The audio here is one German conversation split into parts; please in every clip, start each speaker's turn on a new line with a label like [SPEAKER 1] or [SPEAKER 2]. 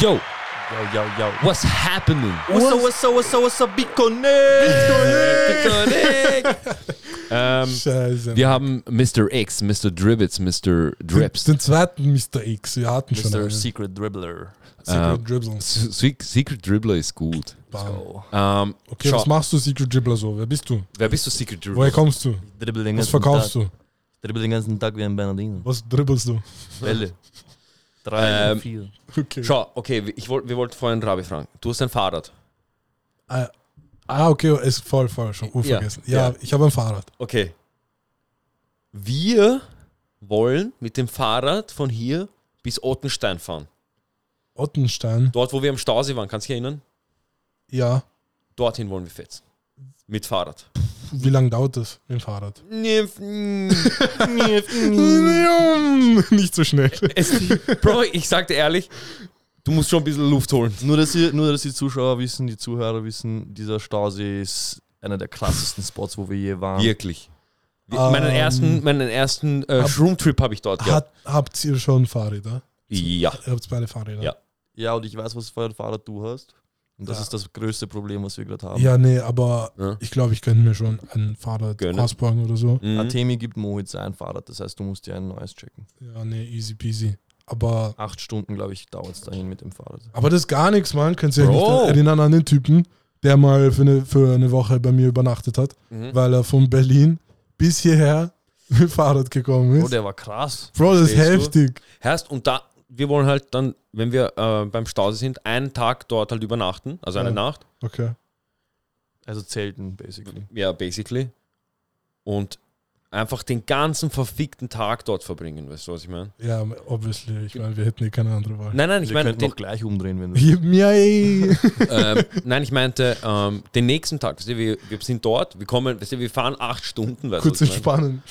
[SPEAKER 1] Yo,
[SPEAKER 2] Yo, yo, yo.
[SPEAKER 1] what's happening?
[SPEAKER 2] What's up, what's up, what's up, what's up, Bitcoin? Bitcoin.
[SPEAKER 1] Ähm,
[SPEAKER 3] Scheiße.
[SPEAKER 1] wir haben Mr. X, Mr. Dribbits, Mr.
[SPEAKER 3] den,
[SPEAKER 1] Drips.
[SPEAKER 3] den zweiten Mr. X. Wir hatten schon
[SPEAKER 2] Mr.
[SPEAKER 3] einen.
[SPEAKER 2] Secret Dribbler.
[SPEAKER 3] Secret Dribbler.
[SPEAKER 1] Se- Se- Secret Dribbler ist gut.
[SPEAKER 3] Bam.
[SPEAKER 2] Oh,
[SPEAKER 1] Ähm,
[SPEAKER 3] Okay,
[SPEAKER 1] schau,
[SPEAKER 3] was machst du, Secret Dribbler, so? Wer bist du?
[SPEAKER 1] wer bist du, Secret Dribbler?
[SPEAKER 3] Woher kommst du?
[SPEAKER 2] ich dribbel den
[SPEAKER 3] Was
[SPEAKER 2] ganzen
[SPEAKER 3] verkaufst
[SPEAKER 2] Tag.
[SPEAKER 3] du?
[SPEAKER 2] Dribbel den ganzen Tag wie ein Bernardino.
[SPEAKER 3] Was dribbelst du?
[SPEAKER 2] Bälle. Drei,
[SPEAKER 1] Ähm,
[SPEAKER 2] vier.
[SPEAKER 3] Okay.
[SPEAKER 1] Schau, okay, ich wollt, wir wollten vorhin Rabi fragen. Du hast ein Fahrrad.
[SPEAKER 3] Ah, ah, okay, ist voll, voll, schon uh,
[SPEAKER 1] Ja,
[SPEAKER 3] vergessen. Ja,
[SPEAKER 1] ja.
[SPEAKER 3] ich habe ein Fahrrad.
[SPEAKER 1] Okay. Wir wollen mit dem Fahrrad von hier bis Ottenstein fahren.
[SPEAKER 3] Ottenstein.
[SPEAKER 1] Dort, wo wir am Stausee waren, kannst du dich erinnern?
[SPEAKER 3] Ja.
[SPEAKER 1] Dorthin wollen wir fetzen. Mit Fahrrad.
[SPEAKER 3] Wie lange dauert das mit dem Fahrrad? Nicht so schnell.
[SPEAKER 1] Es, Bro, ich sag dir ehrlich, du musst schon ein bisschen Luft holen.
[SPEAKER 2] Nur dass, ihr, nur, dass die Zuschauer wissen, die Zuhörer wissen, dieser Stausee ist einer der krassesten Spots, wo wir je waren.
[SPEAKER 1] Wirklich. Wir-
[SPEAKER 3] Ähm,
[SPEAKER 1] meinen ersten, meinen ersten äh,
[SPEAKER 3] hab-
[SPEAKER 1] Shroom-Trip habe ich dort gehabt.
[SPEAKER 3] Hat, habt ihr schon Fahrräder?
[SPEAKER 1] Ja.
[SPEAKER 3] Ihr habt beide Fahrräder.
[SPEAKER 1] Ja.
[SPEAKER 2] Ja, und ich weiß, was für ein Fahrrad du hast. Und das
[SPEAKER 3] Ja.
[SPEAKER 2] ist das größte Problem, was wir gerade haben.
[SPEAKER 3] Ja, nee, aber
[SPEAKER 1] Ja.
[SPEAKER 3] ich glaube, ich könnte mir schon ein Fahrrad
[SPEAKER 1] Gönnen.
[SPEAKER 3] ausbauen oder so.
[SPEAKER 1] Mhm.
[SPEAKER 2] Atemi gibt Mohit sein Fahrrad, das heißt, du musst dir ein neues checken.
[SPEAKER 3] Ja, nee, easy peasy. Aber,
[SPEAKER 2] Acht Stunden, glaube ich, dauert es dahin mit dem Fahrrad.
[SPEAKER 3] aber das ist gar nichts, Mann. Könnt ihr euch
[SPEAKER 1] Bro.
[SPEAKER 3] nicht erinnern an den Typen, der mal für eine, für eine Woche bei mir übernachtet hat,
[SPEAKER 1] Mhm.
[SPEAKER 3] weil er von Berlin bis hierher mit Fahrrad gekommen
[SPEAKER 2] Oh,
[SPEAKER 3] ist.
[SPEAKER 2] der war krass.
[SPEAKER 3] Bro, das ist
[SPEAKER 1] Verstehst du?
[SPEAKER 3] heftig.
[SPEAKER 1] Heißt, und da, wir wollen halt dann, wenn wir äh, beim Stausee sind, einen Tag dort halt übernachten, also
[SPEAKER 2] Mhm.
[SPEAKER 1] eine
[SPEAKER 3] Ja.
[SPEAKER 1] Nacht.
[SPEAKER 3] Okay.
[SPEAKER 2] Also Zelten, basically.
[SPEAKER 1] Ja, basically. Und einfach den ganzen verfickten Tag dort verbringen, weißt du, was ich meine?
[SPEAKER 3] Ja, obviously. Ich meine, wir hätten eh keine andere Wahl.
[SPEAKER 1] Nein, nein, ich
[SPEAKER 2] Wir
[SPEAKER 1] meine,
[SPEAKER 2] könnten
[SPEAKER 1] den-
[SPEAKER 2] doch gleich umdrehen, wenn du.
[SPEAKER 3] Gib mir ey.
[SPEAKER 1] ähm, nein, ich meinte, ähm, den nächsten Tag, weißt du, wir, wir sind dort, wir kommen, weißt du, wir fahren acht Stunden, weißt du,
[SPEAKER 3] Kurz
[SPEAKER 1] was ich meine?
[SPEAKER 3] entspannen.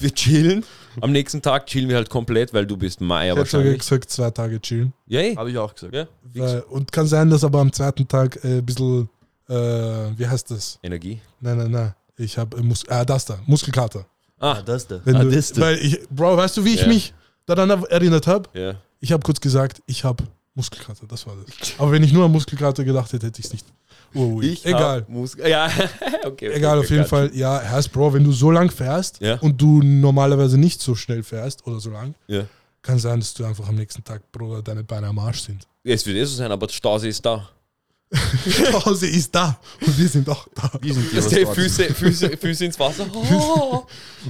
[SPEAKER 1] wir chillen. Am nächsten Tag chillen wir halt komplett, weil du bist Maya
[SPEAKER 3] Ich hab sogar
[SPEAKER 1] wahrscheinlich.
[SPEAKER 3] gesagt, zwei Tage chillen.
[SPEAKER 1] Ja, eh.
[SPEAKER 2] Habe ich auch gesagt.
[SPEAKER 1] ja. wie gesagt.
[SPEAKER 3] Weil, Äh, und kann sein, dass aber am zweiten Tag äh, ein bisschen, äh, wie heißt das?
[SPEAKER 1] Energie.
[SPEAKER 3] Nein, nein, nein. Ich habe äh, Mus ah, das da, Muskelkater.
[SPEAKER 1] Ah,
[SPEAKER 2] Ah, das da.
[SPEAKER 3] Wenn
[SPEAKER 1] Ah,
[SPEAKER 3] du,
[SPEAKER 1] das da.
[SPEAKER 3] weil ich, Bro, weißt du, wie ich
[SPEAKER 1] Ja.
[SPEAKER 3] mich daran erinnert habe?
[SPEAKER 1] Ja.
[SPEAKER 3] Ich habe kurz gesagt, ich habe Muskelkater, das war das. Aber wenn ich nur an Muskelkater gedacht hätte, hätte ich es nicht. Oh, egal.
[SPEAKER 1] hab Mus ja, okay, okay.
[SPEAKER 3] Egal, auf
[SPEAKER 1] okay,
[SPEAKER 3] jeden
[SPEAKER 1] gotcha.
[SPEAKER 3] Fall. Ja, heißt, Bro, wenn du so lang fährst
[SPEAKER 1] Ja.
[SPEAKER 3] und du normalerweise nicht so schnell fährst oder so lang,
[SPEAKER 1] Ja.
[SPEAKER 3] kann sein, dass du einfach am nächsten Tag, Bruder, deine Beine am Arsch sind.
[SPEAKER 1] Es wird eh so sein, aber der Stausee ist da.
[SPEAKER 3] Pause ist da und wir sind auch da.
[SPEAKER 2] Wie sind die
[SPEAKER 1] Das die
[SPEAKER 2] was
[SPEAKER 1] Füße, Füße, Füße ins Wasser. Oh.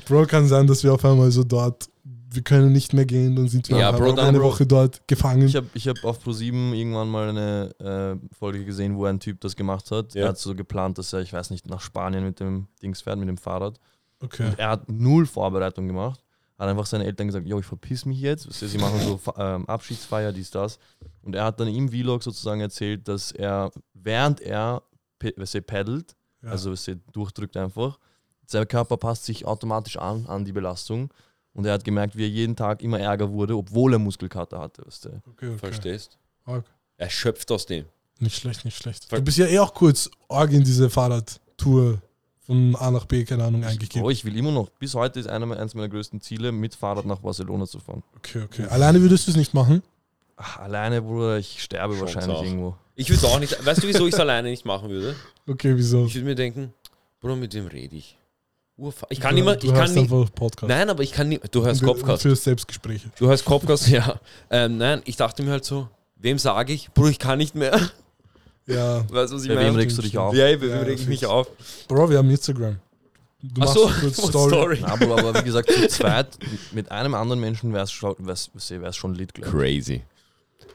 [SPEAKER 3] Bro, kann sein, dass wir auf einmal so dort, wir können nicht mehr gehen, dann sind wir
[SPEAKER 1] Ja,
[SPEAKER 3] auf
[SPEAKER 1] Bro,
[SPEAKER 3] einmal
[SPEAKER 1] dann,
[SPEAKER 3] eine
[SPEAKER 1] Bro.
[SPEAKER 3] Woche dort gefangen.
[SPEAKER 2] Ich habe ich hab auf Pro7 irgendwann mal eine äh, Folge gesehen, wo ein Typ das gemacht hat.
[SPEAKER 1] Ja.
[SPEAKER 2] Er hat so geplant, dass er, ich weiß nicht, nach Spanien mit dem Dings fährt, mit dem Fahrrad.
[SPEAKER 3] okay.
[SPEAKER 2] Und er hat null Vorbereitung gemacht. Hat einfach seinen Eltern gesagt, yo, ich verpiss mich jetzt. Weißt du, Sie machen so Fa- ähm, Abschiedsfeier, dies, das. Und er hat dann im Vlog sozusagen erzählt, dass er, während er pe- weißt du, paddelt,
[SPEAKER 3] Ja.
[SPEAKER 2] also weißt du, durchdrückt einfach, sein Körper passt sich automatisch an, an die Belastung. Und er hat gemerkt, wie er jeden Tag immer ärger wurde, obwohl er Muskelkater hatte. Weißt du.
[SPEAKER 3] okay, okay.
[SPEAKER 1] Verstehst?
[SPEAKER 3] Arg.
[SPEAKER 1] Er schöpft aus dem.
[SPEAKER 3] Nicht schlecht, nicht schlecht.
[SPEAKER 1] Ver-
[SPEAKER 3] Du bist ja eh auch kurz arg in diese Fahrradtour von A nach B, keine Ahnung, eingegeben.
[SPEAKER 2] Bro, ich will immer noch. Bis heute ist einer, eines meiner größten Ziele, mit Fahrrad nach Barcelona zu fahren.
[SPEAKER 3] Okay, okay. Alleine würdest du es nicht machen?
[SPEAKER 2] Ach, alleine, Bruder, ich sterbe
[SPEAKER 1] Chance
[SPEAKER 2] wahrscheinlich
[SPEAKER 1] auch.
[SPEAKER 2] irgendwo.
[SPEAKER 1] Ich würde auch nicht. Weißt du, wieso ich es alleine nicht machen würde?
[SPEAKER 3] Okay, wieso?
[SPEAKER 1] Ich würde mir denken, Bruder, mit dem rede ich. Urfa ich kann
[SPEAKER 3] Du-
[SPEAKER 1] immer,
[SPEAKER 3] du
[SPEAKER 1] ich kann
[SPEAKER 3] hörst
[SPEAKER 1] nicht.
[SPEAKER 3] einfach Podcast.
[SPEAKER 1] Nein, aber ich kann nicht. Du hörst
[SPEAKER 3] Du-
[SPEAKER 1] Kopfkast.
[SPEAKER 3] Für Selbstgespräche.
[SPEAKER 1] Du hörst Kopfkast, ja. Ähm, nein, ich dachte mir halt so, wem sage ich? Bruder, ich kann nicht mehr.
[SPEAKER 3] Ja.
[SPEAKER 1] Weißt du, was ich
[SPEAKER 2] Bei wem
[SPEAKER 1] meine?
[SPEAKER 2] regst du dich auf?
[SPEAKER 1] Ja, ey, bei
[SPEAKER 3] Ja,
[SPEAKER 1] wem reg ich
[SPEAKER 3] fix.
[SPEAKER 1] mich auf?
[SPEAKER 3] Bro, wir haben Instagram. Du
[SPEAKER 1] Ach
[SPEAKER 3] machst
[SPEAKER 1] so,
[SPEAKER 3] kurz
[SPEAKER 1] oh,
[SPEAKER 3] Story.
[SPEAKER 1] sorry.
[SPEAKER 2] Na, Bruder, aber wie gesagt, zu zweit mit einem anderen Menschen wäre es schon, wär's, wär's schon lit, glaub ich.
[SPEAKER 1] Crazy.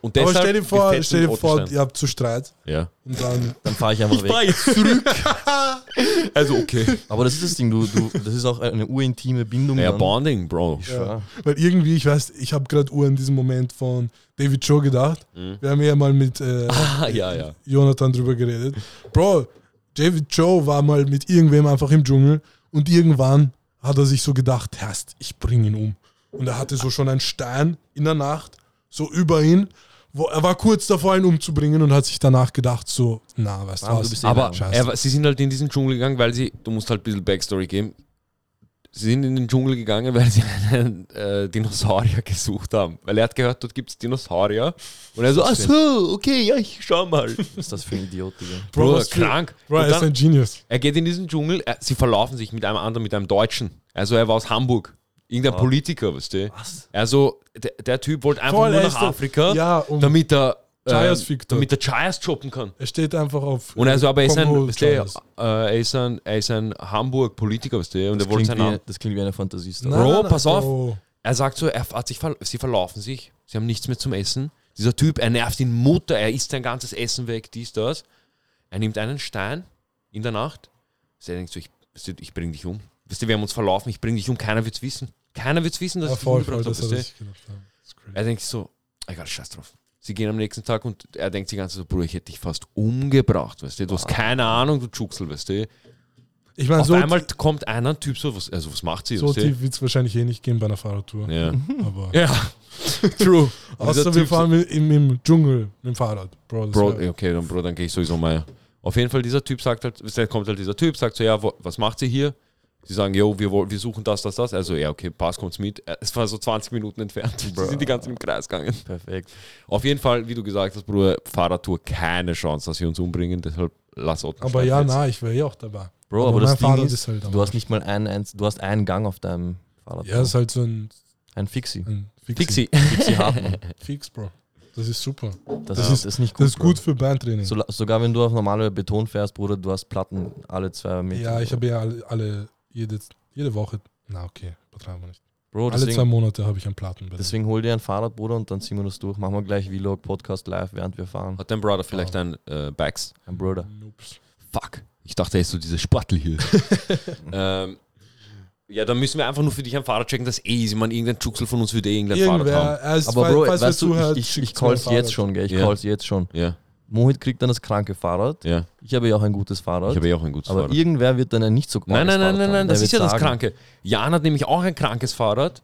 [SPEAKER 1] Und
[SPEAKER 3] Aber
[SPEAKER 1] deshalb
[SPEAKER 3] stell dir vor,
[SPEAKER 1] gefetzten
[SPEAKER 3] stell dir vor,
[SPEAKER 1] Ottenstein.
[SPEAKER 3] ihr habt zu Streit
[SPEAKER 1] ja.
[SPEAKER 3] und dann
[SPEAKER 2] Dann fahre ich einfach weg.
[SPEAKER 1] jetzt zurück. also okay.
[SPEAKER 2] Aber das ist das Ding, du, du, das ist auch eine urintime Bindung.
[SPEAKER 1] Ja,
[SPEAKER 2] dann.
[SPEAKER 1] Bonding, Bro.
[SPEAKER 2] Ich schwör.
[SPEAKER 3] Weil irgendwie, ich weiß, ich habe gerade Uhr in diesem Moment von David Cho gedacht.
[SPEAKER 1] Mhm.
[SPEAKER 3] Wir haben ja mal mit äh,
[SPEAKER 1] Ah, ja, ja.
[SPEAKER 3] Jonathan drüber geredet. Bro, David Cho war mal mit irgendwem einfach im Dschungel und irgendwann hat er sich so gedacht, Herst, ich bring ihn um. Und er hatte so schon einen Stein in der Nacht, so über ihn. Wo, er war kurz davor, ihn umzubringen und hat sich danach gedacht, so, na, weißt du
[SPEAKER 2] Mann, du
[SPEAKER 3] was?
[SPEAKER 2] bist eh
[SPEAKER 1] Aber
[SPEAKER 3] Scheiße.
[SPEAKER 1] er war- sie sind halt in diesen Dschungel gegangen, weil sie, du musst halt ein bisschen Backstory geben. Sie sind in den Dschungel gegangen, weil sie einen äh, Dinosaurier gesucht haben. Weil er hat gehört, dort gibt es Dinosaurier. Und er so, ach so, okay, ja, ich schau mal.
[SPEAKER 2] Was ist das für ein Idiot, Digga?
[SPEAKER 1] Bro,
[SPEAKER 3] was für-
[SPEAKER 1] krank.
[SPEAKER 3] Bro,
[SPEAKER 1] Und
[SPEAKER 3] er ist
[SPEAKER 1] dann-
[SPEAKER 3] ein Genius.
[SPEAKER 1] Er geht in diesen Dschungel, er, sie verlaufen sich mit einem anderen, mit einem Deutschen. Also er war aus Hamburg. Irgendein Politiker, weißt du?
[SPEAKER 2] Was?
[SPEAKER 1] Also der, der Typ wollte einfach
[SPEAKER 3] Voll,
[SPEAKER 1] nur
[SPEAKER 3] er
[SPEAKER 1] nach
[SPEAKER 3] ist doch-
[SPEAKER 1] Afrika,
[SPEAKER 3] Ja, und
[SPEAKER 1] damit er äh,
[SPEAKER 3] Chayas fickt
[SPEAKER 1] damit der Chayas jobben kann.
[SPEAKER 3] er steht einfach auf.
[SPEAKER 1] Und also, aber er ist ein,
[SPEAKER 3] Kongo-
[SPEAKER 1] weißt du, äh,
[SPEAKER 3] Chayas.
[SPEAKER 1] er ist ein, er ist ein Hamburg-Politiker, weißt du, und
[SPEAKER 2] Das
[SPEAKER 1] er wollte
[SPEAKER 2] klingt,
[SPEAKER 1] seinen
[SPEAKER 2] wie,
[SPEAKER 1] Namen.
[SPEAKER 2] das klingt wie eine Fantasie.
[SPEAKER 3] Nein,
[SPEAKER 1] Bro,
[SPEAKER 3] nein, nein,
[SPEAKER 1] pass auf.
[SPEAKER 3] Bro.
[SPEAKER 1] Er sagt so, er hat sich verla- sie verlaufen sich, sie haben nichts mehr zum Essen. Dieser Typ, er nervt ihn Mutter, er isst sein ganzes Essen weg, dies, das. Er nimmt einen Stein in der Nacht. Er denkt so, ich, weißt du, ich bring dich um. Wisst ihr, wir haben uns verlaufen, ich bring dich um, keiner wird's wissen. Keiner wird's wissen, dass
[SPEAKER 3] Ja,
[SPEAKER 1] ich dich
[SPEAKER 3] voll, voll,
[SPEAKER 1] umgebracht
[SPEAKER 3] das hat
[SPEAKER 1] habe.
[SPEAKER 3] er
[SPEAKER 1] weißt
[SPEAKER 3] sich gedacht. ja. That's
[SPEAKER 1] du.
[SPEAKER 3] crazy.
[SPEAKER 1] Er denkt sich so, egal, scheiß drauf. Sie gehen am nächsten Tag und er denkt die ganze Zeit so, Bruder, ich hätte dich fast umgebracht, weißt du. Du hast keine Ahnung, du Schuchsel, weißt du.
[SPEAKER 3] Ich meine,
[SPEAKER 1] Auf
[SPEAKER 3] Ah. so,
[SPEAKER 1] einmal kommt einer Typ so, was, also was macht sie,
[SPEAKER 3] so Mhm.
[SPEAKER 1] weißt du?
[SPEAKER 3] tief wird es wahrscheinlich eh nicht gehen bei einer Fahrradtour.
[SPEAKER 1] Ja.
[SPEAKER 3] Aber
[SPEAKER 1] ja, true.
[SPEAKER 3] außer wir fahren mit- im, im Dschungel mit dem Fahrrad. Bro, das
[SPEAKER 1] Bro,
[SPEAKER 3] wär-
[SPEAKER 1] ja, okay, dann, Bro, dann gehe ich sowieso mal. Auf jeden Fall, dieser Typ sagt halt, dann kommt halt dieser Typ, sagt so, ja, wo, was macht sie hier? Sie sagen, yo, wir, woll- wir suchen das, das, das. Also, ja, okay, pass, kommt's mit. Äh, Es war so 20 Minuten entfernt. Sie sind die ganzen im Kreis gegangen.
[SPEAKER 2] Perfekt.
[SPEAKER 1] Auf jeden Fall, wie du gesagt hast, Bruder, Fahrradtour, keine Chance, dass sie uns umbringen. Deshalb lass uns.
[SPEAKER 3] aber ja, na, ich wäre eh auch dabei.
[SPEAKER 2] Bro,
[SPEAKER 3] Aber
[SPEAKER 2] aber,
[SPEAKER 3] mein
[SPEAKER 2] das Ding
[SPEAKER 3] Fahrrad
[SPEAKER 2] ist,
[SPEAKER 3] ist halt am
[SPEAKER 2] du hast nicht mal einen, einz- du hast einen Gang auf deinem Fahrrad.
[SPEAKER 3] Ja, ist halt so ein,
[SPEAKER 2] ein Fixie.
[SPEAKER 3] ein Fixie.
[SPEAKER 1] Fixi.
[SPEAKER 2] Fixie Hartmann.
[SPEAKER 3] Fix, Bro. Das ist super.
[SPEAKER 2] Das,
[SPEAKER 3] Das
[SPEAKER 2] ist,
[SPEAKER 3] ist-
[SPEAKER 2] das ist nicht gut.
[SPEAKER 3] Das ist
[SPEAKER 2] Bro.
[SPEAKER 3] gut für Bandtraining.
[SPEAKER 2] So, sogar wenn du auf normale Beton fährst, Bruder, du hast Platten alle zwei Meter.
[SPEAKER 3] ja, ich habe ja alle, alle jede, jede Woche. Na, okay, übertreiben wir nicht.
[SPEAKER 2] Bro,
[SPEAKER 3] alle zwei
[SPEAKER 2] deswegen,
[SPEAKER 3] Monate habe ich einen Platten. bei dir.
[SPEAKER 2] deswegen hol dir ein Fahrrad, Bruder, und dann ziehen wir das durch. Machen wir gleich Vlog, Podcast live, während wir fahren.
[SPEAKER 1] Hat dein Bruder vielleicht ein äh, Bags?
[SPEAKER 2] Ein Bruder.
[SPEAKER 3] Ups.
[SPEAKER 1] Fuck. Ich dachte, er ist so diese Spattel hier. ähm, ja, dann müssen wir einfach nur für dich ein Fahrrad checken. Das ist eh easy, man. Irgendein Schuchsel von uns würde eh irgendein Fahrrad haben.
[SPEAKER 3] Irgendwer, erst,
[SPEAKER 2] Aber
[SPEAKER 3] falls-
[SPEAKER 2] Bro,
[SPEAKER 3] falls wer
[SPEAKER 2] weißt du,
[SPEAKER 3] zuhört,
[SPEAKER 2] ich, ich, ich
[SPEAKER 3] schickt's mir
[SPEAKER 2] call's
[SPEAKER 3] ein
[SPEAKER 2] jetzt
[SPEAKER 3] Fahrrad.
[SPEAKER 2] schon, gell? Ich
[SPEAKER 1] Ja.
[SPEAKER 2] call's jetzt schon.
[SPEAKER 1] Ja,
[SPEAKER 2] Mohit kriegt dann das kranke Fahrrad.
[SPEAKER 1] ja.
[SPEAKER 2] Ich habe ja auch ein gutes Fahrrad.
[SPEAKER 1] Ich habe eh auch ein gutes
[SPEAKER 2] aber
[SPEAKER 1] Fahrrad.
[SPEAKER 2] irgendwer wird dann ein nicht so
[SPEAKER 1] Nein,
[SPEAKER 2] gutes
[SPEAKER 1] nein, nein,
[SPEAKER 2] Fahrrad
[SPEAKER 1] nein,
[SPEAKER 2] haben.
[SPEAKER 1] nein,
[SPEAKER 2] Der
[SPEAKER 1] das
[SPEAKER 2] wird
[SPEAKER 1] ist ja das
[SPEAKER 2] sagen,
[SPEAKER 1] Kranke. Jan hat nämlich auch ein krankes Fahrrad,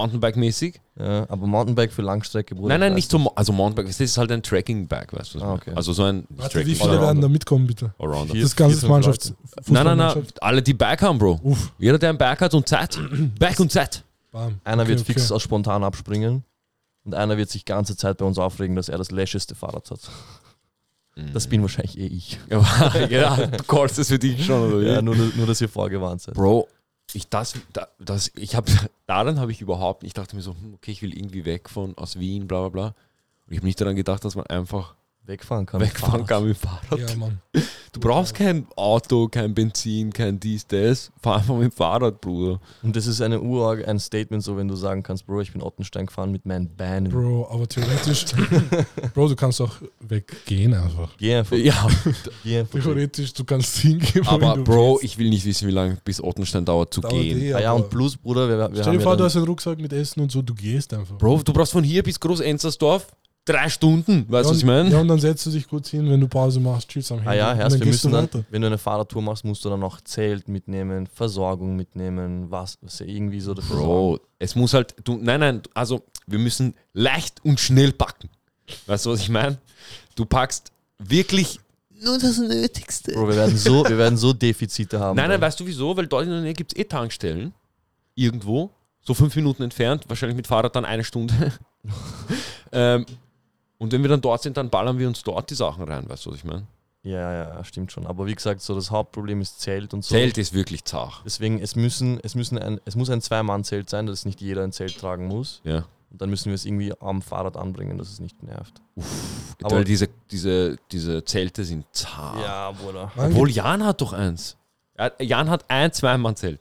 [SPEAKER 1] Mountainbike-mäßig.
[SPEAKER 2] Ja, aber Mountainbike für Langstrecke, Bruder.
[SPEAKER 1] Nein, nein,
[SPEAKER 2] das-
[SPEAKER 1] nicht so, Mo- also Mountainbike, das ist halt ein Tracking-Bike, weißt du. was ich
[SPEAKER 2] Ah,
[SPEAKER 1] meine?
[SPEAKER 2] okay.
[SPEAKER 1] Also so ein nicht
[SPEAKER 3] Warte, wie
[SPEAKER 1] Tracking,
[SPEAKER 3] viele werden da mitkommen, bitte?
[SPEAKER 1] Allrounder.
[SPEAKER 2] Vier-
[SPEAKER 3] Das ganze
[SPEAKER 2] fünf
[SPEAKER 3] Mannschafts.
[SPEAKER 1] Nein, nein, nein, alle, die Bike haben, Bro.
[SPEAKER 3] Uff,
[SPEAKER 1] Jeder, der ein Bike hat und Zeit, Bike und Zeit.
[SPEAKER 3] bam.
[SPEAKER 2] Einer wird
[SPEAKER 3] Okay,
[SPEAKER 2] fix
[SPEAKER 3] okay.
[SPEAKER 2] aus spontan abspringen und einer wird sich ganze Zeit bei uns aufregen, dass er das läscheste Fahrrad hat.
[SPEAKER 1] Mhm.
[SPEAKER 2] Das bin wahrscheinlich eh ich.
[SPEAKER 1] ja, genau, du callst das für dich schon, oder wie?
[SPEAKER 2] Ja, nur, nur, dass ihr vorgewarnt seid.
[SPEAKER 1] Bro, ich das, da- das ich habe daran habe ich überhaupt, nicht- ich dachte mir so, hm, okay, ich will irgendwie weg von aus Wien, bla bla bla. Und ich habe nicht daran gedacht, dass man einfach
[SPEAKER 2] Wegfahren kann.
[SPEAKER 1] wegfahren
[SPEAKER 2] Fahrrad.
[SPEAKER 1] kann mit dem Fahrrad.
[SPEAKER 3] Ja, Mann.
[SPEAKER 1] Du brauchst kein Auto, kein Benzin, kein dies, das. Fahr einfach mit dem Fahrrad, Bruder.
[SPEAKER 2] Und das ist eine Urorg, ein Statement, so wenn du sagen kannst, Bro, ich bin Ottenstein gefahren mit meinen Beinen.
[SPEAKER 3] Bro, aber theoretisch. Bro, du kannst auch weggehen einfach.
[SPEAKER 2] Geh einfach.
[SPEAKER 1] Ja,
[SPEAKER 2] Geh einfach. weg.
[SPEAKER 3] Theoretisch, du kannst hingehen. wohin
[SPEAKER 1] aber
[SPEAKER 3] du
[SPEAKER 1] Bro,
[SPEAKER 3] willst.
[SPEAKER 1] ich will nicht wissen, wie lange bis Ottenstein dauert zu
[SPEAKER 3] Dauert
[SPEAKER 1] gehen.
[SPEAKER 3] eh,
[SPEAKER 2] Ah, ja,
[SPEAKER 3] aber-
[SPEAKER 2] und plus, Bruder, wir, wir
[SPEAKER 3] Stell
[SPEAKER 2] haben
[SPEAKER 3] dir vor,
[SPEAKER 2] ja
[SPEAKER 3] du
[SPEAKER 2] dann,
[SPEAKER 3] hast einen Rucksack mit Essen und so, du gehst einfach.
[SPEAKER 1] Bro, du brauchst von hier bis Groß-Enzersdorf drei Stunden. Weißt du, was ich meine?
[SPEAKER 3] Ja, und dann setzt du dich kurz hin, wenn du Pause machst, chillst am Handy.
[SPEAKER 2] ah ja,
[SPEAKER 3] und
[SPEAKER 2] Herz,
[SPEAKER 3] dann
[SPEAKER 2] wir müssen dann,
[SPEAKER 3] weiter.
[SPEAKER 2] wenn du eine Fahrradtour machst, musst du dann auch Zelt mitnehmen, Versorgung mitnehmen, was, was ja irgendwie so das
[SPEAKER 1] Bro, es muss halt, du, nein, nein, also wir müssen leicht und schnell packen. Weißt du, was ich meine? Du packst wirklich nur das Nötigste.
[SPEAKER 2] Bro, wir werden so, wir werden so Defizite haben.
[SPEAKER 1] nein, nein,
[SPEAKER 2] Bro.
[SPEAKER 1] weißt du wieso? Weil dort in der Nähe gibt es eh Tankstellen. Irgendwo, so fünf Minuten entfernt, wahrscheinlich mit Fahrrad dann eine Stunde. ähm, und wenn wir dann dort sind, dann ballern wir uns dort die Sachen rein, weißt du, was ich meine?
[SPEAKER 2] Ja, ja, ja, stimmt schon. Aber wie gesagt, so das Hauptproblem ist Zelt und so.
[SPEAKER 1] Zelt ist wirklich zart.
[SPEAKER 2] Deswegen, es, müssen, es, müssen ein, es muss ein Zwei-Mann-Zelt sein, dass nicht jeder ein Zelt tragen muss.
[SPEAKER 1] Ja.
[SPEAKER 2] Und dann müssen wir es irgendwie am Fahrrad anbringen, dass es nicht nervt. Aber-
[SPEAKER 1] Weil diese, diese, diese Zelte sind zart.
[SPEAKER 2] Ja, Bruder.
[SPEAKER 3] Wann
[SPEAKER 1] Obwohl Jan hat doch eins. Er- Jan hat ein Zweimann-Zelt.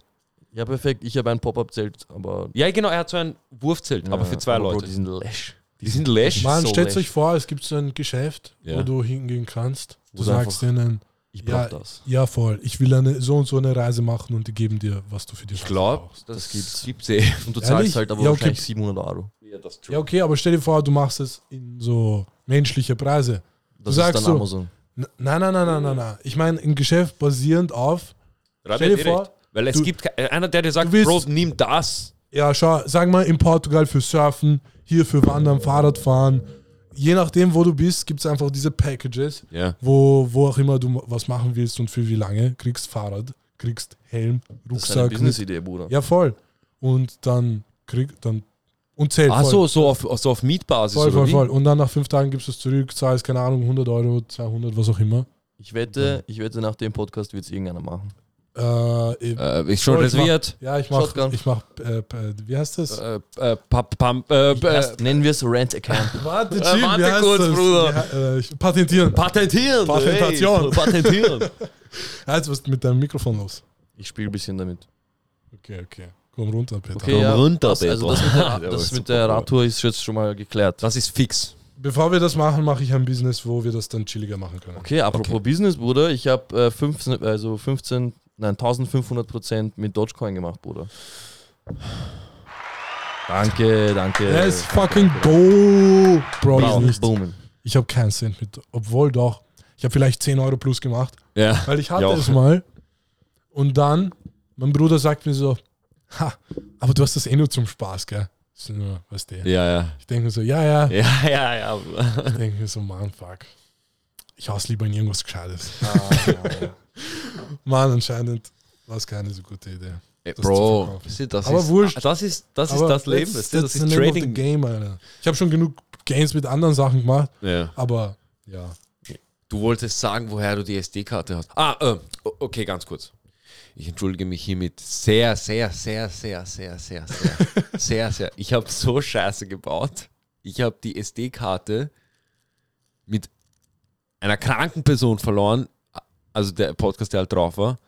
[SPEAKER 2] Ja, perfekt. Ich habe ein Pop-Up-Zelt, aber.
[SPEAKER 1] Ja, genau, er hat so ein Wurfzelt, aber für zwei
[SPEAKER 2] aber Bro,
[SPEAKER 1] Leute.
[SPEAKER 2] die sind läsch.
[SPEAKER 1] Die sind läsch.
[SPEAKER 3] Mann,
[SPEAKER 2] so
[SPEAKER 3] stellt
[SPEAKER 2] lächerlich.
[SPEAKER 3] euch vor, es gibt so ein Geschäft,
[SPEAKER 1] Ja.
[SPEAKER 3] wo du hingehen kannst. Du
[SPEAKER 2] Wo du
[SPEAKER 3] sagst denen,
[SPEAKER 2] Ich brauche
[SPEAKER 3] Ja,
[SPEAKER 2] das.
[SPEAKER 3] ja voll, ich will eine, so und so eine Reise machen und die geben dir, was du für die
[SPEAKER 1] Ich glaube, das,
[SPEAKER 2] Das
[SPEAKER 1] gibt's.
[SPEAKER 2] gibt's.
[SPEAKER 1] gibt's eh.
[SPEAKER 2] Und du
[SPEAKER 3] Ehrlich?
[SPEAKER 2] zahlst halt aber
[SPEAKER 3] Ja, okay.
[SPEAKER 2] wahrscheinlich 700 Euro.
[SPEAKER 1] Ja, das
[SPEAKER 3] Ja, okay, aber stell dir vor, du machst es in so menschliche Preise.
[SPEAKER 2] Das
[SPEAKER 3] sagst
[SPEAKER 2] ist dann
[SPEAKER 3] so,
[SPEAKER 2] Amazon.
[SPEAKER 3] N- Nein, nein, nein, nein, nein, nein. Ich meine, ein Geschäft basierend auf, Stell dir vor,
[SPEAKER 1] Weil es
[SPEAKER 3] du-
[SPEAKER 1] gibt ke- einer, der dir sagt,
[SPEAKER 3] du willst-
[SPEAKER 1] Bro, nimm das.
[SPEAKER 3] ja, schau, sagen wir in Portugal für Surfen, hier für Wandern, Fahrradfahren. Je nachdem, wo du bist, gibt es einfach diese Packages.
[SPEAKER 1] Ja.
[SPEAKER 3] wo, wo auch immer du was machen willst und für wie lange, kriegst Fahrrad, kriegst Helm,
[SPEAKER 2] Das ist eine
[SPEAKER 3] Rucksack. mit-
[SPEAKER 2] Business-Idee, Bruder.
[SPEAKER 3] Ja, voll. Und dann krieg, dann und zählt.
[SPEAKER 1] Ach
[SPEAKER 3] voll.
[SPEAKER 1] so, so auf, so auf Mietbasis
[SPEAKER 3] Voll,
[SPEAKER 1] oder
[SPEAKER 3] voll,
[SPEAKER 1] wie?
[SPEAKER 3] voll. Und dann nach fünf Tagen gibst du es zurück, zahlst, keine Ahnung, 100 Euro, 200, was auch immer.
[SPEAKER 2] Ich wette, ich wette, nach dem Podcast wird es irgendeiner machen.
[SPEAKER 3] Äh, ich-
[SPEAKER 1] Äh, ist schon
[SPEAKER 3] Voll, ich mach-
[SPEAKER 1] reserviert.
[SPEAKER 3] ja, ich mach,
[SPEAKER 2] Shotgun.
[SPEAKER 3] ich mach, äh, äh, wie heißt das?
[SPEAKER 1] Äh, äh, Pump, Pump, äh, äh,
[SPEAKER 2] Erst nennen wir es Rent Account.
[SPEAKER 3] warte,
[SPEAKER 1] äh, warte kurz, Bruder.
[SPEAKER 3] Ja, äh, ich, patentieren.
[SPEAKER 1] patentieren.
[SPEAKER 3] Patentation.
[SPEAKER 1] Hey, patentieren.
[SPEAKER 3] Ja, jetzt was ist mit deinem Mikrofon los?
[SPEAKER 2] Ich spiele ein bisschen damit.
[SPEAKER 3] Okay, okay. Komm runter, Peter.
[SPEAKER 1] Komm runter,
[SPEAKER 2] das, also das mit
[SPEAKER 1] Peter.
[SPEAKER 2] der, das mit der Radtour ist jetzt schon mal geklärt.
[SPEAKER 1] Das ist fix.
[SPEAKER 3] Bevor wir das machen, mache ich ein Business, wo wir das dann chilliger machen können.
[SPEAKER 2] Okay, apropos Business, Bruder, ich habe äh, 15, also 15, nein, 1500 Prozent mit Dogecoin gemacht, Bruder. Danke, danke.
[SPEAKER 3] Let's fucking go! Bro,
[SPEAKER 2] Bravo,
[SPEAKER 3] ist nicht.
[SPEAKER 2] Boomen.
[SPEAKER 3] Ich habe keinen Cent mit, obwohl doch. Ich habe vielleicht 10 Euro plus gemacht,
[SPEAKER 1] Ja.
[SPEAKER 3] weil ich hatte
[SPEAKER 1] Ja.
[SPEAKER 3] es mal. Und dann, mein Bruder sagt mir so, ha, aber du hast das eh nur zum Spaß, gell? Das ist nur, weißt du.
[SPEAKER 1] Ja, ja.
[SPEAKER 3] Ich denke mir so, ja, ja.
[SPEAKER 1] Ja, ja, ja.
[SPEAKER 3] Ich denke mir so, Mann, fuck. Ich haus lieber in irgendwas Gescheites.
[SPEAKER 1] Ah,
[SPEAKER 3] Mann, anscheinend war es keine so gute Idee.
[SPEAKER 1] Ey,
[SPEAKER 3] zu
[SPEAKER 1] Bro,
[SPEAKER 3] verkaufen.
[SPEAKER 1] wisst ihr, das
[SPEAKER 3] Aber
[SPEAKER 1] ist,
[SPEAKER 3] wurscht.
[SPEAKER 1] Das ist das, ist
[SPEAKER 3] Aber
[SPEAKER 1] das Leben.
[SPEAKER 3] that's-
[SPEAKER 1] wisst ihr, Das
[SPEAKER 3] that's
[SPEAKER 1] ist
[SPEAKER 3] the name of the
[SPEAKER 1] Trading.
[SPEAKER 3] Game, Alter. Ich habe schon genug Games mit anderen Sachen gemacht,
[SPEAKER 1] Ja.
[SPEAKER 3] aber ja.
[SPEAKER 1] Du wolltest sagen, woher du die SD-Karte hast. Ah, äh, o- okay, ganz kurz. Ich entschuldige mich hiermit sehr, sehr, sehr, sehr, sehr, sehr, sehr, sehr, sehr. Ich habe so scheiße gebaut. Ich habe die SD-Karte mit einer kranken Person verloren, also der Podcast, der halt drauf war.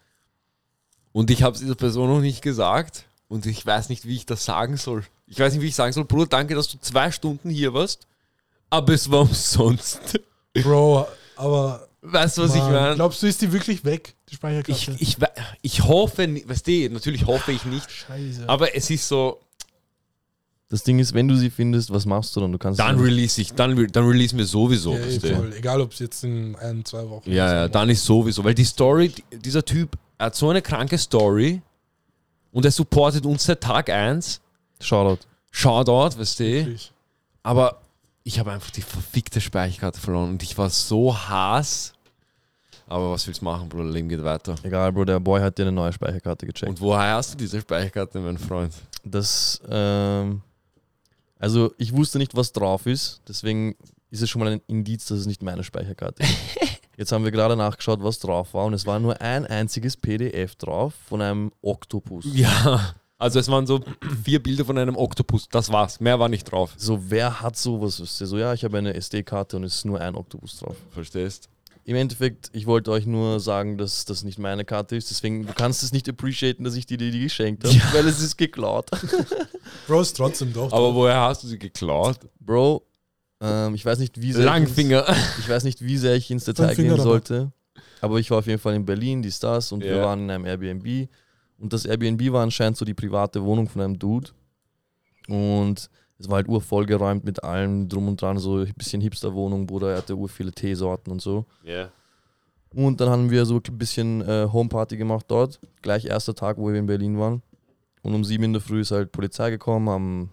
[SPEAKER 1] Und ich habe es dieser Person noch nicht gesagt. Und ich weiß nicht, wie ich das sagen soll. Ich weiß nicht, wie ich sagen soll. Bruder, danke, dass du zwei Stunden hier warst. Aber es war umsonst.
[SPEAKER 3] Bro, aber
[SPEAKER 1] Weißt du, was ich
[SPEAKER 3] Mann,
[SPEAKER 1] meine?
[SPEAKER 3] glaubst du, ist die wirklich weg, die
[SPEAKER 1] ich,
[SPEAKER 3] Speicherkarte?
[SPEAKER 1] ich, we- ich hoffe, ni- weißt du, natürlich hoffe ich nicht,
[SPEAKER 3] Scheiße.
[SPEAKER 1] aber es ist so,
[SPEAKER 2] Das Ding ist, wenn du sie findest, was machst du dann? Du kannst
[SPEAKER 1] dann release ich, dann, re- dann releasen wir sowieso.
[SPEAKER 3] ja, eh,
[SPEAKER 1] weißt du.
[SPEAKER 3] voll. Egal, ob es jetzt in ein, zwei Wochen
[SPEAKER 1] ja, ja, dann ist sowieso, weil die Story, die- dieser Typ er hat so eine kranke Story und er supportet uns seit Tag 1.
[SPEAKER 2] Shoutout.
[SPEAKER 1] Shoutout, weißt du,
[SPEAKER 3] Wirklich.
[SPEAKER 1] aber ich habe einfach die verfickte Speicherkarte verloren und ich war so hass. Aber was willst du machen, Bruder? Leben geht weiter.
[SPEAKER 2] Egal, Bro, der Boy hat dir eine neue Speicherkarte gecheckt.
[SPEAKER 1] Und woher hast du diese Speicherkarte, mein Freund?
[SPEAKER 2] Das, ähm, also ich wusste nicht, was drauf ist, deswegen ist es schon mal ein Indiz, dass es nicht meine Speicherkarte ist. Jetzt haben wir gerade nachgeschaut, was drauf war und es war nur ein einziges PDF drauf von einem Oktopus.
[SPEAKER 1] Ja, also es waren so vier Bilder von einem Oktopus. Das war's. Mehr war nicht drauf.
[SPEAKER 2] So, wer hat sowas? Wisst ihr? So, ja, ich habe eine SD-Karte und es ist nur ein Oktopus drauf.
[SPEAKER 1] Verstehst?
[SPEAKER 2] Im Endeffekt, ich wollte euch nur sagen, dass das nicht meine Karte ist, deswegen du kannst es nicht appreciaten, dass ich dir die geschenkt habe, weil es ist geklaut.
[SPEAKER 3] Bro, ist trotzdem doch.
[SPEAKER 1] Aber woher hast du sie geklaut?
[SPEAKER 2] Bro, ähm, ich weiß nicht, wie sehr ich ins-
[SPEAKER 1] Langfinger.
[SPEAKER 2] Ich weiß nicht, wie sehr ich ins Detail
[SPEAKER 3] Fünf Finger
[SPEAKER 2] gehen
[SPEAKER 3] dabei.
[SPEAKER 2] sollte, aber ich war auf jeden Fall in Berlin, die Stars, und wir
[SPEAKER 1] Ja.
[SPEAKER 2] waren in einem Airbnb. Und das Airbnb war anscheinend so die private Wohnung von einem Dude. Und es war halt urvollgeräumt mit allem drum und dran, so ein bisschen Hipster-Wohnung, Bruder, er hatte ur viele Teesorten und so.
[SPEAKER 1] Ja.
[SPEAKER 2] Und dann haben wir so ein bisschen äh, Homeparty gemacht dort. Gleich erster Tag, wo wir in Berlin waren. Und um sieben in der Früh ist halt Polizei gekommen, haben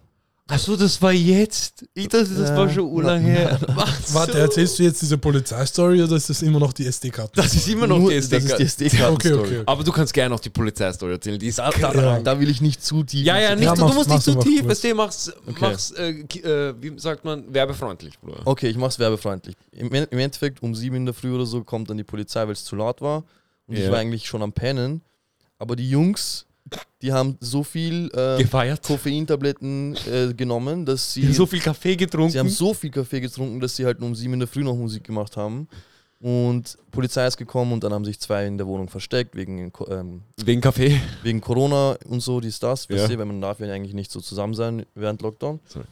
[SPEAKER 1] Achso, das war jetzt. Ich dachte, das
[SPEAKER 2] Ja.
[SPEAKER 1] war schon urlang her. Was?
[SPEAKER 3] Warte, erzählst du jetzt diese Polizeistory oder ist das immer noch die SD-Karte?
[SPEAKER 1] Das ist immer noch
[SPEAKER 2] nur-
[SPEAKER 1] die
[SPEAKER 2] das ist die
[SPEAKER 1] SD-Karte.
[SPEAKER 2] SD-Karte.
[SPEAKER 3] Okay, okay.
[SPEAKER 1] Aber du kannst gerne auch die Polizeistory erzählen. Die ist da,
[SPEAKER 3] Ja.
[SPEAKER 2] Da will ich nicht zu tief.
[SPEAKER 1] Ja, ja, nicht,
[SPEAKER 3] Ja,
[SPEAKER 1] du
[SPEAKER 3] mach's-
[SPEAKER 1] musst nicht
[SPEAKER 3] mach's
[SPEAKER 1] zu
[SPEAKER 3] einfach
[SPEAKER 1] tief.
[SPEAKER 3] kurz.
[SPEAKER 1] Weißt du, mach's,
[SPEAKER 2] Okay. Oh,
[SPEAKER 1] mach's äh, ki- äh, wie sagt man, werbefreundlich, Bruder.
[SPEAKER 2] Okay, ich mach's werbefreundlich. Im, En- Im Endeffekt um sieben in der Früh oder so kommt dann die Polizei, weil es zu laut war. Und
[SPEAKER 1] Ja.
[SPEAKER 2] ich war eigentlich schon am Pennen. Aber die Jungs, die haben so viel äh,
[SPEAKER 1] Gefeiert.
[SPEAKER 2] Koffeintabletten äh, genommen, dass sie.
[SPEAKER 1] So viel Kaffee getrunken.
[SPEAKER 2] sie haben so viel Kaffee getrunken, dass sie halt nur um sieben in der Früh noch Musik gemacht haben. Und Polizei ist gekommen und dann haben sich zwei in der Wohnung versteckt, wegen, Ko- ähm,
[SPEAKER 1] Wegen Kaffee.
[SPEAKER 2] wegen Corona und so, dies, das, wisst
[SPEAKER 1] Ja.
[SPEAKER 2] ihr, weil man darf ja eigentlich nicht so zusammen sein während Lockdown.
[SPEAKER 1] Sorry.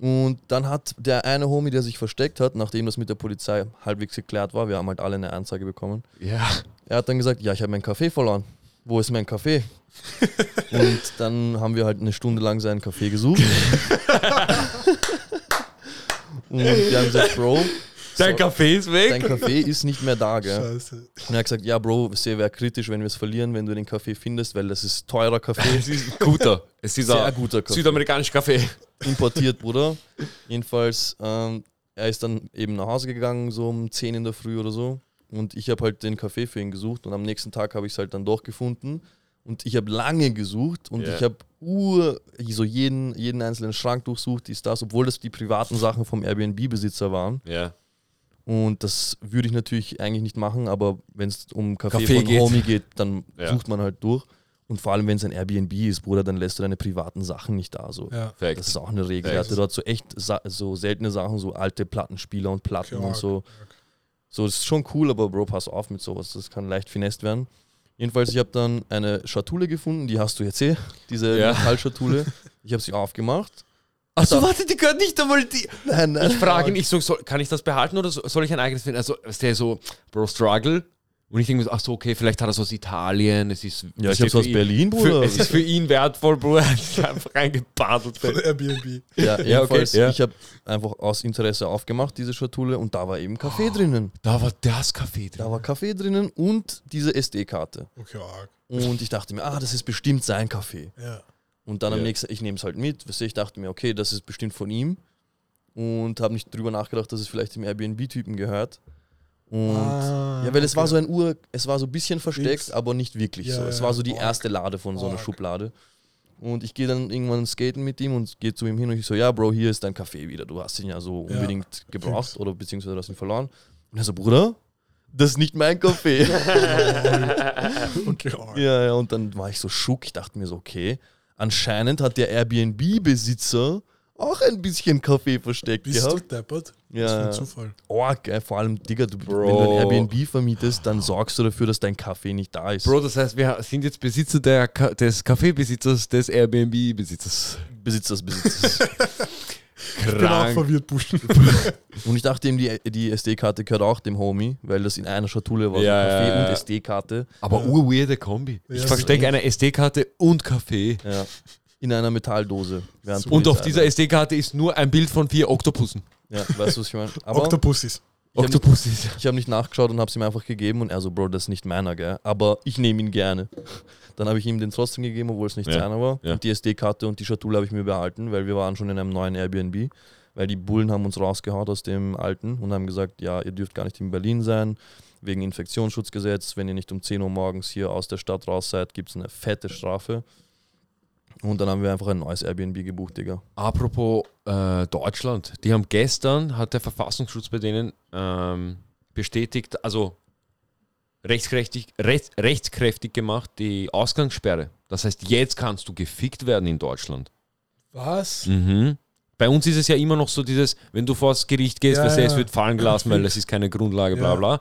[SPEAKER 2] Und dann hat der eine Homie, der sich versteckt hat, nachdem das mit der Polizei halbwegs geklärt war, wir haben halt alle eine Anzeige bekommen,
[SPEAKER 1] Ja.
[SPEAKER 2] er hat dann gesagt, ja, ich habe meinen Kaffee verloren. Wo ist mein Kaffee? und dann haben wir halt eine Stunde lang seinen Kaffee gesucht. und wir haben gesagt, Bro,
[SPEAKER 1] Dein Kaffee ist
[SPEAKER 2] dein
[SPEAKER 1] weg.
[SPEAKER 2] Kaffee ist nicht mehr da, gell?
[SPEAKER 3] Scheiße.
[SPEAKER 2] Und er hat gesagt, ja, Bro, es wäre kritisch, wenn wir es verlieren, wenn du den Kaffee findest, weil das ist teurer Kaffee.
[SPEAKER 1] Es ist ein guter. Es ist
[SPEAKER 2] Sehr
[SPEAKER 1] ein
[SPEAKER 2] guter Kaffee.
[SPEAKER 1] südamerikanischer Kaffee.
[SPEAKER 2] importiert, Bruder. Jedenfalls, ähm, er ist dann eben nach Hause gegangen, so um 10 in der Früh oder so. Und ich habe halt den Kaffee für ihn gesucht und am nächsten Tag habe ich es halt dann doch gefunden. Und ich habe lange gesucht und
[SPEAKER 1] Ja.
[SPEAKER 2] ich habe ur, so jeden, jeden einzelnen Schrank durchsucht, dies, das, obwohl das die privaten Sachen vom Airbnb-Besitzer waren.
[SPEAKER 1] Ja.
[SPEAKER 2] Und das würde ich natürlich eigentlich nicht machen, aber wenn es um Kaffee,
[SPEAKER 1] Kaffee
[SPEAKER 2] von
[SPEAKER 1] geht.
[SPEAKER 2] Homie geht, dann
[SPEAKER 1] Ja.
[SPEAKER 2] sucht man halt durch. Und vor allem, wenn es ein Airbnb ist, Bruder, dann lässt du deine privaten Sachen nicht da. So.
[SPEAKER 3] Ja.
[SPEAKER 1] Fact.
[SPEAKER 2] Das ist auch eine Regel.
[SPEAKER 1] Ja,
[SPEAKER 2] Er
[SPEAKER 1] das
[SPEAKER 2] hatte dort so echt sa- so seltene Sachen, so alte Plattenspieler und Platten
[SPEAKER 3] Klar,
[SPEAKER 2] und so. So, das ist schon cool, aber Bro, pass auf mit sowas. Das kann leicht finest werden. Jedenfalls, ich habe dann eine Schatulle gefunden, die hast du jetzt eh, diese
[SPEAKER 1] Ja.
[SPEAKER 2] Metallschatulle. Ich habe sie aufgemacht.
[SPEAKER 1] Achso, Also, warte, die gehört nicht einmal die.
[SPEAKER 2] Nein, nein.
[SPEAKER 1] Ich frage ihn, ich so, soll, kann ich das behalten oder so, soll ich ein eigenes finden? Also, ist der so, Bro, struggle. Und ich denke mir so, ach so, okay, vielleicht hat er so aus Italien, es ist.
[SPEAKER 2] Ja,
[SPEAKER 1] es
[SPEAKER 2] ich habe
[SPEAKER 1] ist
[SPEAKER 2] sie aus
[SPEAKER 1] für ihn-
[SPEAKER 2] Berlin,
[SPEAKER 1] Für,
[SPEAKER 2] Bruder.
[SPEAKER 1] es ist für ihn wertvoll, Bruder. Er hat sich einfach reingebadelt.
[SPEAKER 3] Von Airbnb.
[SPEAKER 2] Ja,
[SPEAKER 1] Ja, okay,
[SPEAKER 2] jedenfalls,
[SPEAKER 1] ja.
[SPEAKER 2] ich habe einfach aus Interesse aufgemacht, diese Schatulle, und da war eben
[SPEAKER 1] Oh.
[SPEAKER 2] Kaffee drinnen.
[SPEAKER 1] Da war das Kaffee drin.
[SPEAKER 2] Da war Kaffee drinnen und diese SD-Karte.
[SPEAKER 3] Okay, arg.
[SPEAKER 2] Und ich dachte mir, ah, das ist bestimmt sein Kaffee.
[SPEAKER 3] Ja.
[SPEAKER 2] Und dann am
[SPEAKER 1] Ja.
[SPEAKER 2] nächsten, ich nehme es halt mit. Weißt du, ich dachte mir, okay, das ist bestimmt von ihm. Und habe nicht drüber nachgedacht, dass es vielleicht dem Airbnb-Typen gehört. Und
[SPEAKER 3] Ah,
[SPEAKER 2] ja, weil es war
[SPEAKER 3] okay.
[SPEAKER 2] so ein Uhr, es war so ein bisschen versteckt,
[SPEAKER 3] Dings.
[SPEAKER 2] aber nicht wirklich
[SPEAKER 3] Ja,
[SPEAKER 2] so. Es
[SPEAKER 3] ja,
[SPEAKER 2] war so die
[SPEAKER 3] arg.
[SPEAKER 2] erste Lade von so einer
[SPEAKER 3] Arg.
[SPEAKER 2] Schublade. Und ich gehe dann irgendwann skaten mit ihm und gehe zu ihm hin und ich so, ja, Bro, hier ist dein Kaffee wieder. Du hast ihn ja so
[SPEAKER 3] Ja,
[SPEAKER 2] unbedingt gebraucht oder beziehungsweise du hast ihn verloren. Und er so, Bruder, das ist nicht mein Kaffee.
[SPEAKER 3] Okay, arg.
[SPEAKER 2] Ja, ja, und dann war ich so schock. Ich dachte mir so, okay, anscheinend hat der Airbnb-Besitzer auch ein bisschen Kaffee versteckt
[SPEAKER 3] Bist du
[SPEAKER 2] gehabt.
[SPEAKER 3] deppert? Das
[SPEAKER 2] Ja,
[SPEAKER 3] war ein
[SPEAKER 2] ja.
[SPEAKER 3] Zufall.
[SPEAKER 2] Org, ey, vor allem, Digga, du,
[SPEAKER 1] Bro.
[SPEAKER 2] wenn du ein Airbnb vermietest, dann sorgst du dafür, dass dein Kaffee nicht da ist.
[SPEAKER 1] Bro, das heißt, wir sind jetzt Besitzer der Ka des Kaffeebesitzers, des Airbnb-Besitzers.
[SPEAKER 2] Besitzers, Besitzers.
[SPEAKER 3] Ich bin auch
[SPEAKER 1] Krank.
[SPEAKER 3] verwirrt, Buschen.
[SPEAKER 2] und ich dachte ihm, die, die SD-Karte gehört auch dem Homie, weil das in einer Schatulle war,
[SPEAKER 1] Ja,
[SPEAKER 2] so Kaffee
[SPEAKER 1] ja, ja.
[SPEAKER 2] und SD-Karte.
[SPEAKER 1] Aber urweirde Kombi.
[SPEAKER 3] Ja,
[SPEAKER 1] Ich
[SPEAKER 3] so
[SPEAKER 1] verstecke eine SD-Karte und Kaffee.
[SPEAKER 2] Ja. In einer Metalldose. während
[SPEAKER 3] So.
[SPEAKER 1] Und auf
[SPEAKER 2] Polizei-
[SPEAKER 1] dieser SD-Karte ist nur ein Bild von vier Oktopussen.
[SPEAKER 2] Ja, weißt du, was ich meine? Aber
[SPEAKER 3] Octopussis.
[SPEAKER 2] ich hab-
[SPEAKER 1] Oktopussis.
[SPEAKER 2] Ich habe nicht nachgeschaut und habe es ihm einfach gegeben und er so, Bro, das ist nicht meiner, gell? Aber ich nehme ihn gerne. Dann habe ich ihm den trotzdem gegeben, obwohl es nicht
[SPEAKER 1] Ja,
[SPEAKER 2] seiner war.
[SPEAKER 1] ja.
[SPEAKER 2] Und die SD-Karte und die Schatulle habe ich mir behalten, weil wir waren schon in einem neuen Airbnb. Weil die Bullen haben uns rausgehaut aus dem alten und haben gesagt, ja, ihr dürft gar nicht in Berlin sein, wegen Infektionsschutzgesetz. Wenn ihr nicht um 10 Uhr morgens hier aus der Stadt raus seid, gibt es eine fette Strafe. Und dann haben wir einfach ein neues Airbnb gebucht, Digga.
[SPEAKER 1] Apropos äh, Deutschland. Die haben gestern, hat der Verfassungsschutz bei denen ähm, bestätigt, also rechtskräftig, recht, rechtskräftig gemacht, die Ausgangssperre. Das heißt, jetzt kannst du gefickt werden in Deutschland.
[SPEAKER 3] Was?
[SPEAKER 1] Mhm. Bei uns ist es ja immer noch so dieses, wenn du vors Gericht gehst,
[SPEAKER 3] Ja,
[SPEAKER 1] weißt du,
[SPEAKER 3] ja.
[SPEAKER 1] es wird fallen gelassen, weil es ist keine Grundlage, bla
[SPEAKER 3] Ja.
[SPEAKER 1] bla.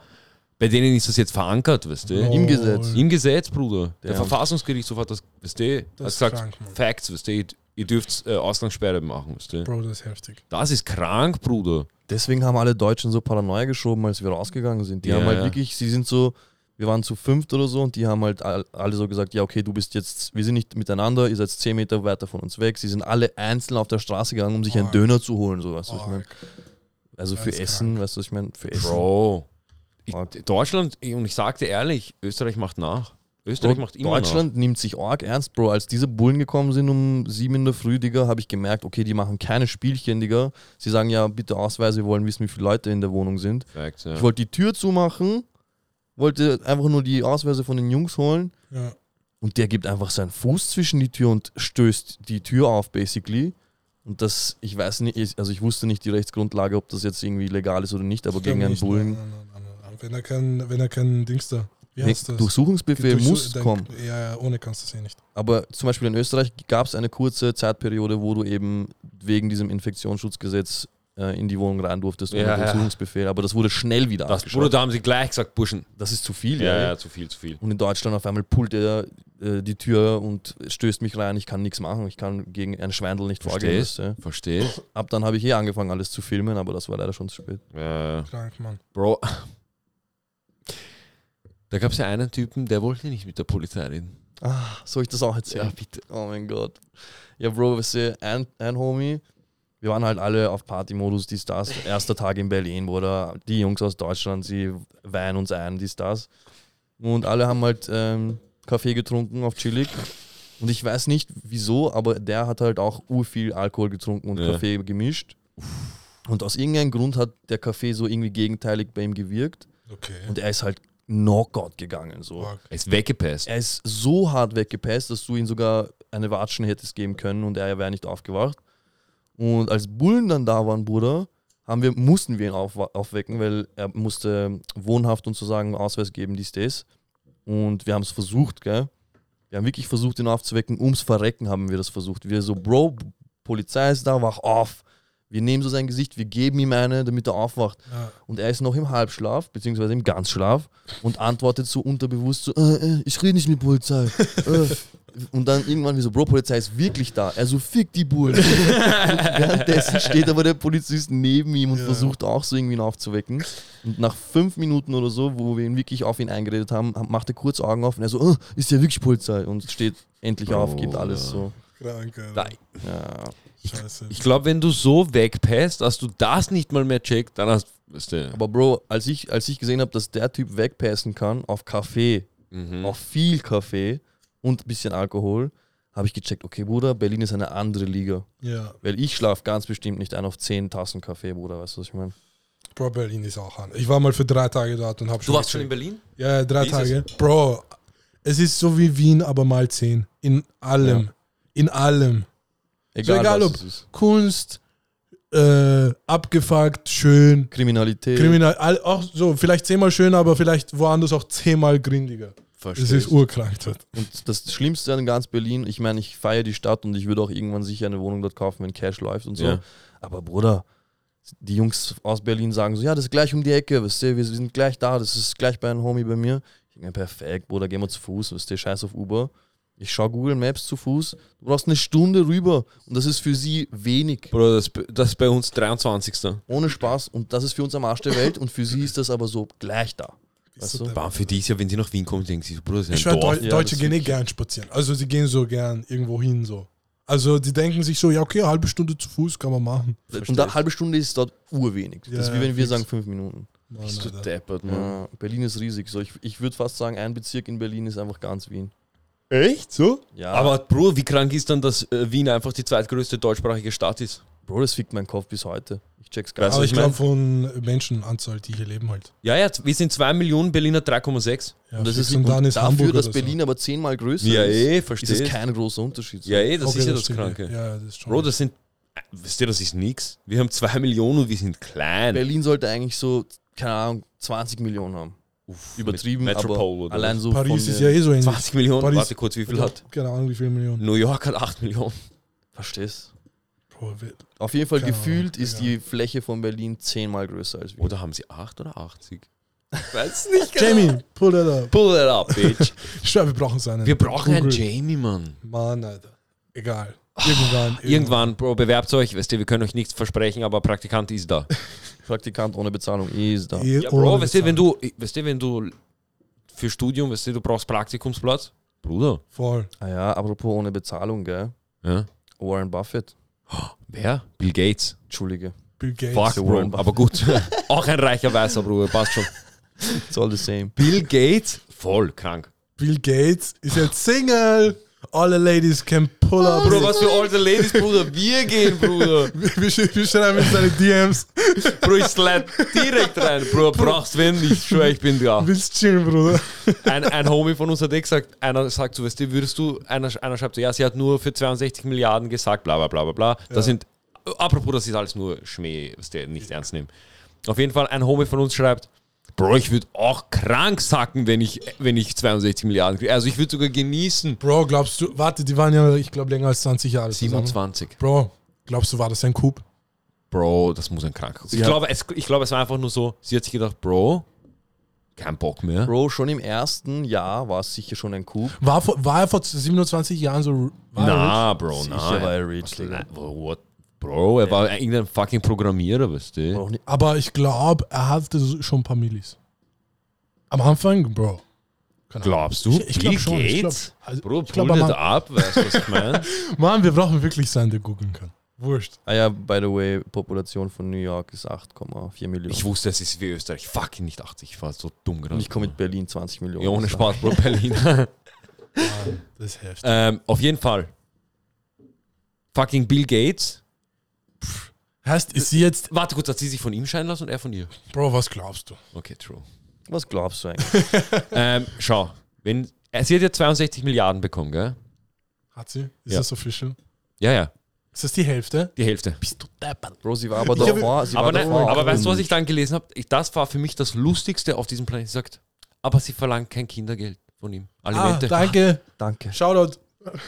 [SPEAKER 1] Bei denen ist das jetzt verankert, weißt du.
[SPEAKER 2] Im Gesetz.
[SPEAKER 1] Im Gesetz, Bruder. Der,
[SPEAKER 2] Der-
[SPEAKER 1] Verfassungsgerichtshof hat das, weißt du, hat
[SPEAKER 3] Das ist
[SPEAKER 1] gesagt,
[SPEAKER 3] krank, Mann.
[SPEAKER 1] Facts, weißt du, ihr- ihr dürft äh, Ausgangssperre machen, weißt du.
[SPEAKER 3] Bro, das ist heftig.
[SPEAKER 1] Das ist krank, Bruder.
[SPEAKER 2] Deswegen haben alle Deutschen so Paranoia geschoben, als wir rausgegangen sind. Die
[SPEAKER 1] Ja,
[SPEAKER 2] haben halt
[SPEAKER 1] ja.
[SPEAKER 2] wirklich, sie sind so, wir waren zu fünft oder so und die haben halt all- alle so gesagt, ja okay, du bist jetzt, wir sind nicht miteinander, ihr seid zehn Meter weiter von uns weg. Sie sind alle einzeln auf der Straße gegangen, um sich einen
[SPEAKER 3] Arg.
[SPEAKER 2] Döner zu holen, so weißt du, was ich mein?
[SPEAKER 3] Arg.
[SPEAKER 2] Also für
[SPEAKER 3] Das ist
[SPEAKER 2] Essen, weißt du, was ich meine? Für Essen.
[SPEAKER 1] Bro. Ich,
[SPEAKER 2] Fuck.
[SPEAKER 1] Deutschland, und ich sagte ehrlich, Österreich macht nach.
[SPEAKER 2] Bro,
[SPEAKER 1] Österreich macht immer
[SPEAKER 2] Deutschland nimmt sich arg ernst, Bro. Als diese Bullen gekommen sind um sieben in der Früh, Digga, habe ich gemerkt, okay, die machen keine Spielchen, Digga. Sie sagen ja, bitte Ausweise, wir wollen wissen, wie viele Leute in der Wohnung sind.
[SPEAKER 1] nach. Facts, ja.
[SPEAKER 2] Ich wollte die Tür zumachen, wollte einfach nur die Ausweise von den Jungs holen
[SPEAKER 3] Ja.
[SPEAKER 2] und der gibt einfach seinen Fuß zwischen die Tür und stößt die Tür auf, basically. Und das, ich weiß nicht, ich- also ich wusste nicht die Rechtsgrundlage, ob das jetzt irgendwie legal ist oder nicht, aber
[SPEAKER 3] Ich
[SPEAKER 2] gegen
[SPEAKER 3] glaub
[SPEAKER 2] einen
[SPEAKER 3] nicht.
[SPEAKER 2] Bullen.
[SPEAKER 3] Nein, nein, nein, nein, nein. Wenn er kein, wenn er kein Dings da. Wie
[SPEAKER 2] Nee,
[SPEAKER 3] heißt das?
[SPEAKER 2] Durchsuchungsbefehl
[SPEAKER 3] Durchsu-
[SPEAKER 2] muss
[SPEAKER 3] dann-
[SPEAKER 2] kommen.
[SPEAKER 3] Ja, ja, ohne kannst du es eh nicht.
[SPEAKER 2] Aber zum Beispiel in Österreich gab es eine kurze Zeitperiode, wo du eben wegen diesem Infektionsschutzgesetz äh, in die Wohnung rein durftest
[SPEAKER 1] Ja,
[SPEAKER 2] ohne
[SPEAKER 1] ja.
[SPEAKER 2] Durchsuchungsbefehl. Aber das wurde schnell wieder
[SPEAKER 1] das, Bruder,
[SPEAKER 2] abgeschafft.
[SPEAKER 1] da haben sie gleich gesagt, Burschen.
[SPEAKER 2] Das ist zu viel,
[SPEAKER 1] Ja,
[SPEAKER 2] ey.
[SPEAKER 1] ja, zu viel, zu viel.
[SPEAKER 2] Und in Deutschland auf einmal pullt er äh, die Tür und stößt mich rein. Ich kann nichts machen. Ich kann gegen einen Schwendel nicht vorgehen.
[SPEAKER 1] Verstehst?
[SPEAKER 2] weißt du.
[SPEAKER 1] Verstehst?
[SPEAKER 2] Ab dann habe ich eh angefangen, alles zu filmen, aber das war leider schon zu spät.
[SPEAKER 1] Äh,
[SPEAKER 3] Krank, Mann.
[SPEAKER 1] Bro. Da gab es ja einen Typen, der wollte nicht mit der Polizei reden.
[SPEAKER 2] Ah, soll ich das auch erzählen?
[SPEAKER 1] bitte.
[SPEAKER 2] Oh mein Gott. Ja, Bro, weißt du, ein, ein Homie, wir waren halt alle auf Partymodus, dies, das. Erster Tag in Berlin, Bruder. Die Jungs aus Deutschland, sie weinen uns ein, dies, das. Und alle haben halt ähm, Kaffee getrunken auf Chillig. Und ich weiß nicht wieso, aber der hat halt auch urviel Alkohol getrunken und
[SPEAKER 1] Ja.
[SPEAKER 2] Kaffee gemischt. Und aus irgendeinem Grund hat der Kaffee so irgendwie gegenteilig bei ihm gewirkt.
[SPEAKER 3] Okay.
[SPEAKER 2] Und er ist halt Knockout gegangen. So.
[SPEAKER 3] Fuck.
[SPEAKER 1] Er ist weggepasst.
[SPEAKER 2] Er ist so hart weggepasst, dass du ihm sogar eine Watschen hättest geben können und er wäre nicht aufgewacht. Und als Bullen dann da waren, Bruder, haben wir, mussten wir ihn auf, aufwecken, weil er musste wohnhaft und sozusagen Ausweis geben, dies, das. Und wir haben es versucht, gell? Wir haben wirklich versucht, ihn aufzuwecken. Ums Verrecken haben wir das versucht. Wir so, Bro, Polizei ist da, wach auf. Wir nehmen so sein Gesicht, wir geben ihm eine, damit er aufwacht
[SPEAKER 3] Ja.
[SPEAKER 2] und er ist noch im Halbschlaf, beziehungsweise im Ganzschlaf und antwortet so unterbewusst so, äh, äh, ich rede nicht mit Polizei. Äh. Und dann irgendwann wie so, Bro, Polizei ist wirklich da. Er so, fick die Bullen. Und Währenddessen steht aber der Polizist neben ihm und
[SPEAKER 3] Ja.
[SPEAKER 2] versucht auch so irgendwie ihn aufzuwecken. Und nach fünf Minuten oder so, wo wir ihn wirklich auf ihn eingeredet haben, macht er kurz Augen auf und er so, äh, ist ja wirklich Polizei. Und steht endlich auf, gibt
[SPEAKER 1] Bro,
[SPEAKER 2] alles
[SPEAKER 1] ja.
[SPEAKER 2] so.
[SPEAKER 3] Krank, Alter.
[SPEAKER 1] Nein.
[SPEAKER 2] Ja.
[SPEAKER 3] Scheiße.
[SPEAKER 1] Ich glaube, wenn du so wegpasst, dass du das nicht mal mehr checkst, dann hast weißt du.
[SPEAKER 2] Aber Bro, als ich, als ich gesehen habe, dass der Typ wegpassen kann auf Kaffee,
[SPEAKER 1] Mhm.
[SPEAKER 2] auch viel Kaffee und ein bisschen Alkohol, habe ich gecheckt, okay, Bruder, Berlin ist eine andere Liga.
[SPEAKER 3] Ja.
[SPEAKER 2] Weil ich schlafe ganz bestimmt nicht ein auf 10 Tassen Kaffee, Bruder, weißt du, was ich meine?
[SPEAKER 3] Bro, Berlin ist auch an. Ich war mal für drei Tage dort und hab schon. gecheckt.
[SPEAKER 1] Berlin?
[SPEAKER 3] Ja, ja, drei
[SPEAKER 1] Wie ist
[SPEAKER 3] Tage. Bro, es ist so wie Wien, aber mal zehn. In allem. In allem.
[SPEAKER 2] Egal,
[SPEAKER 3] egal,
[SPEAKER 2] was
[SPEAKER 3] ob-
[SPEAKER 2] es ist.
[SPEAKER 3] Kunst, äh, abgefuckt, schön.
[SPEAKER 2] Kriminalität.
[SPEAKER 3] Kriminal, all, auch so, vielleicht zehnmal schön, aber vielleicht woanders auch zehnmal grindiger. Es ist urkrank dort.
[SPEAKER 2] und das Schlimmste an ganz Berlin, ich meine, ich feiere die Stadt und ich würde auch irgendwann sicher eine Wohnung dort kaufen, wenn Cash läuft und so.
[SPEAKER 1] Ja.
[SPEAKER 2] Aber Bruder, die Jungs aus Berlin sagen so, ja, das ist gleich um die Ecke, weißt du, wir sind gleich da, das ist gleich bei einem Homie bei mir. Ich denke mir, perfekt, Bruder, gehen wir zu Fuß, weißt du, scheiß auf Uber. Ich schaue Google Maps zu Fuß, du brauchst eine Stunde rüber und das ist für sie wenig.
[SPEAKER 1] Bro, das, das ist bei uns 23.
[SPEAKER 2] Ohne Spaß und das ist für uns am Arsch der Welt und für sie ist das aber so gleich da. Weißt
[SPEAKER 3] so
[SPEAKER 2] du?
[SPEAKER 1] Bam, für dies ja, wenn sie nach Wien kommen, denken sie, so, Bruder, das
[SPEAKER 3] Ich
[SPEAKER 1] ist ein
[SPEAKER 3] schwör,
[SPEAKER 1] Dorf.
[SPEAKER 3] Deu
[SPEAKER 2] ja,
[SPEAKER 3] Deutsche
[SPEAKER 2] das
[SPEAKER 3] gehen eh gern spazieren. Also sie gehen so gern irgendwo hin so. Also die denken sich so, ja okay, halbe Stunde zu Fuß kann man machen.
[SPEAKER 2] Und eine halbe Stunde ist dort urwenig.
[SPEAKER 3] Ja,
[SPEAKER 2] das ist wie wenn wir
[SPEAKER 3] fix.
[SPEAKER 2] sagen fünf Minuten.
[SPEAKER 3] Mann,
[SPEAKER 1] Bist du
[SPEAKER 3] Alter.
[SPEAKER 1] deppert, Mann.
[SPEAKER 2] Ja, Äh, Berlin ist riesig. So, ich ich würde fast sagen, ein Bezirk in Berlin ist einfach ganz Wien.
[SPEAKER 1] Echt? So?
[SPEAKER 2] Ja,
[SPEAKER 1] Ah. Aber Bro, wie krank ist dann, dass äh, Wien einfach die zweitgrößte deutschsprachige Stadt ist?
[SPEAKER 2] Bro, das fickt meinen Kopf bis heute. Ich check's gar
[SPEAKER 1] Weißt
[SPEAKER 2] nicht.
[SPEAKER 1] du,
[SPEAKER 3] Aber
[SPEAKER 1] was
[SPEAKER 3] ich
[SPEAKER 1] also, ich mein?
[SPEAKER 3] glaube von Menschenanzahl, die hier leben halt.
[SPEAKER 1] Ja, ja, wir sind 2 Millionen, Berliner 3,6.
[SPEAKER 3] Ja,
[SPEAKER 2] Und das
[SPEAKER 3] fix.
[SPEAKER 2] ist,
[SPEAKER 3] und dann ist
[SPEAKER 2] dafür,
[SPEAKER 3] Hamburg
[SPEAKER 2] dass
[SPEAKER 3] oder so.
[SPEAKER 2] Berlin aber zehnmal größer
[SPEAKER 1] Ja,
[SPEAKER 2] ist,
[SPEAKER 1] eh,
[SPEAKER 2] ist es
[SPEAKER 1] verstehst
[SPEAKER 2] kein großer Unterschied. so.
[SPEAKER 1] Ja, eh, das
[SPEAKER 3] Okay,
[SPEAKER 1] ist ja das
[SPEAKER 3] stimmt,
[SPEAKER 1] Kranke.
[SPEAKER 3] Ja, das ist schon.
[SPEAKER 1] Bro, das sind, äh, wisst ihr, das ist nix. Wir haben 2 Millionen und wir sind klein.
[SPEAKER 2] Berlin sollte eigentlich so, keine Ahnung, 20 Millionen haben.
[SPEAKER 1] Uff,
[SPEAKER 2] Übertrieben,
[SPEAKER 1] Met- Metropole
[SPEAKER 2] aber
[SPEAKER 1] oder
[SPEAKER 2] allein
[SPEAKER 1] was?
[SPEAKER 2] so
[SPEAKER 3] Paris
[SPEAKER 2] von
[SPEAKER 3] ist ja
[SPEAKER 2] der-
[SPEAKER 3] eh so ähnlich.
[SPEAKER 1] 20 Millionen,
[SPEAKER 3] Paris-
[SPEAKER 1] warte kurz, wie viel hat?
[SPEAKER 3] Keine Ahnung, wie viele Millionen.
[SPEAKER 1] New York hat 8 Millionen.
[SPEAKER 2] Verstehst?
[SPEAKER 3] Bro, wir-
[SPEAKER 2] Auf jeden Fall
[SPEAKER 3] eh- Keine Ahnung,
[SPEAKER 2] gefühlt ist
[SPEAKER 3] ja.
[SPEAKER 2] die Fläche von Berlin zehnmal größer als Wien.
[SPEAKER 1] Oder haben sie 8 oder 80? Ich weiß nicht
[SPEAKER 3] Jamie, pull that up.
[SPEAKER 1] Pull it up, bitch.
[SPEAKER 3] Ich schwör, wir brauchen seinen.
[SPEAKER 1] Wir brauchen einen
[SPEAKER 3] Google.
[SPEAKER 1] Jamie, Mann.
[SPEAKER 3] Mann, Alter. Egal. Irgendwann.
[SPEAKER 1] Genau. Irgendwann, Bro, bewerbt euch. Weißt du, wir können euch nichts versprechen, aber Praktikant ist da. Oh,
[SPEAKER 2] Praktikant ohne Bezahlung ist da.
[SPEAKER 3] Eh,
[SPEAKER 1] Ja, Bro,
[SPEAKER 3] ohne
[SPEAKER 1] weißt du, wenn
[SPEAKER 3] Bezahlung.
[SPEAKER 1] du, weißt du, wenn du für Studium, weißt du, du brauchst Praktikumsplatz. Bruder.
[SPEAKER 3] Voll.
[SPEAKER 2] Ah ja, apropos ohne Bezahlung, gell?
[SPEAKER 1] Ja.
[SPEAKER 2] Warren Buffett.
[SPEAKER 1] Wer? Bill Gates.
[SPEAKER 2] Entschuldige.
[SPEAKER 3] Bill Gates.
[SPEAKER 1] Fuck,
[SPEAKER 2] der
[SPEAKER 1] Bro.
[SPEAKER 2] Warren Buffett.
[SPEAKER 1] Aber gut. Auch ein reicher Weißer, Bruder. Passt schon.
[SPEAKER 2] It's all the same.
[SPEAKER 1] Bill Gates? Voll krank.
[SPEAKER 3] Bill Gates ist jetzt Single. All the ladies can pull up.
[SPEAKER 1] Bro, was für alte Ladies, Bruder. Wir gehen, Bruder.
[SPEAKER 3] Wir, sch wir schreiben in seine DMs.
[SPEAKER 1] Bro, ich slide direkt rein. Bro, brauchst wenn ich schwör, ich bin da.
[SPEAKER 3] Willst chillen, Bruder?
[SPEAKER 1] Ein, ein Homie von uns hat eh gesagt, einer sagt so, weißt du, würdest du, einer, sch- einer schreibt so, ja, sie hat nur für 62 Milliarden gesagt, bla bla bla bla bla. Das sind, apropos, das ist alles nur Schmäh, was der nicht ernst nimmt. Auf jeden Fall, ein Homie von uns schreibt, Bro, ich würde auch krank sacken, wenn ich, wenn ich 62 Milliarden kriege. Also ich würde sogar genießen.
[SPEAKER 3] Bro, glaubst du, warte, die waren ja, ich glaube, länger als 20 Jahre zusammen.
[SPEAKER 1] 27.
[SPEAKER 3] Bro, glaubst du, war das ein Coup?
[SPEAKER 1] Bro, das muss ein kranker sein. Ich,
[SPEAKER 2] Ja.
[SPEAKER 1] glaube, es, ich glaube, es war einfach nur so, sie hat sich gedacht, Bro, kein Bock mehr.
[SPEAKER 2] Bro, schon im ersten Jahr war es sicher schon ein Coup.
[SPEAKER 3] War, vor, war er vor 27 Jahren so. War er
[SPEAKER 1] Na, Bro,
[SPEAKER 2] Sicher
[SPEAKER 1] na.
[SPEAKER 2] war er rich, Digga.
[SPEAKER 1] Nein, Bro, what? Bro, er war irgendein fucking Programmierer, weißt du?
[SPEAKER 2] Bro,
[SPEAKER 3] rich? Aber ich glaube, er hatte so- schon ein paar Millis. Am Anfang, Bro.
[SPEAKER 1] Glaubst du?
[SPEAKER 3] Genau. Ich- ich glaub schon, ich
[SPEAKER 1] Gates?
[SPEAKER 3] glaub- also,
[SPEAKER 1] Bro,
[SPEAKER 3] ich glaub,
[SPEAKER 1] pull it
[SPEAKER 3] man-
[SPEAKER 1] ab, weißt du, was ich meine?
[SPEAKER 3] Mann, wir brauchen wirklich seinen, der googeln kann. Wurscht.
[SPEAKER 2] Ah ja, by the way, Population von New York ist 8,4 Millionen.
[SPEAKER 1] Ich wusste, es ist wie Österreich. Fucking nicht 80, ich war so dumm gerade.
[SPEAKER 2] und ich komme mit Berlin 20 Millionen.
[SPEAKER 1] ja, ohne Spaß, Bro, Berlin.
[SPEAKER 3] Mann, das ist heftig.
[SPEAKER 1] ähm, auf jeden Fall. Fucking Bill Gates.
[SPEAKER 3] Heißt, ist sie jetzt.
[SPEAKER 1] Warte kurz, hat sie sich von ihm scheiden lassen und er von ihr?
[SPEAKER 3] Bro, was glaubst du?
[SPEAKER 1] Okay, true.
[SPEAKER 2] Was glaubst du eigentlich?
[SPEAKER 1] ähm, schau, wenn, äh, sie hat ja 62 Milliarden bekommen, gell?
[SPEAKER 3] Hat sie? Ist
[SPEAKER 1] Ja.
[SPEAKER 3] das official?
[SPEAKER 1] Ja, ja,
[SPEAKER 3] Ist das die Hälfte?
[SPEAKER 1] die Hälfte.
[SPEAKER 3] Bist du deppert?
[SPEAKER 2] Bro, sie war aber
[SPEAKER 3] Ich hab-
[SPEAKER 2] davor. Sie
[SPEAKER 1] aber
[SPEAKER 2] war
[SPEAKER 1] nein,
[SPEAKER 2] davor
[SPEAKER 1] aber
[SPEAKER 2] auch
[SPEAKER 1] weißt du, was ich
[SPEAKER 2] nicht.
[SPEAKER 1] dann gelesen habe? Das war für mich das Lustigste auf diesem Planeten. Sie sagt, aber sie verlangt kein Kindergeld von ihm.
[SPEAKER 3] Ah,
[SPEAKER 1] Alimente.
[SPEAKER 3] danke.
[SPEAKER 2] Danke.
[SPEAKER 3] Shoutout.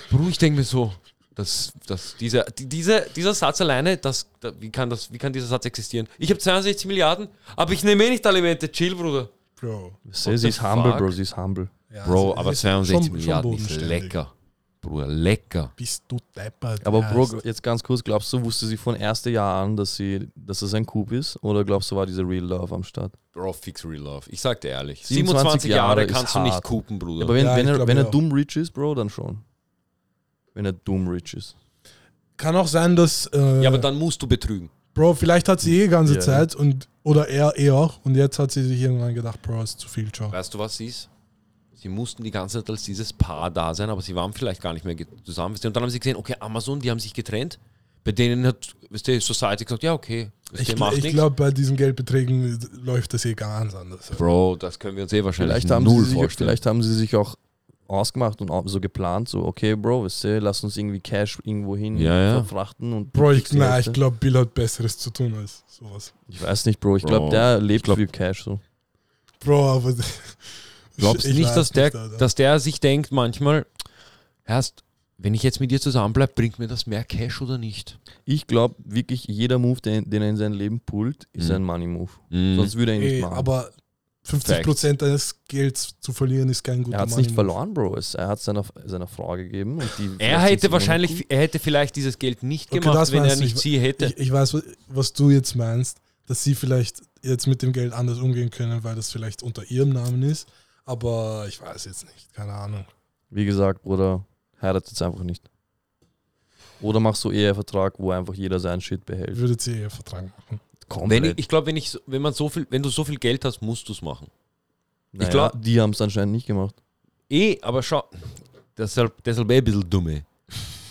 [SPEAKER 1] Bro, ich denke mir so, dass, dass dieser, die- dieser, dieser Satz alleine, das, da, wie, kann das, wie kann dieser Satz existieren? Ich habe 62 Milliarden, aber ich nehme eh nicht Alimente. Chill, Bruder.
[SPEAKER 3] Bro.
[SPEAKER 2] Sie, sie
[SPEAKER 1] the
[SPEAKER 2] ist humble,
[SPEAKER 1] fuck?
[SPEAKER 2] Bro, sie ist humble.
[SPEAKER 3] Ja,
[SPEAKER 1] Bro,
[SPEAKER 3] also,
[SPEAKER 1] aber
[SPEAKER 3] ist
[SPEAKER 1] 62
[SPEAKER 3] schon- schon
[SPEAKER 1] Milliarden ist
[SPEAKER 3] bodenständig.
[SPEAKER 1] lecker. Bruder, lecker.
[SPEAKER 3] Bist du deppert?
[SPEAKER 2] Aber
[SPEAKER 3] Ja,
[SPEAKER 2] Bro, jetzt ganz kurz, glaubst du, wusste sie von erste Jahr an, dass sie, dass das ein Coup ist? Oder glaubst du, war diese Real Love am Start?
[SPEAKER 1] Bro, fix real love. Ich sag dir ehrlich. 27
[SPEAKER 2] 27
[SPEAKER 1] Jahre
[SPEAKER 2] Jahre ist
[SPEAKER 1] kannst du nicht
[SPEAKER 2] hart.
[SPEAKER 1] kupen, Bruder.
[SPEAKER 2] Aber wenn,
[SPEAKER 3] Ja,
[SPEAKER 2] wenn,
[SPEAKER 3] ich
[SPEAKER 2] er,
[SPEAKER 3] glaub,
[SPEAKER 2] wenn er
[SPEAKER 3] ja.
[SPEAKER 2] dumm rich ist, Bro, dann schon. Wenn er dumm rich ist.
[SPEAKER 3] Kann auch sein, dass. Äh,
[SPEAKER 1] ja, aber dann musst du betrügen.
[SPEAKER 3] Bro, vielleicht hat sie eh die ganze
[SPEAKER 2] Ja.
[SPEAKER 3] Zeit und oder er eh auch. Und jetzt hat sie sich irgendwann gedacht, Bro, ist zu viel, ciao.
[SPEAKER 1] Weißt du, was sie ist? Sie mussten die ganze Zeit als dieses Paar da sein, aber sie waren vielleicht gar nicht mehr ge- zusammen. weißt du. Und dann haben sie gesehen, okay, Amazon, die haben sich getrennt. Bei denen hat weißt du, Society gesagt, ja, okay, weißt
[SPEAKER 3] Ich,
[SPEAKER 1] du, macht
[SPEAKER 3] ich
[SPEAKER 1] nichts.
[SPEAKER 3] glaube, bei diesen Geldbeträgen läuft das eh ganz anders.
[SPEAKER 1] Bro, das können wir uns eh wahrscheinlich
[SPEAKER 2] Vielleicht haben,
[SPEAKER 1] null
[SPEAKER 2] sie sich,
[SPEAKER 1] vorstellen.
[SPEAKER 2] vielleicht haben sie sich auch ausgemacht und auch so geplant, so, okay, Bro, weißt du, lass uns irgendwie Cash irgendwo hin
[SPEAKER 1] Ja, ja.
[SPEAKER 2] verfrachten und.
[SPEAKER 3] Bro,
[SPEAKER 2] du
[SPEAKER 3] ich,
[SPEAKER 2] kriegst die
[SPEAKER 3] na, ich
[SPEAKER 2] Hälfte.
[SPEAKER 3] glaube, Bill hat Besseres zu tun als sowas.
[SPEAKER 2] Ich weiß nicht, Bro, ich
[SPEAKER 1] Bro,
[SPEAKER 2] glaube, der lebt
[SPEAKER 1] glaub-
[SPEAKER 2] für Cash so.
[SPEAKER 3] Bro, aber.
[SPEAKER 1] Glaubst du
[SPEAKER 3] Ich
[SPEAKER 1] nicht,
[SPEAKER 3] weiß
[SPEAKER 1] dass der,
[SPEAKER 3] Alter.
[SPEAKER 1] dass der sich denkt manchmal, erst, wenn ich jetzt mit dir zusammenbleibe, bringt mir das mehr Cash oder nicht?
[SPEAKER 2] Ich glaube wirklich, jeder Move, den, den er in sein Leben pullt, ist
[SPEAKER 1] Mhm.
[SPEAKER 2] ein Money-Move.
[SPEAKER 1] Sonst
[SPEAKER 2] Sonst würde er ihn nicht
[SPEAKER 3] Ey,
[SPEAKER 2] machen.
[SPEAKER 3] aber 50 Prozent deines Gelds zu verlieren ist kein guter
[SPEAKER 2] er hat es
[SPEAKER 3] Money
[SPEAKER 2] nicht
[SPEAKER 3] Move.
[SPEAKER 2] verloren, Bro. Es, er hat es seiner, seiner Frau gegeben. Und die
[SPEAKER 1] er hätte wahrscheinlich, er hätte vielleicht dieses Geld nicht
[SPEAKER 3] Okay,
[SPEAKER 1] gemacht,
[SPEAKER 3] das
[SPEAKER 1] wenn er
[SPEAKER 3] meinst du.
[SPEAKER 1] nicht sie hätte.
[SPEAKER 3] Ich, ich weiß, was du jetzt meinst, dass sie vielleicht jetzt mit dem Geld anders umgehen können, weil das vielleicht unter ihrem Namen ist. Aber ich weiß jetzt nicht, keine Ahnung.
[SPEAKER 2] Wie gesagt, Bruder, heiratet es einfach nicht. Oder machst du Ehevertrag, wo einfach jeder seinen Shit
[SPEAKER 3] Ich
[SPEAKER 2] behält.
[SPEAKER 3] würde sie eher Vertrag machen.
[SPEAKER 1] wenn ich, ich glaube, wenn ich, so- wenn man so viel, wenn du so viel Geld hast, musst du es machen.
[SPEAKER 2] naja,
[SPEAKER 1] ich glaub-
[SPEAKER 2] die haben es anscheinend nicht gemacht.
[SPEAKER 1] Eh, aber schau, deshalb, deshalb eh ein bisschen dumme.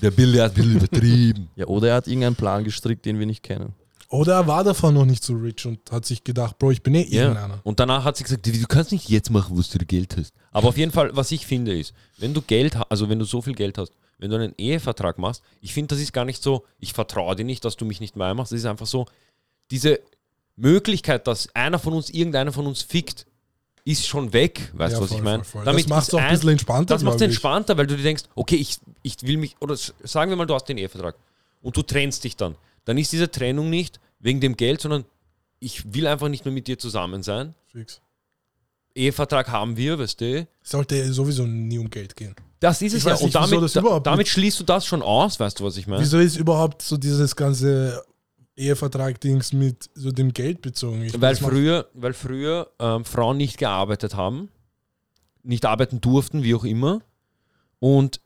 [SPEAKER 1] Der Bill hat ein bisschen übertrieben.
[SPEAKER 2] Ja, oder er hat irgendeinen Plan gestrickt, den wir nicht kennen.
[SPEAKER 3] Oder er war davon noch nicht so rich und hat sich gedacht, Bro, ich bin eh
[SPEAKER 1] ja.
[SPEAKER 3] irgendeiner.
[SPEAKER 1] Und danach hat sie gesagt, du kannst nicht jetzt machen, wo du Geld hast. Aber auf jeden Fall, was ich finde ist, wenn du Geld, ha- also wenn du so viel Geld hast, wenn du einen Ehevertrag machst, ich finde, das ist gar nicht so, ich vertraue dir nicht, dass du mich nicht mehr machst. Es ist einfach so, diese Möglichkeit, dass einer von uns, irgendeiner von uns fickt, ist schon weg. Weißt du,
[SPEAKER 3] Ja,
[SPEAKER 1] was
[SPEAKER 3] voll,
[SPEAKER 1] ich meine?
[SPEAKER 3] voll, voll.
[SPEAKER 1] Damit
[SPEAKER 3] Das macht's
[SPEAKER 1] ist
[SPEAKER 3] auch ein bisschen entspannter,
[SPEAKER 1] Das macht es
[SPEAKER 3] glaub ich.
[SPEAKER 1] entspannter, weil du dir denkst, okay, ich, ich will mich, oder s- sagen wir mal, du hast den Ehevertrag und du trennst dich dann. Dann ist diese Trennung nicht wegen dem Geld, sondern ich will einfach nicht mehr mit dir zusammen sein.
[SPEAKER 3] Fix.
[SPEAKER 1] Ehevertrag haben wir, weißt du?
[SPEAKER 3] Sollte sowieso nie um Geld gehen.
[SPEAKER 1] Das ist
[SPEAKER 3] Ich
[SPEAKER 1] es ja.
[SPEAKER 3] weiß
[SPEAKER 1] Und
[SPEAKER 3] nicht, wieso
[SPEAKER 1] damit,
[SPEAKER 3] das
[SPEAKER 1] da-
[SPEAKER 3] überhaupt
[SPEAKER 1] damit
[SPEAKER 3] nicht-
[SPEAKER 1] schließt du das schon aus, weißt du, was ich meine?
[SPEAKER 3] Wieso ist überhaupt so dieses ganze Ehevertrag-Dings mit so dem Geld bezogen? Ich-
[SPEAKER 1] Weil
[SPEAKER 3] das macht-
[SPEAKER 1] früher, weil früher ähm, Frauen nicht gearbeitet haben, nicht arbeiten durften, wie auch immer. Und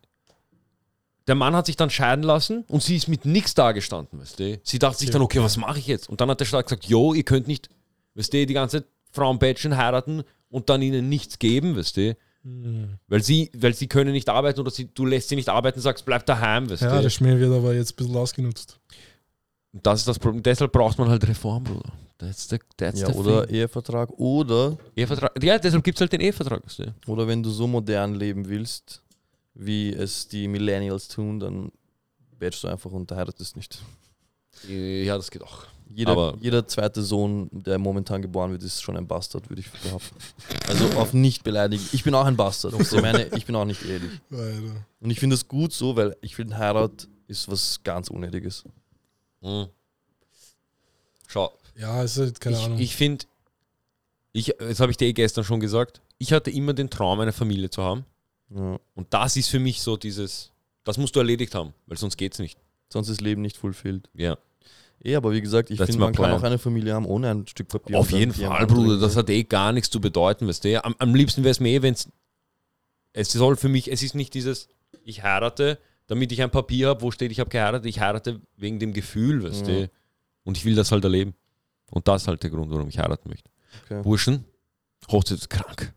[SPEAKER 1] der Mann hat sich dann scheiden lassen und sie ist mit nichts dagestanden, weißt du? Sie dachte sich
[SPEAKER 3] Ja.
[SPEAKER 1] dann, okay, was mache ich jetzt? Und dann hat der Staat gesagt, yo, ihr könnt nicht, weißt du, die ganze Frauenbädchen heiraten und dann ihnen nichts geben, weißt du?
[SPEAKER 3] Hm.
[SPEAKER 1] Weil sie, weil sie können nicht arbeiten oder sie, du lässt sie nicht arbeiten, sagst, bleib daheim, weißt
[SPEAKER 3] Ja,
[SPEAKER 1] du?
[SPEAKER 3] der Schmäh wird aber jetzt ein bisschen ausgenutzt.
[SPEAKER 1] Und das ist das Problem. Deshalb braucht man halt Reform, Bruder. That's the, that's the
[SPEAKER 2] Ja, oder
[SPEAKER 1] thing.
[SPEAKER 2] Ehevertrag. Oder,
[SPEAKER 1] Ehevertrag. Ja, deshalb gibt es halt den Ehevertrag. Weißt du?
[SPEAKER 2] oder wenn du so modern leben willst, wie es die Millennials tun, dann wärst du einfach und heiratest nicht.
[SPEAKER 1] Äh, Ja, das geht auch.
[SPEAKER 2] Jeder,
[SPEAKER 1] Aber-
[SPEAKER 2] jeder zweite Sohn, der momentan geboren wird, ist schon ein Bastard, würde ich behaupten. Also auf nicht beleidigen. Ich bin auch ein Bastard. Ich meine, ich bin auch nicht ehrlich.
[SPEAKER 3] Alter.
[SPEAKER 2] Und ich finde es gut so, weil ich finde, Heirat ist was ganz Unnötiges.
[SPEAKER 1] Mhm. Schau,
[SPEAKER 3] Ja, es ist halt, keine
[SPEAKER 1] ich,
[SPEAKER 3] Ahnung.
[SPEAKER 1] ich finde, ich, das habe ich dir eh gestern schon gesagt, ich hatte immer den Traum, eine Familie zu haben.
[SPEAKER 2] Ja.
[SPEAKER 1] Und das ist für mich so dieses, das musst du erledigt haben, weil sonst geht's nicht.
[SPEAKER 2] Sonst ist Leben nicht fulfilled.
[SPEAKER 1] Ja.
[SPEAKER 2] Eh, aber wie gesagt, ich
[SPEAKER 1] That's
[SPEAKER 2] finde,
[SPEAKER 1] my
[SPEAKER 2] man kann
[SPEAKER 1] plan.
[SPEAKER 2] auch eine Familie haben ohne ein Stück Papier.
[SPEAKER 1] Auf
[SPEAKER 2] und dann
[SPEAKER 1] jeden
[SPEAKER 2] die am
[SPEAKER 1] Fall,
[SPEAKER 2] Hand
[SPEAKER 1] Bruder,
[SPEAKER 2] drücken.
[SPEAKER 1] das hat eh gar nichts zu bedeuten, weißt du. Am, am liebsten wäre es mir eh, wenn es. Es soll für mich, es ist nicht dieses, ich heirate, damit ich ein Papier habe, wo steht, ich habe geheiratet, ich heirate wegen dem Gefühl, weißt
[SPEAKER 2] Ja.
[SPEAKER 3] Mhm.
[SPEAKER 1] du. Und ich will das halt erleben. Und das ist halt der Grund, warum ich heiraten möchte.
[SPEAKER 2] Okay.
[SPEAKER 1] Burschen, Hochzeit ist krank.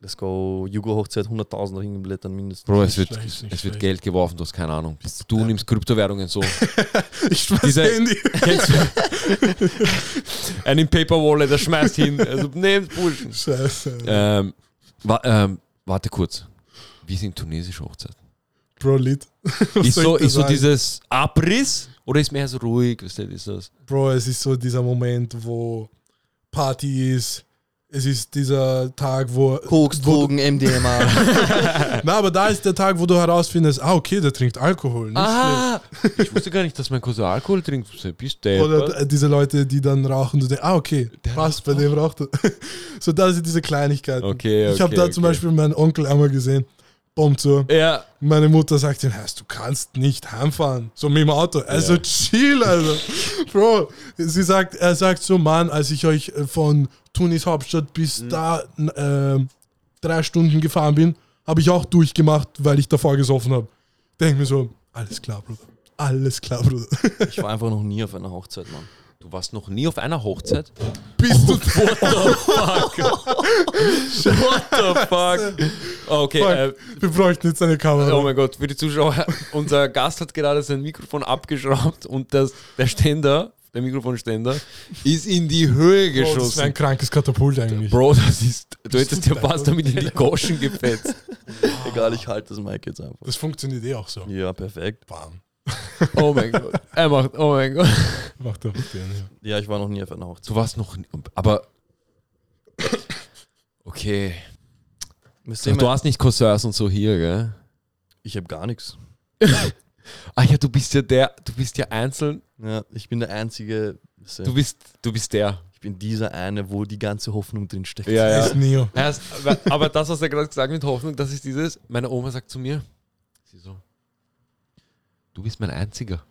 [SPEAKER 2] let's go, Jugo-Hochzeit, 100.000 Ringblättern mindestens.
[SPEAKER 1] Bro, es
[SPEAKER 3] Nicht
[SPEAKER 1] wird,
[SPEAKER 3] schlecht, nicht
[SPEAKER 1] es wird
[SPEAKER 3] schlecht.
[SPEAKER 1] Geld geworfen, du hast keine Ahnung. Du nimmst Kryptowährungen so.
[SPEAKER 3] Ich schmeiß
[SPEAKER 1] Diese-
[SPEAKER 3] Handy.
[SPEAKER 1] Kennst du? er nimmt Paper Wallet, er schmeißt hin. Also nehmt Bullshit.
[SPEAKER 3] Scheiße.
[SPEAKER 1] Ähm, wa ähm, warte kurz. Wie sind tunesische Hochzeiten?
[SPEAKER 3] Bro, Lit. Was
[SPEAKER 1] Ist
[SPEAKER 3] soll
[SPEAKER 1] so,
[SPEAKER 3] ich da
[SPEAKER 1] ist so
[SPEAKER 3] sagen?
[SPEAKER 1] dieses Abriss oder ist mehr so ruhig? Weißt du, ist das?
[SPEAKER 3] Bro, es ist so dieser Moment, wo Party ist. Es ist dieser Tag, wo.
[SPEAKER 2] Koks,
[SPEAKER 3] wo,
[SPEAKER 2] Drogen, MDMA.
[SPEAKER 3] Na, aber da ist der Tag, wo du herausfindest, ah, okay, der trinkt Alkohol. Nicht
[SPEAKER 1] Ah, ich wusste gar nicht, dass mein Cousin Alkohol trinkt. So, Bist
[SPEAKER 3] schlecht.
[SPEAKER 1] du
[SPEAKER 3] Oder d- diese Leute, die dann rauchen, du denkst, ah, okay, passt, bei dem raucht er. so, da sind diese Kleinigkeiten.
[SPEAKER 1] Okay,
[SPEAKER 3] ich habe
[SPEAKER 1] okay,
[SPEAKER 3] da zum
[SPEAKER 1] okay.
[SPEAKER 3] Beispiel meinen Onkel einmal gesehen. Bombt so.
[SPEAKER 1] Ja,
[SPEAKER 3] Meine Mutter sagt ihm, heißt, du kannst nicht heimfahren. So mit dem Auto. Also
[SPEAKER 1] Ja.
[SPEAKER 3] chill, also. Bro, sie sagt, er sagt so, Mann, als ich euch äh, von Tunis Hauptstadt bis
[SPEAKER 1] Mhm.
[SPEAKER 3] da n- ähm, drei Stunden gefahren bin, habe ich auch durchgemacht, weil ich davor gesoffen habe. Denk mir so, alles klar, Bruder. Alles klar, Bruder.
[SPEAKER 2] ich war einfach noch nie auf einer Hochzeit, Mann.
[SPEAKER 1] du warst noch nie auf einer Hochzeit.
[SPEAKER 3] Bist
[SPEAKER 1] Oh,
[SPEAKER 3] du
[SPEAKER 1] What the fuck? Okay, äh,
[SPEAKER 3] Wir bräuchten jetzt eine Kamera.
[SPEAKER 1] Oh mein Gott, für die Zuschauer, unser Gast hat gerade sein Mikrofon abgeschraubt und das, der Ständer, der Mikrofonständer, ist in die Höhe
[SPEAKER 3] Bro, das wäre
[SPEAKER 1] geschossen.
[SPEAKER 3] ein krankes Katapult eigentlich.
[SPEAKER 1] Bro, das ist, du hättest dir fast damit in die Goschen gefetzt.
[SPEAKER 2] Egal, ich halte das Mic jetzt einfach.
[SPEAKER 3] Das funktioniert eh auch so.
[SPEAKER 2] Ja, perfekt.
[SPEAKER 3] Bam.
[SPEAKER 1] Oh mein Gott. Er macht, oh mein Gott.
[SPEAKER 3] Macht er mit denen, ja.
[SPEAKER 2] Ja, ich war noch nie auf einer Hochzeit.
[SPEAKER 1] Du warst noch, nie- aber, okay.
[SPEAKER 2] Wisst ihr,
[SPEAKER 1] Du
[SPEAKER 2] mein-
[SPEAKER 1] hast nicht Cousins und so hier, gell?
[SPEAKER 2] Ich habe gar nichts.
[SPEAKER 1] Ah ja, du bist ja der, du bist ja einzeln,
[SPEAKER 2] Ja, ich bin der Einzige, wisst ihr,
[SPEAKER 1] du bist, du bist der.
[SPEAKER 2] ich bin dieser eine, wo die ganze Hoffnung drin steckt.
[SPEAKER 1] Ja, ja.
[SPEAKER 3] Das ist Neo.
[SPEAKER 1] Erst, aber- aber das, was er gerade gesagt hat mit Hoffnung, das ist dieses, meine Oma sagt zu mir, sie so, du bist mein Einziger.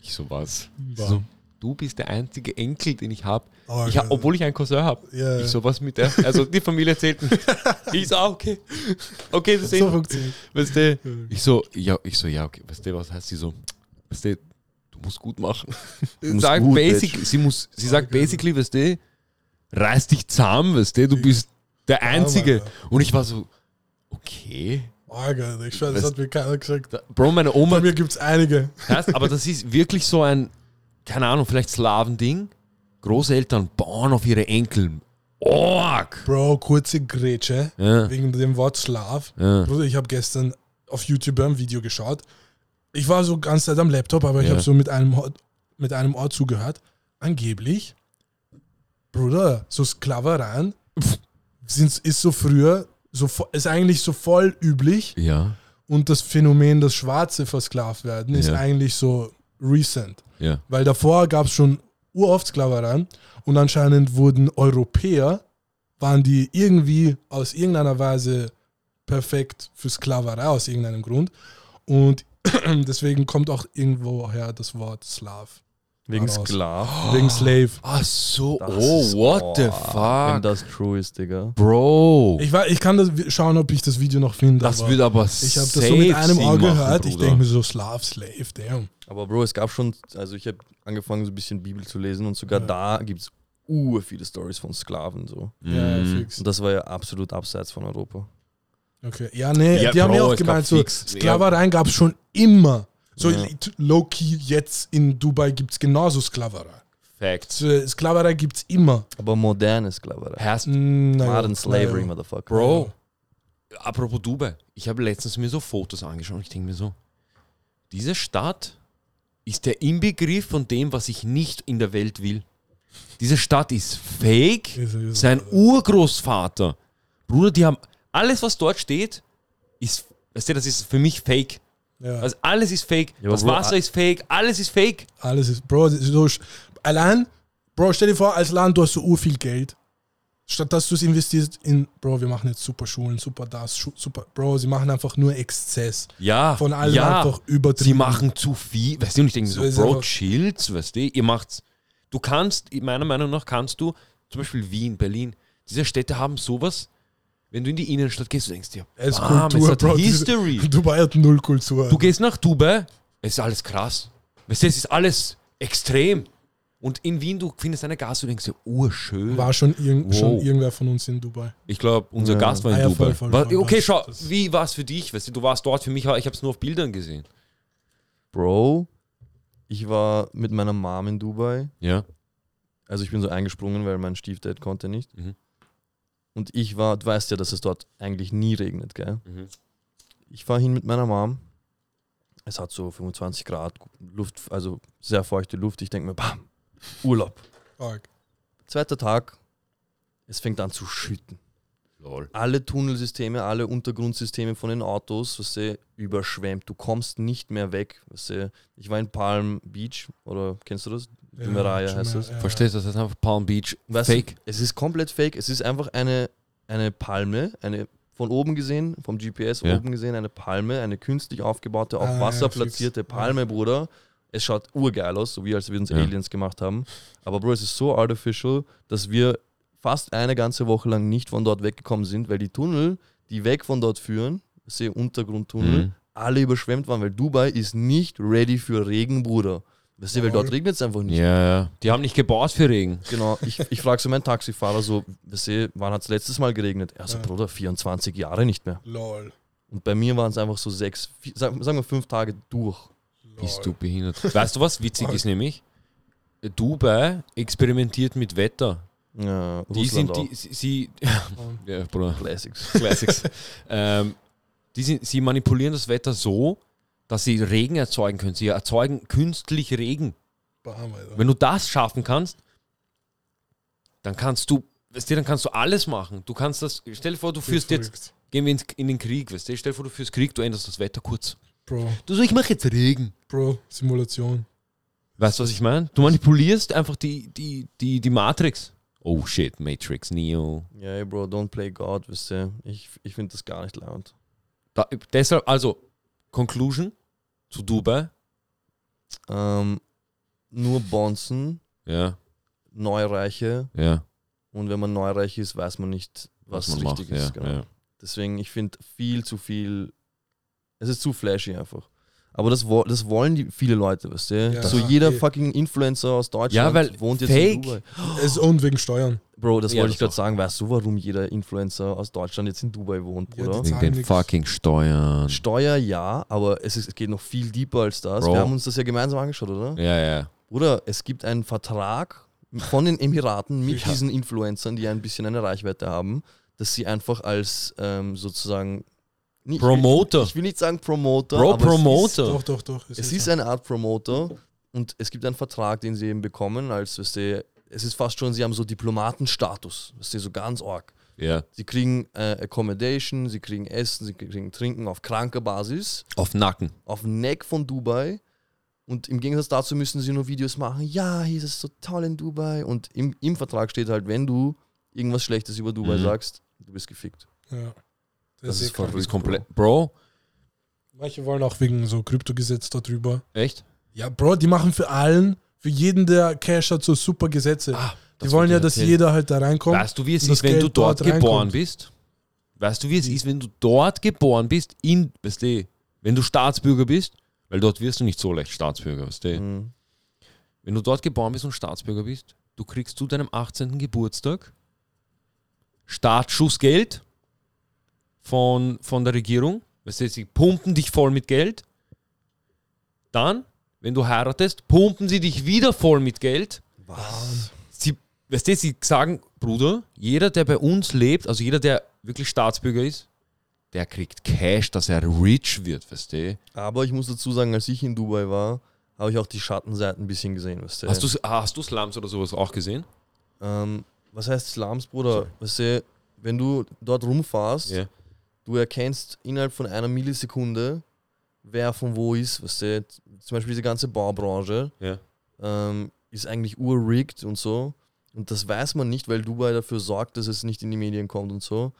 [SPEAKER 1] Ich so, was? Sie so,
[SPEAKER 3] Bam.
[SPEAKER 1] du bist der einzige Enkel, den ich habe.
[SPEAKER 3] Aber
[SPEAKER 1] Ich hab,
[SPEAKER 3] geil.
[SPEAKER 1] obwohl ich einen Cousin habe.
[SPEAKER 3] Ja, ja.
[SPEAKER 1] Ich so, Äh. was mit der? Also die Familie zählt nicht. Ich so, ah, okay. Okay, das ist
[SPEAKER 3] so
[SPEAKER 1] so,
[SPEAKER 3] funktioniert.
[SPEAKER 1] weißt du? Ich so, ja, ich so, ja, okay, weißt du, was heißt sie so? Weißt du, du musst gut machen.
[SPEAKER 2] musst
[SPEAKER 1] Sag
[SPEAKER 2] gut,
[SPEAKER 1] basic, Ah, sie muss, sie sagt
[SPEAKER 3] geil.
[SPEAKER 1] basically, weißt du, reiß dich zahm, weißt du, du bist der Einzige. Und ich war so, okay.
[SPEAKER 3] Orgel, Oh ich schwör, das
[SPEAKER 1] Das-
[SPEAKER 3] hat mir keiner gesagt.
[SPEAKER 1] Da, Bro, meine
[SPEAKER 3] Bei
[SPEAKER 1] Oma,
[SPEAKER 3] mir gibt es einige.
[SPEAKER 1] heißt, aber das ist wirklich so ein, keine Ahnung, vielleicht Slavending. Großeltern bauen auf ihre Enkel. Org!
[SPEAKER 3] Bro, kurze Grätsche.
[SPEAKER 1] Ja,
[SPEAKER 3] Wegen dem Wort Slav.
[SPEAKER 1] ja.
[SPEAKER 3] Bruder, ich habe gestern auf YouTube ein Video geschaut. Ich war so ganz Zeit am Laptop, aber ich
[SPEAKER 1] Ja.
[SPEAKER 3] habe so mit einem, Ho- mit einem Ohr zugehört. Angeblich, Bruder, so Sklavereien sind, ist so früher, so, vo- ist eigentlich so voll üblich.
[SPEAKER 1] Ja,
[SPEAKER 3] Und das Phänomen, dass Schwarze versklavt werden, ist
[SPEAKER 1] Ja.
[SPEAKER 3] eigentlich so recent.
[SPEAKER 1] ja.
[SPEAKER 3] Weil davor gab es schon uroft Sklaverei und anscheinend wurden Europäer, waren die irgendwie aus irgendeiner Weise perfekt für Sklaverei aus irgendeinem Grund. Und deswegen kommt auch irgendwo her das Wort Slav.
[SPEAKER 2] Wegen
[SPEAKER 3] Raus.
[SPEAKER 2] Sklav.
[SPEAKER 3] Wegen Slave.
[SPEAKER 1] Ach so,
[SPEAKER 2] Das
[SPEAKER 1] oh,
[SPEAKER 2] ist-
[SPEAKER 1] what the
[SPEAKER 2] Wenn
[SPEAKER 1] fuck?
[SPEAKER 2] das true ist, Digga.
[SPEAKER 1] Bro.
[SPEAKER 3] Ich, war, ich kann das schauen, ob ich das Video noch finde.
[SPEAKER 1] das
[SPEAKER 3] aber
[SPEAKER 1] wird aber
[SPEAKER 3] ich habe das so mit einem Auge gehört. ich denke mir
[SPEAKER 1] mir
[SPEAKER 3] so, Slav, Slave, damn.
[SPEAKER 2] Aber Bro, es gab schon, also ich habe angefangen so ein bisschen Bibel zu lesen und sogar
[SPEAKER 3] Ja.
[SPEAKER 2] da gibt's ur viele Stories von Sklaven so.
[SPEAKER 3] Ja,
[SPEAKER 1] Mhm.
[SPEAKER 3] fix.
[SPEAKER 2] Und das war ja absolut abseits von Europa.
[SPEAKER 3] Okay. Ja, nee,
[SPEAKER 1] Ja,
[SPEAKER 3] die haben
[SPEAKER 1] Bro,
[SPEAKER 3] ja auch
[SPEAKER 1] es gab
[SPEAKER 3] gemeint, so
[SPEAKER 1] fix-
[SPEAKER 3] Sklavereien gab es schon immer. So
[SPEAKER 2] Ja.
[SPEAKER 3] t- low-key jetzt in Dubai gibt es genauso Sklaverei.
[SPEAKER 1] Facts.
[SPEAKER 3] So, Sklaverei gibt es immer.
[SPEAKER 2] Aber moderne Sklaverei.
[SPEAKER 1] Herz,
[SPEAKER 3] Mm, naja,
[SPEAKER 2] Modern Slavery,
[SPEAKER 3] naja.
[SPEAKER 2] Motherfucker.
[SPEAKER 1] Bro, apropos Dubai, ich habe letztens mir so Fotos angeschaut und ich denke mir so, diese Stadt ist der Inbegriff von dem, was ich nicht in der Welt will. Diese Stadt ist fake.
[SPEAKER 3] Ist er, ist er.
[SPEAKER 1] Sein Urgroßvater. Bruder, die haben alles, was dort steht, ist, weißt du, das ist für mich fake.
[SPEAKER 3] Ja,
[SPEAKER 1] Also alles ist fake.
[SPEAKER 2] Ja, aber
[SPEAKER 1] das
[SPEAKER 2] Bro,
[SPEAKER 1] Wasser
[SPEAKER 2] a-
[SPEAKER 1] ist fake. Alles ist fake.
[SPEAKER 3] alles ist, Bro, das ist so, sch- allein, Bro, stell dir vor, als Land, du hast so urviel Geld. Statt dass du es investierst in, Bro, wir machen jetzt super Schulen, super das, Schu- super, Bro, sie machen einfach nur Exzess.
[SPEAKER 1] Ja.
[SPEAKER 3] Von allem
[SPEAKER 1] ja.
[SPEAKER 3] einfach übertrieben.
[SPEAKER 1] Sie machen zu viel, weißt du, und ich denke
[SPEAKER 3] So
[SPEAKER 1] mir
[SPEAKER 3] ist
[SPEAKER 1] so, Bro,
[SPEAKER 3] einfach-
[SPEAKER 1] chillt, weißt du, ihr macht's. Du kannst, meiner Meinung nach, kannst du, zum Beispiel Wien, Berlin, diese Städte haben sowas, wenn du in die Innenstadt gehst, du denkst dir,
[SPEAKER 3] Es ist
[SPEAKER 1] bam, es
[SPEAKER 3] Kultur,
[SPEAKER 1] hat
[SPEAKER 3] Bro. diese-
[SPEAKER 1] Ah, History.
[SPEAKER 3] Dubai hat null Kultur.
[SPEAKER 1] Du gehst nach Dubai, es ist alles krass. Weißt du, es ist alles extrem. Und in Wien, du findest eine Gastro, denkst dir, urschön.
[SPEAKER 3] War schon, irgend,
[SPEAKER 1] Wow.
[SPEAKER 3] schon irgendwer von uns in Dubai.
[SPEAKER 1] Ich glaube, unser
[SPEAKER 2] Ja.
[SPEAKER 1] Gast war in
[SPEAKER 3] Ah ja,
[SPEAKER 1] Dubai.
[SPEAKER 3] voll, voll,
[SPEAKER 1] War-
[SPEAKER 3] voll,
[SPEAKER 1] okay,
[SPEAKER 3] das-
[SPEAKER 1] schau,
[SPEAKER 3] das-
[SPEAKER 1] wie war es für dich? Weißt du, du warst dort für mich, aber ich habe es nur auf Bildern gesehen.
[SPEAKER 2] Bro, ich war mit meiner Mom in Dubai.
[SPEAKER 1] Ja.
[SPEAKER 2] Also ich bin so eingesprungen, weil mein Stiefdad konnte nicht.
[SPEAKER 1] Mhm.
[SPEAKER 2] Und ich war, du weißt ja, dass es dort eigentlich nie regnet, gell? Ich war hin mit meiner Mom. Es hat so 25 Grad, Luft, also sehr feuchte Luft. Ich denke mir, bam, Urlaub.
[SPEAKER 3] Arg.
[SPEAKER 2] Zweiter Tag, es fängt an zu schütten.
[SPEAKER 1] Lol.
[SPEAKER 2] Alle Tunnelsysteme, alle Untergrundsysteme von den Autos, was sie überschwemmt. Du kommst nicht mehr weg. Was sie, ich war in Palm Beach, oder kennst du das?
[SPEAKER 3] Ja,
[SPEAKER 2] Demerara
[SPEAKER 3] schon
[SPEAKER 2] heißt
[SPEAKER 3] mehr,
[SPEAKER 2] es.
[SPEAKER 3] ja,
[SPEAKER 1] Verstehst du, das ist einfach Palm Beach.
[SPEAKER 2] Weißt
[SPEAKER 1] Fake.
[SPEAKER 2] Du, es ist komplett fake. Es ist einfach eine, eine Palme, eine von oben gesehen, vom GPS
[SPEAKER 1] Ja.
[SPEAKER 2] oben gesehen, eine Palme, eine künstlich aufgebaute, auf
[SPEAKER 3] Ah, ja,
[SPEAKER 2] Wasser
[SPEAKER 3] fix.
[SPEAKER 2] platzierte Palme, Bruder. Es schaut urgeil aus, so wie als würden es
[SPEAKER 1] Ja.
[SPEAKER 2] Aliens gemacht haben. Aber Bro, es ist so artificial, dass wir fast eine ganze Woche lang nicht von dort weggekommen sind, weil die Tunnel, die weg von dort führen, sehe Untergrundtunnel,
[SPEAKER 1] Mhm.
[SPEAKER 2] alle überschwemmt waren, weil Dubai ist nicht ready für Regen, Bruder. Weißt du, weil dort
[SPEAKER 3] Jawohl.
[SPEAKER 2] regnet es einfach nicht.
[SPEAKER 1] Ja, ja. Die haben nicht gebaut für Regen.
[SPEAKER 2] Genau, ich, ich frage so meinen Taxifahrer so, weißt du, wann hat es letztes Mal geregnet? Er so,
[SPEAKER 3] Ja.
[SPEAKER 2] Bruder, 24 Jahre nicht mehr.
[SPEAKER 3] Lol.
[SPEAKER 2] Und bei mir waren es einfach so sechs, vi- sagen sagen wir fünf Tage durch.
[SPEAKER 3] lol.
[SPEAKER 1] Bist du behindert. Weißt du, was witzig
[SPEAKER 3] Voll.
[SPEAKER 1] ist nämlich? Dubai experimentiert mit Wetter.
[SPEAKER 2] Ja,
[SPEAKER 1] Die
[SPEAKER 2] Russland
[SPEAKER 1] sind die, sie, sie ja, Bruder,
[SPEAKER 2] auch. Classics.
[SPEAKER 1] Classics. ähm, die sind, sie manipulieren das Wetter so, dass sie Regen erzeugen können. Sie erzeugen künstlich Regen.
[SPEAKER 3] Bam, Alter.
[SPEAKER 1] Wenn du das schaffen kannst, dann kannst du, weißt du, dann kannst du alles machen. Du kannst das, stell dir vor, du führst jetzt,
[SPEAKER 3] Verrückt.
[SPEAKER 1] gehen wir ins, in den Krieg, weißt du, stell dir vor, du führst Krieg, du änderst das Wetter kurz.
[SPEAKER 3] Bro,
[SPEAKER 1] Du so, ich mache jetzt Regen.
[SPEAKER 3] Bro, Simulation.
[SPEAKER 1] Weißt du, was ich meine? Du manipulierst einfach die, die, die, die Matrix. Oh shit, Matrix, Neo.
[SPEAKER 2] Ja, ey, Bro, don't play God, wisst ihr. Ich, ich finde das gar nicht laut.
[SPEAKER 1] Da, deshalb, also, Conclusion zu Dubai.
[SPEAKER 2] Ähm, nur Bonzen,
[SPEAKER 1] Ja,
[SPEAKER 2] Neureiche.
[SPEAKER 1] ja.
[SPEAKER 2] Und wenn man neureich ist, weiß man nicht, was,
[SPEAKER 1] man
[SPEAKER 2] richtig
[SPEAKER 1] macht,
[SPEAKER 2] ist.
[SPEAKER 1] ja,
[SPEAKER 2] genau.
[SPEAKER 1] ja.
[SPEAKER 2] Deswegen, ich finde viel zu viel. Es ist zu flashy einfach. Aber das, wo, das wollen die viele Leute, weißt du?
[SPEAKER 3] Ja,
[SPEAKER 2] so jeder
[SPEAKER 3] eh.
[SPEAKER 2] fucking Influencer aus Deutschland
[SPEAKER 1] Ja, weil
[SPEAKER 2] wohnt jetzt in
[SPEAKER 1] fake.
[SPEAKER 2] Dubai.
[SPEAKER 3] Es, und wegen Steuern.
[SPEAKER 2] Bro, das
[SPEAKER 1] Ja,
[SPEAKER 2] wollte
[SPEAKER 1] das
[SPEAKER 2] ich gerade
[SPEAKER 1] auch.
[SPEAKER 2] sagen. Weißt du, warum jeder Influencer aus Deutschland jetzt in Dubai wohnt,
[SPEAKER 3] Ja,
[SPEAKER 2] Bruder?
[SPEAKER 3] die-
[SPEAKER 1] Wegen
[SPEAKER 3] zahlen
[SPEAKER 1] den
[SPEAKER 3] nix.
[SPEAKER 1] fucking Steuern.
[SPEAKER 2] Steuer ja, aber es, ist, es geht noch viel deeper als das.
[SPEAKER 1] Bro.
[SPEAKER 2] Wir haben uns das ja gemeinsam angeschaut, oder?
[SPEAKER 1] Ja, ja.
[SPEAKER 2] Bruder, es gibt einen Vertrag von den Emiraten mit
[SPEAKER 3] Ja.
[SPEAKER 2] diesen Influencern, die ein bisschen eine Reichweite haben, dass sie einfach als ähm, sozusagen nicht-
[SPEAKER 1] Promoter.
[SPEAKER 2] Ich will nicht sagen Promoter.
[SPEAKER 1] Bro,
[SPEAKER 2] aber
[SPEAKER 1] Promoter.
[SPEAKER 3] Doch, doch, doch.
[SPEAKER 2] Es ist, es ist eine Art Promoter und es gibt einen Vertrag, den sie eben bekommen, als weißt du, es ist fast schon, sie haben so Diplomatenstatus. Das ist so ganz arg.
[SPEAKER 1] Ja.
[SPEAKER 2] Sie kriegen äh, Accommodation, sie kriegen Essen, sie kriegen Trinken auf kranker Basis
[SPEAKER 1] Auf Nacken.
[SPEAKER 2] auf den Neck von Dubai. Und im Gegensatz dazu müssen sie nur Videos machen. Ja, hier ist es so toll in Dubai. Und im, im Vertrag steht halt, wenn du irgendwas Schlechtes über Dubai
[SPEAKER 1] Mhm.
[SPEAKER 2] sagst, du bist gefickt.
[SPEAKER 3] Ja.
[SPEAKER 1] Das,
[SPEAKER 3] eh
[SPEAKER 1] ist
[SPEAKER 3] krank.
[SPEAKER 1] verrückt. Ist komplett. Bro,
[SPEAKER 3] Manche wollen auch wegen so Kryptogesetz darüber.
[SPEAKER 1] echt?
[SPEAKER 3] Ja, Bro, die machen für allen, für jeden, der Cash hat, so super Gesetze. die
[SPEAKER 1] Ah, das
[SPEAKER 3] wollen
[SPEAKER 1] wollte
[SPEAKER 3] ja,
[SPEAKER 1] ich
[SPEAKER 3] dass
[SPEAKER 1] erzählen.
[SPEAKER 3] jeder halt da reinkommt.
[SPEAKER 1] Weißt du, wie es
[SPEAKER 3] und das
[SPEAKER 1] ist, wenn du
[SPEAKER 3] Geld dort
[SPEAKER 1] dort, geboren
[SPEAKER 3] reinkommt.
[SPEAKER 1] bist? Weißt du, wie es ist, wenn du dort geboren bist, in, weißt du, wenn du Staatsbürger bist? Weil dort wirst du nicht so leicht Staatsbürger, weißt du?
[SPEAKER 2] Mhm.
[SPEAKER 1] Wenn du dort geboren bist und Staatsbürger bist, du kriegst zu deinem 18. Geburtstag Staatsschussgeld von, von der Regierung. Weißt du, sie pumpen dich voll mit Geld. Dann, wenn du heiratest, pumpen sie dich wieder voll mit Geld.
[SPEAKER 2] Was?
[SPEAKER 1] Sie, weißt du, sie sagen, Bruder, jeder, der bei uns lebt, also jeder, der wirklich Staatsbürger ist, der kriegt Cash, dass er rich wird, weißt du?
[SPEAKER 2] Aber ich muss dazu sagen, als ich in Dubai war, habe ich auch die Schattenseiten ein bisschen gesehen. Weißt du?
[SPEAKER 1] Hast du, ah, hast du Slums oder sowas auch gesehen?
[SPEAKER 2] ähm, was heißt Slums, Bruder?
[SPEAKER 1] Sorry.
[SPEAKER 2] Weißt du, wenn du dort rumfährst,
[SPEAKER 1] Ja.
[SPEAKER 2] du erkennst innerhalb von einer Millisekunde, wer von wo ist. Weißt du? Zum Beispiel diese ganze Baubranche.
[SPEAKER 1] Ja.
[SPEAKER 2] ähm, ist eigentlich urrigged und so. Und das weiß man nicht, weil Dubai dafür sorgt, dass es nicht in die Medien kommt und so.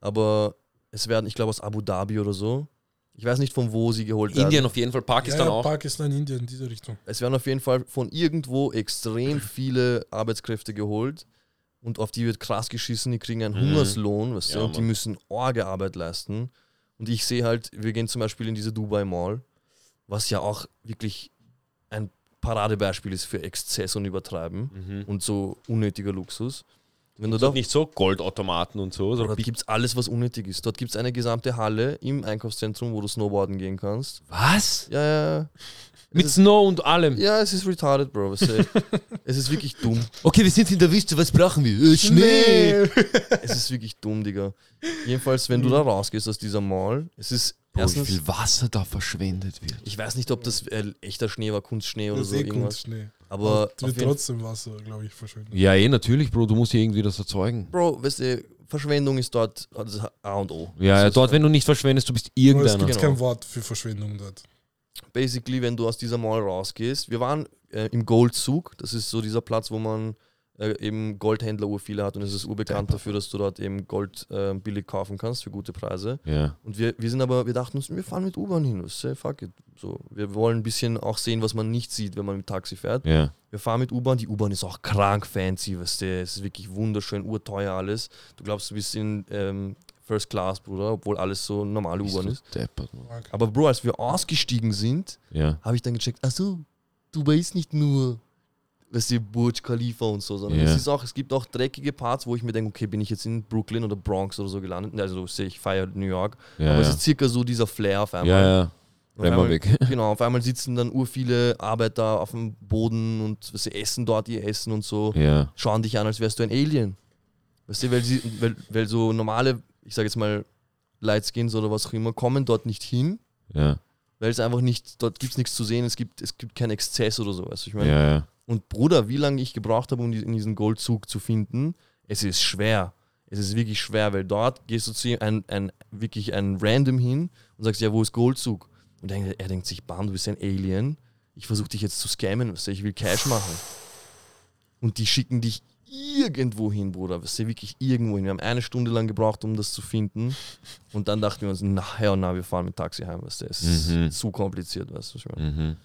[SPEAKER 2] Aber es werden, ich glaube, aus Abu Dhabi oder so. Ich weiß nicht, von wo sie geholt werden.
[SPEAKER 1] Indien auf jeden Fall,
[SPEAKER 3] ja,
[SPEAKER 1] Pakistan
[SPEAKER 3] ja,
[SPEAKER 1] auch.
[SPEAKER 3] Pakistan, Indien, in diese Richtung.
[SPEAKER 2] Es werden auf jeden Fall von irgendwo extrem viele Arbeitskräfte geholt. Und auf die wird krass geschissen, die kriegen einen
[SPEAKER 1] Mhm.
[SPEAKER 2] Hungerslohn, weißt du,
[SPEAKER 1] Ja,
[SPEAKER 2] und die
[SPEAKER 1] Mann.
[SPEAKER 2] müssen orge Arbeit leisten. Und ich sehe halt, wir gehen zum Beispiel in diese Dubai Mall, was ja auch wirklich ein Paradebeispiel ist für Exzess und Übertreiben und so unnötiger Luxus. Wenn du
[SPEAKER 1] Das sind
[SPEAKER 2] da
[SPEAKER 1] Mhm. nicht so Goldautomaten und so,
[SPEAKER 2] Dort
[SPEAKER 1] sondern
[SPEAKER 2] gibt es alles, was unnötig ist. Dort gibt es eine gesamte Halle im Einkaufszentrum, wo du Snowboarden gehen kannst.
[SPEAKER 1] was?
[SPEAKER 2] Ja, ja, ja.
[SPEAKER 1] Mit Snow und allem.
[SPEAKER 2] ja, es ist retarded, Bro. Es ist, es ist wirklich dumm.
[SPEAKER 1] Okay, wir sind in der Wüste, was brauchen wir? Äh,
[SPEAKER 2] Es ist wirklich dumm, Digga. Jedenfalls, wenn du da rausgehst aus dieser Mall, es ist
[SPEAKER 1] Mhm. Boah, wie
[SPEAKER 2] erstens,
[SPEAKER 1] viel Wasser da verschwendet wird.
[SPEAKER 2] ich weiß nicht, ob das äh, echter Schnee war, Kunstschnee oder
[SPEAKER 3] Das
[SPEAKER 2] so
[SPEAKER 3] ist eh
[SPEAKER 2] irgendwas.
[SPEAKER 3] Kunstschnee.
[SPEAKER 2] Aber
[SPEAKER 3] Es
[SPEAKER 2] auf
[SPEAKER 3] wird
[SPEAKER 2] jeden
[SPEAKER 3] trotzdem Wasser, glaube ich, verschönert.
[SPEAKER 1] Ja, eh, natürlich, Bro, du musst ja irgendwie das erzeugen.
[SPEAKER 2] Bro, weißt du, Verschwendung ist dort das A und O.
[SPEAKER 1] Ja,
[SPEAKER 2] das
[SPEAKER 1] ja,
[SPEAKER 2] ist
[SPEAKER 1] dort, wenn du nicht verschwendest, du bist
[SPEAKER 3] Aber es
[SPEAKER 1] irgendeiner.
[SPEAKER 3] gibt
[SPEAKER 2] Genau.
[SPEAKER 3] kein Wort für Verschwendung dort.
[SPEAKER 2] Basically, wenn du aus dieser Mall rausgehst, wir waren äh, im Goldzug, das ist so dieser Platz, wo man äh, eben Goldhändler urviele hat und es ist urbekannt dafür, dass du dort eben Gold äh, billig kaufen kannst für gute Preise.
[SPEAKER 1] Ja.
[SPEAKER 2] Und wir, wir sind aber, wir dachten uns, wir fahren mit U-Bahn hin, weißt du, fuck it. So, wir wollen ein bisschen auch sehen, was man nicht sieht, wenn man mit Taxi fährt.
[SPEAKER 1] Ja.
[SPEAKER 2] Wir fahren mit U-Bahn, die U-Bahn ist auch krank fancy, weißt du, es ist wirklich wunderschön, urteuer alles. Du glaubst, du bist in ähm, First Class, Bruder, obwohl alles so normale U-Bahn ist.
[SPEAKER 1] Deppert, Mann.
[SPEAKER 3] Fuck.
[SPEAKER 2] Aber Bro, als wir ausgestiegen sind,
[SPEAKER 1] Ja.
[SPEAKER 2] habe ich dann gecheckt, ach so, Dubai ist nicht nur, weißt du, Burj Khalifa und so, sondern
[SPEAKER 1] Ja.
[SPEAKER 2] es, ist auch, es gibt auch dreckige Parts, wo ich mir denke, okay, bin ich jetzt in Brooklyn oder Bronx oder so gelandet? Also sehe ich feier New York.
[SPEAKER 1] Ja,
[SPEAKER 2] Aber
[SPEAKER 1] ja.
[SPEAKER 2] es ist circa so dieser Flair auf einmal.
[SPEAKER 1] ja, ja.
[SPEAKER 2] Und
[SPEAKER 1] Renn
[SPEAKER 2] auf
[SPEAKER 1] mal
[SPEAKER 2] einmal-
[SPEAKER 1] weg.
[SPEAKER 2] Genau, auf einmal sitzen dann ur viele Arbeiter auf dem Boden und weißt du, essen dort ihr Essen und so.
[SPEAKER 1] Ja.
[SPEAKER 2] Schauen dich an, als wärst du ein Alien. Weißt du, weil, sie, weil, weil so normale, ich sage jetzt mal, Lightskins oder was auch immer, kommen dort nicht hin,
[SPEAKER 1] Ja.
[SPEAKER 2] weil es einfach nicht, dort gibt es nichts zu sehen, es gibt, es gibt keinen Exzess oder so, weißt du, ich
[SPEAKER 1] Ja,
[SPEAKER 2] meine.
[SPEAKER 1] ja.
[SPEAKER 2] Und Bruder, wie lange ich gebraucht habe, um die- in diesen Goldzug zu finden, es ist schwer. Es ist wirklich schwer, weil dort gehst du zu ein, ein, wirklich ein Random hin und sagst, ja, wo ist Goldzug? Und er, denkt- er denkt sich, bam, du bist ein Alien. Ich versuche dich jetzt zu scammen, weißt du, ich will Cash machen. Und die schicken dich irgendwo hin, Bruder, weißt du, wirklich irgendwo hin. Wir haben eine Stunde lang gebraucht, um das zu finden. Und dann dachten wir uns, na, ja, na, wir fahren mit Taxi heim, weißt du, es
[SPEAKER 1] Mhm.
[SPEAKER 2] ist zu kompliziert, weißt du, was ich meine.
[SPEAKER 1] Mhm.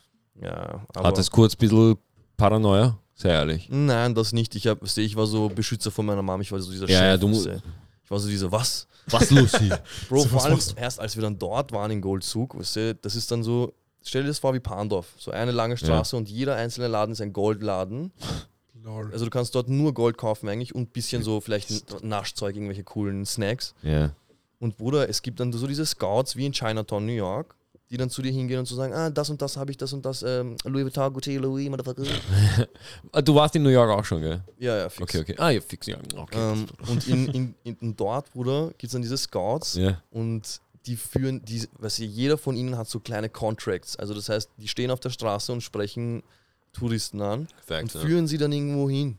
[SPEAKER 2] Ja, aber
[SPEAKER 1] Hat das kurz ein bisschen Paranoia? Sehr ehrlich.
[SPEAKER 2] Nein, das nicht. Ich, hab, weißt du, ich war so Beschützer von meiner Mom. Ich war so dieser
[SPEAKER 1] Ja,
[SPEAKER 2] Chef.
[SPEAKER 1] ja, du mu-
[SPEAKER 2] weißt du. ich war so dieser, was?
[SPEAKER 1] Was los hier?
[SPEAKER 2] Bro,
[SPEAKER 3] So,
[SPEAKER 2] vor
[SPEAKER 3] was
[SPEAKER 2] allem
[SPEAKER 3] machst
[SPEAKER 2] erst als wir dann dort waren in Goldzug, weißt du, das ist dann so, stell dir das vor wie Pandorf. So eine lange Straße und jeder einzelne Laden ist ein Goldladen.
[SPEAKER 3] Lol.
[SPEAKER 2] Also du kannst dort nur Gold kaufen eigentlich und ein bisschen so vielleicht N- Naschzeug, irgendwelche coolen Snacks.
[SPEAKER 1] Ja.
[SPEAKER 2] Und Bruder, es gibt dann so diese Scouts wie in Chinatown, New York, die dann zu dir hingehen und zu so sagen, ah, das und das habe ich, das und das, ähm, Louis Vuitton, Gucci, Louis, motherfucker.
[SPEAKER 1] Ah, Du warst in New York auch schon, gell?
[SPEAKER 2] Ja, ja, fix.
[SPEAKER 1] Okay, okay. Ah, ja, fix. Ja, okay.
[SPEAKER 2] Ähm, und in, in, in, in dort, Bruder, gibt es dann diese Scouts
[SPEAKER 1] Ja.
[SPEAKER 2] und die führen, die, weißt du, jeder von ihnen hat so kleine Contracts. Also das heißt, die stehen auf der Straße und sprechen Touristen an und
[SPEAKER 1] Facts, ja.
[SPEAKER 2] führen sie dann irgendwo hin.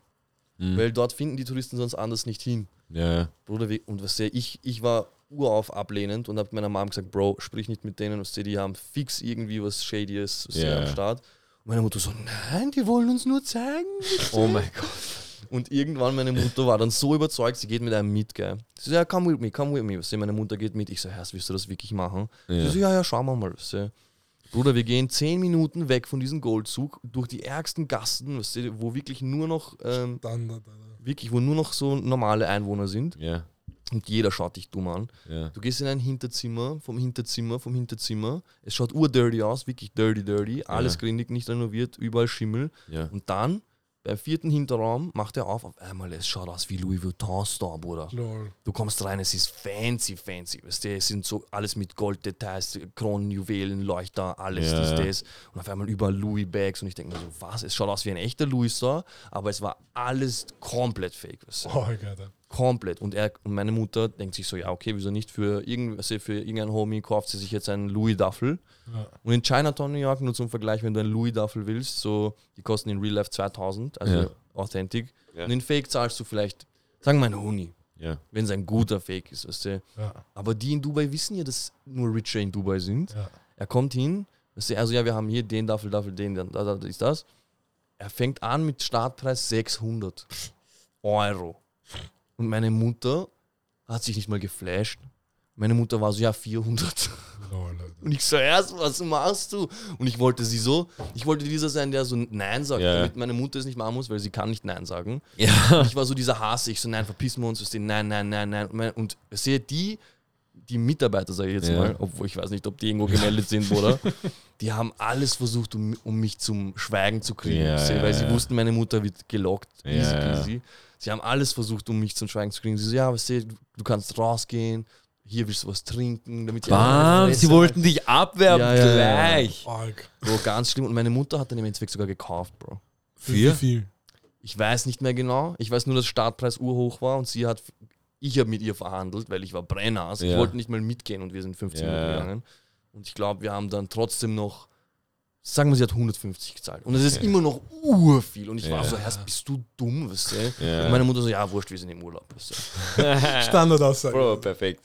[SPEAKER 1] Mhm.
[SPEAKER 2] Weil dort finden die Touristen sonst anders nicht hin.
[SPEAKER 1] Ja, ja.
[SPEAKER 2] Bruder, wie- und weißt du, ich, ich war urauf ablehnend und habe meiner Mom gesagt, Bro, sprich nicht mit denen, weißt du, die haben fix irgendwie was Shadyes weißt du,
[SPEAKER 1] Ja,
[SPEAKER 2] am
[SPEAKER 1] ja.
[SPEAKER 2] Start. Und meine Mutter so, nein, die wollen uns nur zeigen. was
[SPEAKER 1] Oh
[SPEAKER 2] sie-
[SPEAKER 1] mein Gott.
[SPEAKER 2] und irgendwann meine Mutter war dann so überzeugt, sie geht mit einem mit, gell. Sie so, ja, come with me, come with me. Weißt du, meine Mutter geht mit. Ich so, Herr, willst du das wirklich machen? Sie
[SPEAKER 1] Ja.
[SPEAKER 2] so, ja, ja, schauen wir mal. Weißt du. Bruder, wir gehen zehn Minuten weg von diesem Goldzug durch die ärgsten Gassen, weißt du, wo wirklich nur noch, ähm,
[SPEAKER 3] Dann, da, da, da.
[SPEAKER 2] wirklich, wo nur noch so normale Einwohner sind.
[SPEAKER 1] Ja.
[SPEAKER 2] Und jeder schaut dich dumm an.
[SPEAKER 1] Ja.
[SPEAKER 2] Du gehst in ein Hinterzimmer, vom Hinterzimmer, vom Hinterzimmer. Es schaut urdirty aus, wirklich dirty, dirty. Alles
[SPEAKER 1] Ja.
[SPEAKER 2] grindig, nicht renoviert, überall Schimmel.
[SPEAKER 1] Ja.
[SPEAKER 2] Und dann, beim vierten Hinterraum, macht er auf, auf einmal, es schaut aus wie Louis Vuitton Store, Bruder.
[SPEAKER 3] Lol.
[SPEAKER 2] Du kommst rein, es ist fancy, fancy, weißt du, es sind so alles mit Golddetails, Kronen, Juwelen, Leuchter, alles,
[SPEAKER 1] Ja,
[SPEAKER 2] das,
[SPEAKER 1] ja.
[SPEAKER 2] das. Und auf einmal überall Louis Bags und ich denke mir so, was, es schaut aus wie ein echter Louis Store, aber es war alles komplett fake, weißt du,
[SPEAKER 3] Oh, Alter.
[SPEAKER 2] komplett. Und, er, und meine Mutter denkt sich so, ja, okay, wieso nicht, für, irgend, weißt du, für irgendeinen Homie kauft sie sich jetzt einen Louis Duffel.
[SPEAKER 3] Ja.
[SPEAKER 2] Und in Chinatown, New York, nur zum Vergleich, wenn du einen Louis Duffel willst, so, die kosten in Real Life 2000, also
[SPEAKER 1] Ja.
[SPEAKER 2] authentic.
[SPEAKER 1] Ja.
[SPEAKER 2] Und in Fake zahlst du vielleicht, sagen wir einen Huni,
[SPEAKER 1] Ja.
[SPEAKER 2] wenn es ein guter Fake ist, weißt du.
[SPEAKER 3] Ja.
[SPEAKER 2] Aber die in Dubai wissen ja, dass nur Richer in Dubai sind.
[SPEAKER 3] Ja.
[SPEAKER 2] Er kommt hin, weißt du, also ja, wir haben hier den Duffel, Duffel, den, dann, da, da, da ist das. Er fängt an mit Startpreis 600 Euro. Und meine Mutter hat sich nicht mal geflasht. Meine Mutter war so, ja, 400.
[SPEAKER 3] Lol, Alter.
[SPEAKER 2] Und ich so, erst, was machst du? Und ich wollte sie so, ich wollte dieser sein, der so Nein sagt,
[SPEAKER 1] Ja.
[SPEAKER 2] damit meine Mutter es nicht machen muss, weil sie kann nicht Nein sagen.
[SPEAKER 1] Ja.
[SPEAKER 2] Und ich war so dieser Hass, ich so, nein, verpissen wir uns, weißt du, nein, nein, nein, nein. Und, mein- und sehe die die Mitarbeiter, sage ich jetzt
[SPEAKER 1] Ja.
[SPEAKER 2] mal, obwohl ich weiß nicht, ob die irgendwo gemeldet sind oder, die haben alles versucht, um, um mich zum Schweigen zu kriegen.
[SPEAKER 1] Ja,
[SPEAKER 2] sie,
[SPEAKER 1] ja,
[SPEAKER 2] weil sie
[SPEAKER 1] ja.
[SPEAKER 2] wussten, meine Mutter wird gelockt. easy
[SPEAKER 1] Ja, ja.
[SPEAKER 2] peasy. Sie haben alles versucht, um mich zum Schweigen zu kriegen. Sie so, ja, weißt du, du kannst rausgehen, hier willst du was trinken, damit die anderen
[SPEAKER 1] Bam,
[SPEAKER 2] Fresse
[SPEAKER 1] sie wollten dich abwerben
[SPEAKER 2] Ja, ja, ja.
[SPEAKER 1] gleich.
[SPEAKER 3] Arg.
[SPEAKER 2] halten. Bro, ganz schlimm. Und meine Mutter hat den im Endeffekt sogar gekauft, Bro.
[SPEAKER 3] Für
[SPEAKER 1] Vier?
[SPEAKER 3] Wie viel?
[SPEAKER 2] Ich weiß nicht mehr genau. Ich weiß nur, dass Startpreis urhoch war und sie hat. Ich habe mit ihr verhandelt, weil ich war Brenners. Ich
[SPEAKER 1] Ja.
[SPEAKER 2] wollte nicht mal mitgehen und wir sind 15
[SPEAKER 1] Ja.
[SPEAKER 2] Minuten gegangen. Und ich glaube, wir haben dann trotzdem noch, sagen wir, sie hat 150 gezahlt. Und es ist
[SPEAKER 1] Ja.
[SPEAKER 2] immer noch urviel. Und ich war
[SPEAKER 1] Ja.
[SPEAKER 2] so, erst bist du dumm, weißt du?
[SPEAKER 1] Ja.
[SPEAKER 2] Und meine Mutter so, ja, wurscht, wir sind im Urlaub. Weißt du?
[SPEAKER 3] Standardaussage.
[SPEAKER 1] Äh, Bro, perfekt.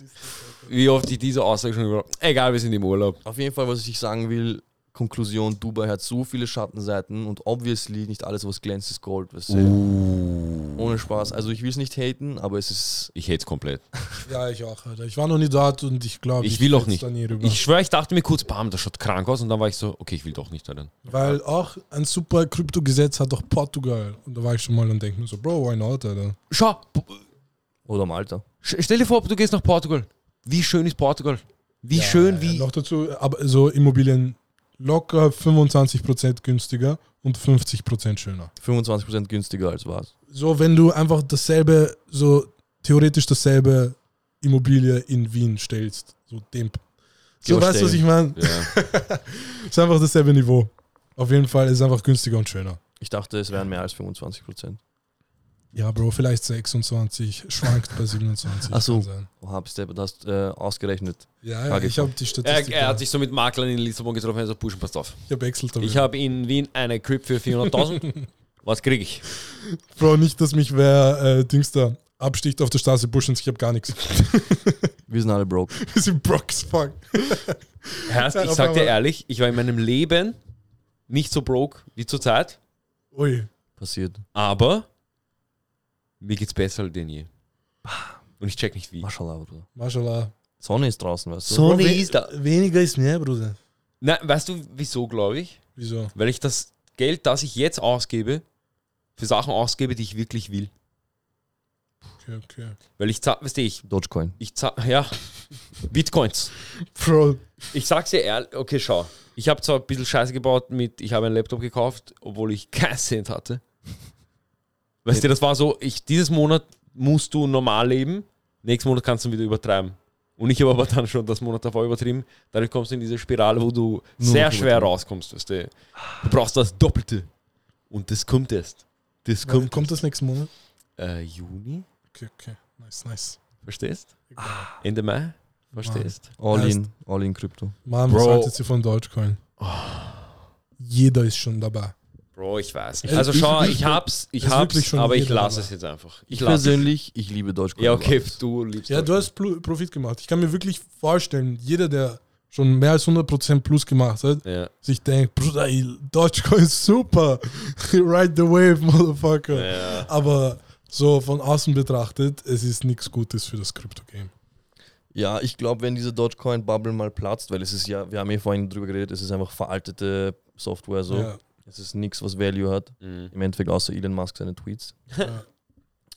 [SPEAKER 1] Wie oft ich diese Aussage schon über. Egal, wir sind im Urlaub.
[SPEAKER 2] Auf jeden Fall, was ich sagen will, Konklusion, Dubai hat so viele Schattenseiten und obviously nicht alles, was glänzt, ist Gold. Weißt du?
[SPEAKER 1] Uh.
[SPEAKER 2] Ohne Spaß. Also ich will es nicht haten, aber es ist
[SPEAKER 1] Oh. Ich hätte es komplett.
[SPEAKER 3] Ja, ich auch, Alter. Ich war noch nie dort und ich glaube,
[SPEAKER 1] Ich will auch
[SPEAKER 3] fäll's
[SPEAKER 1] nicht.
[SPEAKER 3] da nie rüber.
[SPEAKER 1] Ich schwöre, ich dachte mir kurz, bam, das schaut krank aus. Und dann war ich so, okay, ich will doch nicht da dann.
[SPEAKER 3] Weil auch ein super Kryptogesetz hat auch Portugal. Und da war ich schon mal und denke mir so, Bro, why not, Alter?
[SPEAKER 1] Schau, p-
[SPEAKER 2] oder Malta.
[SPEAKER 1] sch- stell dir vor, du gehst nach Portugal. Wie schön ist Portugal? Wie
[SPEAKER 3] Ja,
[SPEAKER 1] schön,
[SPEAKER 3] ja,
[SPEAKER 1] wie.
[SPEAKER 3] Noch dazu, aber so Immobilien locker 25% günstiger und 50% schöner.
[SPEAKER 2] 25% günstiger als was.
[SPEAKER 3] So, wenn du einfach dasselbe, so theoretisch dasselbe Immobilie in Wien stellst, so dem. So, weißt du, was ich meine?
[SPEAKER 1] Ja.
[SPEAKER 3] Ist einfach dasselbe Niveau. Auf jeden Fall ist es einfach günstiger und schöner.
[SPEAKER 2] Ich dachte, es wären mehr als 25%.
[SPEAKER 3] Ja, Bro, vielleicht 26, schwankt bei 27.
[SPEAKER 2] Ach so.
[SPEAKER 3] kann sein.
[SPEAKER 2] Oha, bist du, du hast äh, ausgerechnet.
[SPEAKER 3] Ja, ja
[SPEAKER 2] Frage
[SPEAKER 3] ich
[SPEAKER 2] ich
[SPEAKER 3] habe die
[SPEAKER 1] Er,
[SPEAKER 3] Statistik.
[SPEAKER 1] er hat
[SPEAKER 3] da.
[SPEAKER 1] sich so mit Maklern in Lissabon getroffen, er so, pushen, passt auf.
[SPEAKER 3] ich habe Excel
[SPEAKER 1] Ich
[SPEAKER 3] dabei.
[SPEAKER 1] habe in Wien eine Crip für 400.000. Was kriege ich?
[SPEAKER 3] Bro, nicht, dass mich wer äh, Dings da absticht auf der Straße, Buschens, ich habe gar nichts.
[SPEAKER 2] Wir sind alle broke.
[SPEAKER 3] Wir sind Brocks, fuck.
[SPEAKER 1] Herst,
[SPEAKER 3] Ja,
[SPEAKER 1] ich
[SPEAKER 3] auf
[SPEAKER 1] sag dir
[SPEAKER 3] einmal.
[SPEAKER 1] ehrlich, ich war in meinem Leben nicht so broke wie zurzeit,
[SPEAKER 3] Ui.
[SPEAKER 2] Passiert.
[SPEAKER 1] aber mir geht's besser denn je. Und ich check nicht wie.
[SPEAKER 2] Maschallah, Bruder.
[SPEAKER 3] Mashallah.
[SPEAKER 2] Sonne ist draußen, weißt du?
[SPEAKER 1] Sonne ist da.
[SPEAKER 3] Weniger ist mehr, Bruder.
[SPEAKER 1] Nein, weißt du, wieso glaube ich?
[SPEAKER 3] Wieso?
[SPEAKER 1] Weil ich das Geld, das ich jetzt ausgebe, für Sachen ausgebe, die ich wirklich will.
[SPEAKER 3] Okay, okay.
[SPEAKER 1] Weil ich zahle, weißt du, ich,
[SPEAKER 2] Dogecoin.
[SPEAKER 1] ich zahle, ja, Bitcoins.
[SPEAKER 3] Bro,
[SPEAKER 1] Ich sag's dir ehrlich, okay, schau. Ich habe zwar ein bisschen Scheiße gebaut mit, ich habe einen Laptop gekauft, obwohl ich keinen Cent hatte. Weißt du, das war so, ich, dieses Monat musst du normal leben, nächsten Monat kannst du wieder übertreiben. Und ich habe aber dann schon das Monat davor übertrieben. Dadurch kommst du in diese Spirale, wo du
[SPEAKER 2] noch
[SPEAKER 1] sehr schwer
[SPEAKER 2] übertrieben.
[SPEAKER 1] rauskommst. Weißt du. du brauchst das Doppelte. Und das kommt erst. Das
[SPEAKER 3] kommt,
[SPEAKER 1] kommt
[SPEAKER 3] kommt das nächsten Monat?
[SPEAKER 1] äh, Juni,
[SPEAKER 3] Okay, okay. Nice, nice.
[SPEAKER 1] verstehst? Ende Mai, verstehst?
[SPEAKER 2] All in. All in Krypto.
[SPEAKER 3] Mann, was
[SPEAKER 1] Bro.
[SPEAKER 3] haltet ihr von Dogecoin? Jeder ist schon dabei.
[SPEAKER 1] Bro, ich weiß.
[SPEAKER 3] Also
[SPEAKER 1] Also
[SPEAKER 3] ich-
[SPEAKER 1] schau,
[SPEAKER 3] ich-
[SPEAKER 1] ich hab's, ich
[SPEAKER 3] ist wirklich
[SPEAKER 1] hab's,
[SPEAKER 3] schon
[SPEAKER 1] aber ich
[SPEAKER 3] jeder
[SPEAKER 1] lasse
[SPEAKER 3] dabei.
[SPEAKER 1] es jetzt einfach. Ich
[SPEAKER 2] Ich
[SPEAKER 1] lasse es.
[SPEAKER 2] persönlich, ich liebe Dogecoin.
[SPEAKER 1] Ja, okay,
[SPEAKER 2] über alles.
[SPEAKER 1] du liebst
[SPEAKER 3] Ja, du
[SPEAKER 1] Deutschland.
[SPEAKER 3] hast Plu- Profit gemacht. Ich kann mir wirklich vorstellen, jeder, der schon mehr als 100% plus gemacht hat,
[SPEAKER 1] Ja.
[SPEAKER 3] sich denkt, Bruder, ich- Dogecoin ist super. Ride the wave, Motherfucker.
[SPEAKER 1] Ja.
[SPEAKER 3] Aber so von außen betrachtet, es ist nichts Gutes für das Krypto-Game.
[SPEAKER 2] Ja, ich glaube, wenn diese Dogecoin-Bubble mal platzt, weil es ist ja, wir haben eh vorhin drüber geredet, es ist einfach veraltete Software so.
[SPEAKER 3] Ja.
[SPEAKER 2] Es ist nichts, was Value hat.
[SPEAKER 1] Mhm.
[SPEAKER 2] Im Endeffekt außer Elon Musk seine Tweets.
[SPEAKER 3] Ja.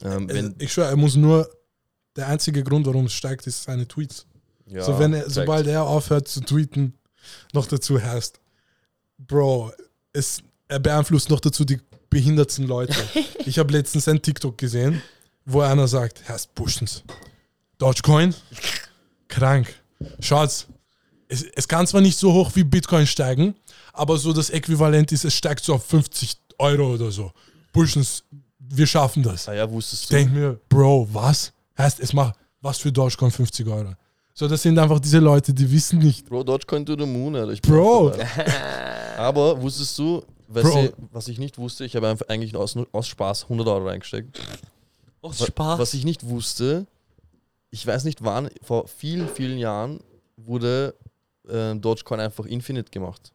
[SPEAKER 2] Ähm,
[SPEAKER 3] Also,
[SPEAKER 2] wenn,
[SPEAKER 3] ich schwöre, er muss nur. Der einzige Grund, warum es steigt, ist seine Tweets.
[SPEAKER 2] ja,
[SPEAKER 3] so, wenn er,
[SPEAKER 1] zeigt.
[SPEAKER 3] sobald er aufhört zu tweeten, noch dazu heißt, Bro, es, er beeinflusst noch dazu die behindertsten Leute. ich habe letztens ein TikTok gesehen, wo einer sagt, Herrst Buschens, Dogecoin, krank. Schaut's, es, es kann zwar nicht so hoch wie Bitcoin steigen, aber so das Äquivalent ist, es steigt so auf 50 Euro oder so. Buschens, wir schaffen das.
[SPEAKER 2] ah, ja, wusstest
[SPEAKER 3] Ich
[SPEAKER 2] du.
[SPEAKER 3] denk mir, Bro, was? Heißt, es macht was für Dogecoin 50 Euro. So, das sind einfach diese Leute, die wissen nicht.
[SPEAKER 2] Bro, Dogecoin to the moon, Alter. Ich bin
[SPEAKER 3] Bro.
[SPEAKER 2] auch dabei. Aber wusstest du, weißt
[SPEAKER 3] Bro.
[SPEAKER 2] du, was ich nicht wusste, ich habe einfach eigentlich aus, aus Spaß 100 Euro reingesteckt.
[SPEAKER 1] Aus Spaß.
[SPEAKER 2] Was ich nicht wusste, ich weiß nicht wann, vor vielen, vielen Jahren wurde ähm, Dogecoin einfach infinite gemacht.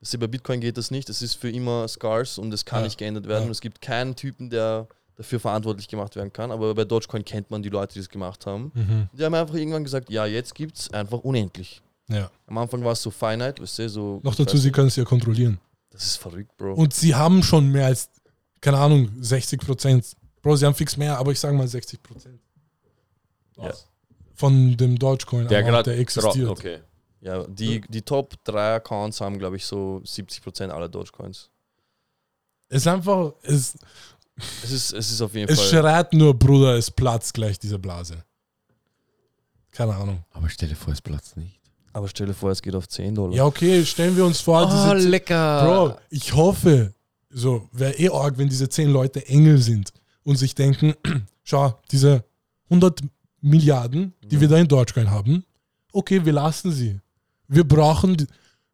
[SPEAKER 2] Weißt du, bei Bitcoin geht das nicht, es ist für immer scarce und es kann
[SPEAKER 3] Ja.
[SPEAKER 2] nicht geändert werden.
[SPEAKER 3] Ja.
[SPEAKER 2] Und es gibt keinen Typen, der dafür verantwortlich gemacht werden kann. Aber bei Dogecoin kennt man die Leute, die das gemacht haben.
[SPEAKER 1] Mhm.
[SPEAKER 2] Die haben einfach irgendwann gesagt, ja, jetzt gibt es einfach unendlich.
[SPEAKER 3] Ja.
[SPEAKER 2] Am Anfang war es so finite, weißt du, so.
[SPEAKER 3] Noch dazu, sie können es ja kontrollieren.
[SPEAKER 2] Das ist verrückt, Bro.
[SPEAKER 3] Und sie haben schon mehr als, keine Ahnung, 60 Prozent. Bro, sie haben fix mehr, aber ich sage mal 60 Prozent.
[SPEAKER 2] Ja.
[SPEAKER 3] von dem Dogecoin,
[SPEAKER 1] Der
[SPEAKER 3] aber
[SPEAKER 1] gerade
[SPEAKER 3] Oh, der existiert.
[SPEAKER 1] Okay.
[SPEAKER 2] Ja,
[SPEAKER 3] Hm.
[SPEAKER 2] die, die Top 3 Accounts haben, glaube ich, so 70% aller Dogecoins.
[SPEAKER 3] Es ist einfach, es,
[SPEAKER 2] Es ist, es ist auf jeden
[SPEAKER 3] es
[SPEAKER 2] Fall.
[SPEAKER 3] schreit nur, Bruder, es platzt gleich diese Blase. Keine Ahnung.
[SPEAKER 1] Aber stell dir vor, es platzt nicht.
[SPEAKER 2] Aber stell dir vor, es geht auf 10 Dollar.
[SPEAKER 3] Ja, okay, stellen wir uns vor,
[SPEAKER 1] Ah,
[SPEAKER 3] diese,
[SPEAKER 1] Oh, lecker.
[SPEAKER 2] Äh,
[SPEAKER 3] Bro, ich hoffe, so wäre eh arg, wenn diese zehn Leute Engel sind und sich denken, schau, diese 100 Milliarden, die wir da in Deutschland haben, okay, wir lassen sie. Wir brauchen, die-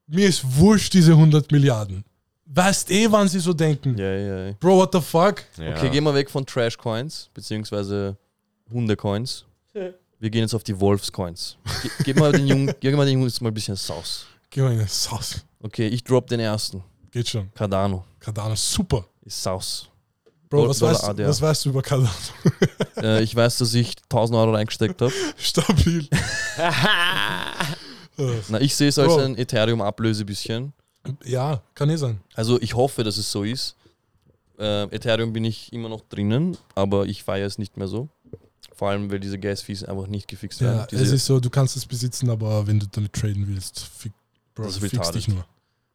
[SPEAKER 3] mir ist wurscht, diese 100 Milliarden. Weißt eh, wann sie so denken.
[SPEAKER 2] Ja, ja, ja.
[SPEAKER 3] Bro, what the fuck?
[SPEAKER 1] Ja.
[SPEAKER 2] Okay, gehen wir weg von Trash Coins, beziehungsweise Hundecoins. Wir gehen jetzt auf die Wolfscoins. Ge gib mal den Jungen, gib mal den Jungen jetzt mal ein bisschen Saus.
[SPEAKER 3] Geh mal in den Saus.
[SPEAKER 2] Okay, ich drop den ersten.
[SPEAKER 3] Geht schon.
[SPEAKER 2] Cardano
[SPEAKER 3] Cardano, super.
[SPEAKER 2] ist Saus.
[SPEAKER 3] Bro,
[SPEAKER 2] Dol-
[SPEAKER 3] was
[SPEAKER 2] Dollar
[SPEAKER 3] weißt, du-
[SPEAKER 2] ADR.
[SPEAKER 3] was weißt du über Cardano?
[SPEAKER 2] äh, ich weiß, dass ich 1000 Euro reingesteckt habe.
[SPEAKER 3] Stabil.
[SPEAKER 2] Na, ich sehe es als
[SPEAKER 3] Bro.
[SPEAKER 2] ein Ethereum-Ablösebisschen.
[SPEAKER 3] ja, kann eh sein.
[SPEAKER 2] Also ich hoffe, dass es so ist. Äh, Ethereum bin ich immer noch drinnen, aber ich feiere es nicht mehr so. Vor allem, weil diese Gas-Fees einfach nicht gefixt werden.
[SPEAKER 3] Ja, es
[SPEAKER 2] diese,
[SPEAKER 3] ist so, du kannst es besitzen, aber wenn du damit traden willst, fick, Bro,
[SPEAKER 2] Das ist
[SPEAKER 3] fix
[SPEAKER 2] retarded.
[SPEAKER 3] dich nur.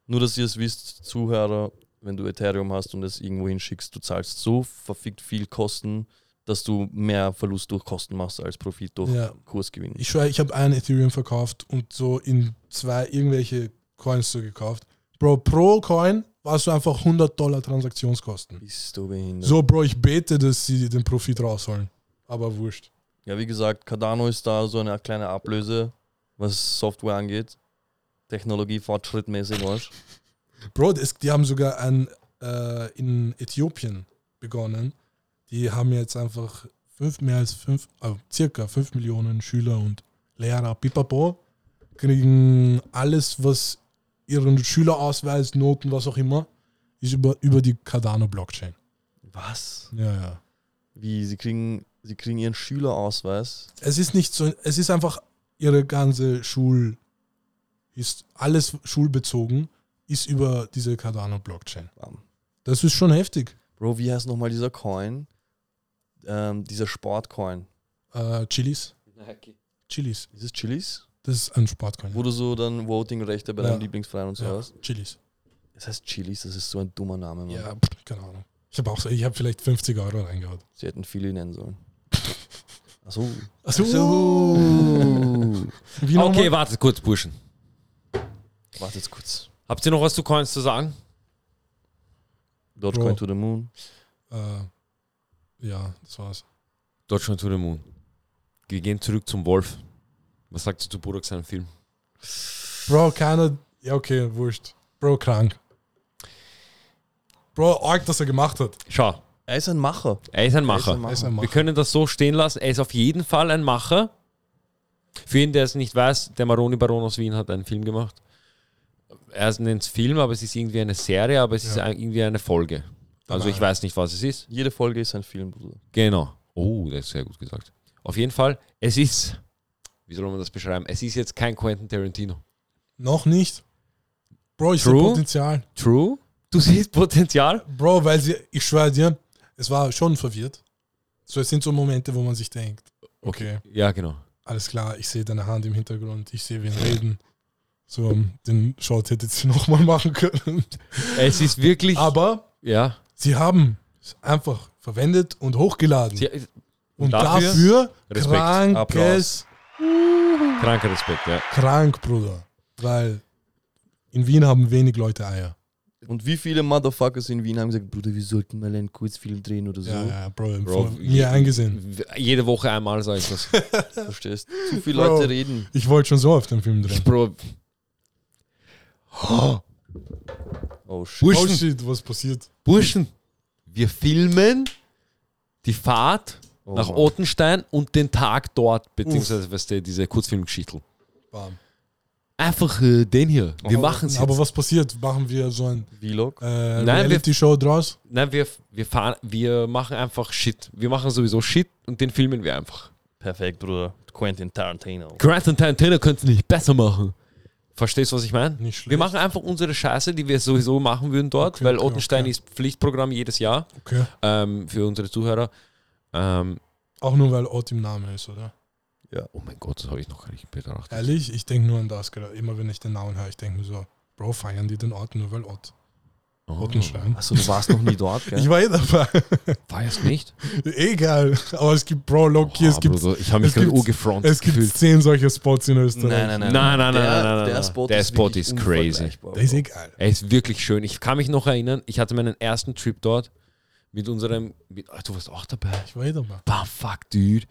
[SPEAKER 2] nur, dass ihr es wisst, Zuhörer, wenn du Ethereum hast und es irgendwo hinschickst, du zahlst so verfickt viel Kosten, dass du mehr Verlust durch Kosten machst als Profit durch
[SPEAKER 3] Ja.
[SPEAKER 2] Kursgewinn.
[SPEAKER 3] Ich schwöre, ich habe einen Ethereum verkauft und so in zwei irgendwelche Coins so gekauft. Bro, pro Coin warst du einfach 100 Dollar Transaktionskosten.
[SPEAKER 2] Bist du behindert?
[SPEAKER 3] So, Bro, ich bete, dass sie den Profit rausholen. Aber wurscht.
[SPEAKER 2] Ja, wie gesagt, Cardano ist da so eine kleine Ablöse, was Software angeht. Technologie fortschrittmäßig, weißt du?
[SPEAKER 3] Bro, das, die haben sogar ein, äh, in Äthiopien begonnen. Die haben jetzt einfach fünf, mehr als fünf, äh, circa fünf Millionen Schüler und Lehrer, pipapo, kriegen alles, was ihren Schülerausweis, Noten, was auch immer, ist über, über die Cardano-Blockchain.
[SPEAKER 2] Was?
[SPEAKER 3] Ja, ja.
[SPEAKER 2] Wie, sie kriegen, sie kriegen ihren Schülerausweis.
[SPEAKER 3] Es ist nicht so, es ist einfach ihre ganze Schul, ist alles schulbezogen, ist über diese Cardano-Blockchain.
[SPEAKER 2] Bam.
[SPEAKER 3] Das ist schon heftig.
[SPEAKER 2] Bro, wie heißt nochmal dieser Coin? Ähm, dieser Sportcoin.
[SPEAKER 3] Äh, Chilis, Chilis.
[SPEAKER 2] Ist es Chilis?
[SPEAKER 3] Das ist ein Sportcoin.
[SPEAKER 2] Wo du so dann Votingrechte bei
[SPEAKER 3] Ja.
[SPEAKER 2] deinem Lieblingsverein und so
[SPEAKER 3] ja,
[SPEAKER 2] hast.
[SPEAKER 3] Chilis.
[SPEAKER 2] Das heißt Chilis, das ist so ein dummer Name, Mann.
[SPEAKER 3] Ja, pff, keine Ahnung. Ich habe auch, so- ich habe vielleicht 50 Euro reingehaut.
[SPEAKER 2] Sie hätten Philly nennen sollen. Achso.
[SPEAKER 3] Achso. Wie nochmal?
[SPEAKER 1] Okay, wartet kurz, Burschen.
[SPEAKER 2] Warte jetzt kurz.
[SPEAKER 1] Habt ihr noch was zu Coins zu sagen?
[SPEAKER 2] Dogecoin
[SPEAKER 3] Bro.
[SPEAKER 2] to the Moon.
[SPEAKER 3] Äh, ja, das war's.
[SPEAKER 1] Deutschland to the Moon. Wir gehen zurück zum Wolf. Was sagt ihr zu Burak seinem Film?
[SPEAKER 3] Bro, keiner. Ja, okay, wurscht. Bro, krank. Bro, arg, dass er gemacht hat.
[SPEAKER 1] Schau,
[SPEAKER 2] Er ist ein Macher.
[SPEAKER 1] er ist ein Macher.
[SPEAKER 2] Er
[SPEAKER 3] Er ist
[SPEAKER 2] ist
[SPEAKER 3] ein
[SPEAKER 1] Wir
[SPEAKER 3] Macher.
[SPEAKER 1] können das so stehen lassen. Er ist auf jeden Fall ein Macher. Für jeden, der es nicht weiß, der Maroni Baron aus Wien hat einen Film gemacht. Er nennt es Film, aber es ist irgendwie eine Serie, aber es ist
[SPEAKER 3] Ja.
[SPEAKER 1] ein- irgendwie eine Folge. Also ich
[SPEAKER 3] Nein.
[SPEAKER 1] weiß nicht, was es ist.
[SPEAKER 2] Jede Folge ist ein Film, Bruder.
[SPEAKER 1] Genau. Oh, das ist sehr gut gesagt. Auf jeden Fall, es ist, wie soll man das beschreiben? Es ist jetzt kein Quentin Tarantino.
[SPEAKER 3] Noch nicht. Bro, ich sehe
[SPEAKER 1] True.
[SPEAKER 3] Potenzial.
[SPEAKER 1] True. Du siehst Potenzial.
[SPEAKER 3] Bro, weil sie, ich schwöre dir, es war schon verwirrt. So, es sind so Momente, wo man sich denkt, okay.
[SPEAKER 1] Ja, genau.
[SPEAKER 3] alles klar, ich sehe deine Hand im Hintergrund, ich sehe wen reden. So, ähm, den Shot hättet sie nochmal machen können.
[SPEAKER 1] Es ist wirklich.
[SPEAKER 3] Aber
[SPEAKER 1] ja.
[SPEAKER 3] sie haben es einfach verwendet und hochgeladen.
[SPEAKER 1] Sie,
[SPEAKER 3] und
[SPEAKER 1] dafür
[SPEAKER 3] dafür,
[SPEAKER 1] Respekt.
[SPEAKER 3] krankes,
[SPEAKER 2] Applaus.
[SPEAKER 1] kranker Respekt, ja.
[SPEAKER 3] krank, Bruder. Weil in Wien haben wenig Leute Eier.
[SPEAKER 2] Und wie viele Motherfuckers in Wien haben gesagt, Bruder, wir sollten mal einen Kurzfilm drehen oder so.
[SPEAKER 3] Ja, ja, Bro,
[SPEAKER 1] Bro,
[SPEAKER 3] von
[SPEAKER 1] je-
[SPEAKER 3] mir eingesehen.
[SPEAKER 1] Jede Woche einmal sage ich das.
[SPEAKER 2] Verstehst? Zu viele
[SPEAKER 3] Bro.
[SPEAKER 2] Leute reden.
[SPEAKER 3] Ich wollte schon so auf den Film drehen.
[SPEAKER 1] Bro.
[SPEAKER 2] Oh shit.
[SPEAKER 3] Oh
[SPEAKER 1] Burschen,
[SPEAKER 3] shit, was passiert?
[SPEAKER 1] Burschen, wir filmen die Fahrt
[SPEAKER 2] Oh,
[SPEAKER 1] nach
[SPEAKER 2] Mann.
[SPEAKER 1] Ottenstein und den Tag dort, beziehungsweise weißt du, diese Kurzfilmgeschichte.
[SPEAKER 3] Bam.
[SPEAKER 1] Einfach äh, den hier. Wir machen es jetzt.
[SPEAKER 3] Aber was passiert? Machen wir so ein
[SPEAKER 2] Vlog.
[SPEAKER 3] äh,
[SPEAKER 1] wir-
[SPEAKER 3] Reality-Show draus?
[SPEAKER 1] Nein, wir, wir, fahren, wir machen einfach Shit. Wir machen sowieso Shit und den filmen wir einfach.
[SPEAKER 2] Perfekt, Bruder. Quentin Tarantino.
[SPEAKER 1] Grant und Tarantino könnten es nicht besser machen. Verstehst du, was ich meine?
[SPEAKER 3] Nicht schlecht.
[SPEAKER 1] Wir machen einfach unsere Scheiße, die wir sowieso machen würden dort,
[SPEAKER 3] Okay,
[SPEAKER 1] weil
[SPEAKER 3] okay,
[SPEAKER 1] Ottenstein
[SPEAKER 3] okay.
[SPEAKER 1] ist Pflichtprogramm jedes Jahr
[SPEAKER 3] Okay.
[SPEAKER 1] ähm, für unsere Zuhörer. Ähm,
[SPEAKER 3] Auch nur, weil Ort im Namen ist, oder?
[SPEAKER 1] Oh mein Gott, das habe ich noch gar nicht betrachtet.
[SPEAKER 3] Ehrlich, ich denke nur an das gerade. Immer wenn ich den Namen höre, ich denke mir so, Bro, feiern die den Ort nur weil Ott.
[SPEAKER 1] Oh,
[SPEAKER 3] Ottenstein.
[SPEAKER 2] Achso, du warst noch nie dort,
[SPEAKER 3] Ich
[SPEAKER 2] gell?
[SPEAKER 3] war eh dabei.
[SPEAKER 1] war es nicht?
[SPEAKER 3] Egal. Aber es gibt, Bro, Loki,
[SPEAKER 1] Boah,
[SPEAKER 3] es gibt,
[SPEAKER 1] Bruder, ich habe mich
[SPEAKER 3] es
[SPEAKER 1] gerade
[SPEAKER 3] gibt's-
[SPEAKER 1] urgefrontet
[SPEAKER 3] es gibt
[SPEAKER 1] gefühlt.
[SPEAKER 3] zehn solche Spots in Österreich.
[SPEAKER 1] nein, nein, nein, nein, nein,
[SPEAKER 2] Der
[SPEAKER 1] nein.
[SPEAKER 2] Spot
[SPEAKER 1] Der
[SPEAKER 2] ist,
[SPEAKER 1] Spot
[SPEAKER 2] wirklich
[SPEAKER 1] ist crazy.
[SPEAKER 2] unvergleichbar,
[SPEAKER 3] Der ist
[SPEAKER 2] Bro.
[SPEAKER 3] egal.
[SPEAKER 1] Er ist wirklich schön. Ich kann mich noch erinnern, ich hatte meinen ersten Trip dort mit unserem. Mit, ach, du warst auch dabei.
[SPEAKER 3] Ich war eh dabei.
[SPEAKER 1] Bah, fuck, dude.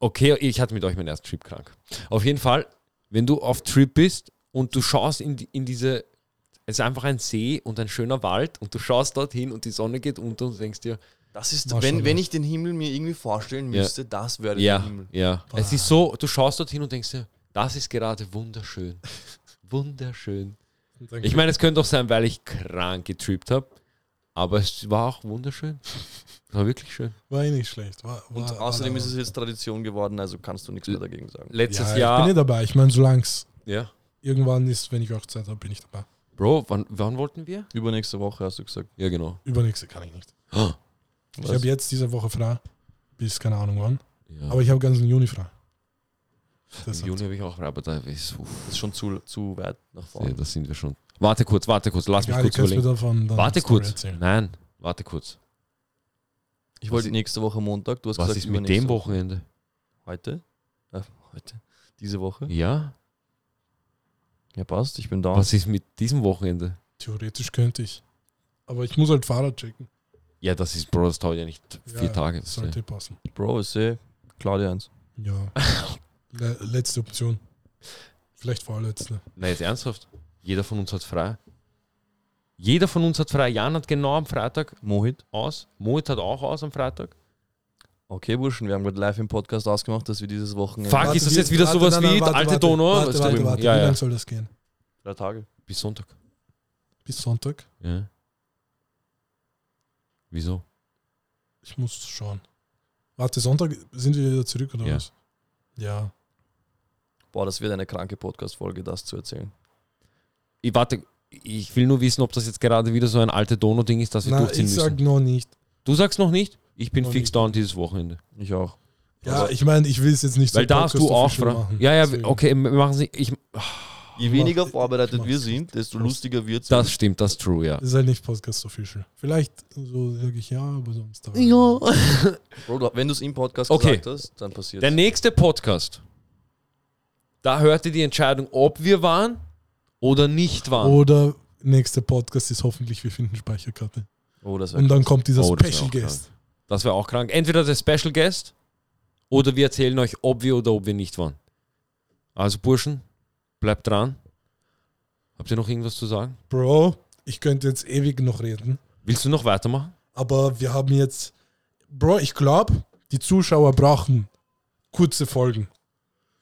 [SPEAKER 1] Okay, ich hatte mit euch meinen ersten Trip krank. Auf jeden Fall, wenn du auf Trip bist und du schaust in, die, in diese. Es ist einfach ein See und ein schöner Wald und du schaust dorthin und die Sonne geht unter und du denkst dir,
[SPEAKER 2] Das ist,
[SPEAKER 3] Maschallah.
[SPEAKER 2] wenn, wenn ich den Himmel mir irgendwie vorstellen
[SPEAKER 1] Ja.
[SPEAKER 2] müsste, das wäre der
[SPEAKER 1] ja,
[SPEAKER 2] Himmel.
[SPEAKER 1] ja. Es ist so, du schaust dorthin und denkst dir, das ist gerade wunderschön. Wunderschön. Ich meine, es könnte auch sein, weil ich krank getrippt habe, aber es war auch wunderschön. Es war wirklich schön.
[SPEAKER 3] war eh nicht schlecht. War, war,
[SPEAKER 2] Und
[SPEAKER 3] war
[SPEAKER 2] außerdem
[SPEAKER 3] dabei.
[SPEAKER 2] ist es jetzt Tradition geworden, also kannst du nichts mehr dagegen sagen.
[SPEAKER 1] Letztes
[SPEAKER 3] ja, Ich
[SPEAKER 1] Jahr.
[SPEAKER 3] bin eh dabei. Ich meine, solange es
[SPEAKER 1] ja.
[SPEAKER 3] irgendwann ist, wenn ich auch Zeit habe, bin ich dabei.
[SPEAKER 1] Bro, wann, wann wollten wir?
[SPEAKER 2] Übernächste Woche hast du gesagt.
[SPEAKER 1] Ja, genau.
[SPEAKER 3] Übernächste kann ich nicht. Ich
[SPEAKER 2] Was?
[SPEAKER 3] habe jetzt diese Woche frei. Bis keine Ahnung wann.
[SPEAKER 1] Ja.
[SPEAKER 3] Aber ich habe ganzen Juni frei.
[SPEAKER 1] Im
[SPEAKER 3] Deshalb.
[SPEAKER 1] Juni habe ich auch, aber da ist, uff,
[SPEAKER 2] Das ist schon zu, zu weit nach
[SPEAKER 1] ja,
[SPEAKER 2] vorne.
[SPEAKER 1] da sind wir schon. Warte kurz, warte kurz, lass mich
[SPEAKER 3] Egal,
[SPEAKER 1] kurz
[SPEAKER 3] ihr könnt's mir
[SPEAKER 1] überlegen.
[SPEAKER 3] davon dann
[SPEAKER 1] Warte
[SPEAKER 3] eine Story
[SPEAKER 1] kurz.
[SPEAKER 3] erzählen.
[SPEAKER 1] Nein, warte kurz.
[SPEAKER 2] Ich wollte
[SPEAKER 1] Was-
[SPEAKER 2] nächste Woche Montag, du hast
[SPEAKER 1] Was
[SPEAKER 2] gesagt,
[SPEAKER 1] ist mit dem
[SPEAKER 2] übernächste-
[SPEAKER 1] Wochenende?
[SPEAKER 2] Heute? Äh, heute? Diese Woche?
[SPEAKER 1] Ja?
[SPEAKER 2] Ja, passt, ich bin da.
[SPEAKER 1] Was ist mit diesem Wochenende?
[SPEAKER 3] Theoretisch könnte ich. Aber ich muss halt Fahrrad checken.
[SPEAKER 1] Ja, das ist, Bro, das dauert ja nicht vier
[SPEAKER 3] Ja,
[SPEAKER 1] Tage. Das ist ja-
[SPEAKER 3] Sollte passen.
[SPEAKER 2] Bro, ich sehe Claudia 1.
[SPEAKER 3] Ja. Le letzte Option. Vielleicht vorletzte.
[SPEAKER 1] Na, jetzt ernsthaft. Jeder von uns hat frei. Jeder von uns hat frei. Jan hat genau am Freitag
[SPEAKER 2] Mohit.
[SPEAKER 1] aus. Moet hat auch aus am Freitag.
[SPEAKER 2] Okay, Burschen, wir haben gerade live im Podcast ausgemacht, dass wir dieses Wochenende.
[SPEAKER 1] Fuck. ist das jetzt wieder
[SPEAKER 3] warte,
[SPEAKER 1] sowas
[SPEAKER 3] nein, nein,
[SPEAKER 1] wie
[SPEAKER 3] warte,
[SPEAKER 1] alte
[SPEAKER 3] warte,
[SPEAKER 1] Donau?
[SPEAKER 3] Warte,
[SPEAKER 1] Was
[SPEAKER 3] warte,
[SPEAKER 1] drüben?
[SPEAKER 3] warte.
[SPEAKER 1] Ja,
[SPEAKER 3] wie
[SPEAKER 1] ja.
[SPEAKER 3] lange soll das gehen?
[SPEAKER 2] Drei Tage.
[SPEAKER 1] Bis Sonntag.
[SPEAKER 3] Bis Sonntag?
[SPEAKER 1] Ja. Wieso?
[SPEAKER 3] Ich muss schauen. Warte, Sonntag sind wir wieder zurück oder
[SPEAKER 1] Ja.
[SPEAKER 3] was? Ja.
[SPEAKER 2] Boah, das wird eine kranke Podcast-Folge, das zu erzählen.
[SPEAKER 1] Ich warte, ich will nur wissen, ob das jetzt gerade wieder so ein alte Dono-Ding ist, das wir
[SPEAKER 3] Na,
[SPEAKER 1] durchziehen
[SPEAKER 3] ich sag
[SPEAKER 1] müssen.
[SPEAKER 3] noch nicht.
[SPEAKER 1] Du sagst noch nicht? Ich bin
[SPEAKER 3] Noch
[SPEAKER 1] fix
[SPEAKER 3] nicht.
[SPEAKER 1] down dieses Wochenende.
[SPEAKER 2] Ich auch.
[SPEAKER 3] Ja,
[SPEAKER 2] Aber-
[SPEAKER 3] ich meine, ich will es jetzt nicht
[SPEAKER 1] Weil
[SPEAKER 3] so
[SPEAKER 1] da hast du auch
[SPEAKER 3] Podcast-official
[SPEAKER 1] Fra-
[SPEAKER 3] machen.
[SPEAKER 1] Ja, ja,
[SPEAKER 3] Deswegen.
[SPEAKER 1] okay, wir machen sie. Ich,
[SPEAKER 2] Je
[SPEAKER 3] Ich
[SPEAKER 2] weniger
[SPEAKER 3] mach- ich
[SPEAKER 2] vorbereitet
[SPEAKER 3] mach's
[SPEAKER 2] wir
[SPEAKER 3] nicht.
[SPEAKER 2] sind, desto lustiger wird es.
[SPEAKER 1] das stimmt, das ist true, ja.
[SPEAKER 3] Das ist halt nicht Podcast Official. Vielleicht so sage ich ja, aber sonst. dabei-
[SPEAKER 2] Bro, du- wenn du es im Podcast
[SPEAKER 1] Okay.
[SPEAKER 2] gesagt hast, dann passiert
[SPEAKER 1] Der nächste Podcast, da hört ihr die Entscheidung, ob wir waren oder nicht waren.
[SPEAKER 3] Oder nächster Podcast ist hoffentlich, wir finden Speicherkarte.
[SPEAKER 2] Oh, das
[SPEAKER 3] Und
[SPEAKER 2] wäre
[SPEAKER 3] dann kommt dieser
[SPEAKER 1] Oh, das wär
[SPEAKER 3] Special
[SPEAKER 1] auch krank.
[SPEAKER 3] Guest.
[SPEAKER 1] Das wäre auch krank. Entweder der Special Guest oder wir erzählen euch, ob wir oder ob wir nicht waren. Also Burschen, bleibt dran. Habt ihr noch irgendwas zu sagen?
[SPEAKER 3] Bro, ich könnte jetzt ewig noch reden,
[SPEAKER 1] Willst du noch weitermachen?
[SPEAKER 3] aber wir haben jetzt. Bro, ich glaube, die Zuschauer brauchen kurze Folgen.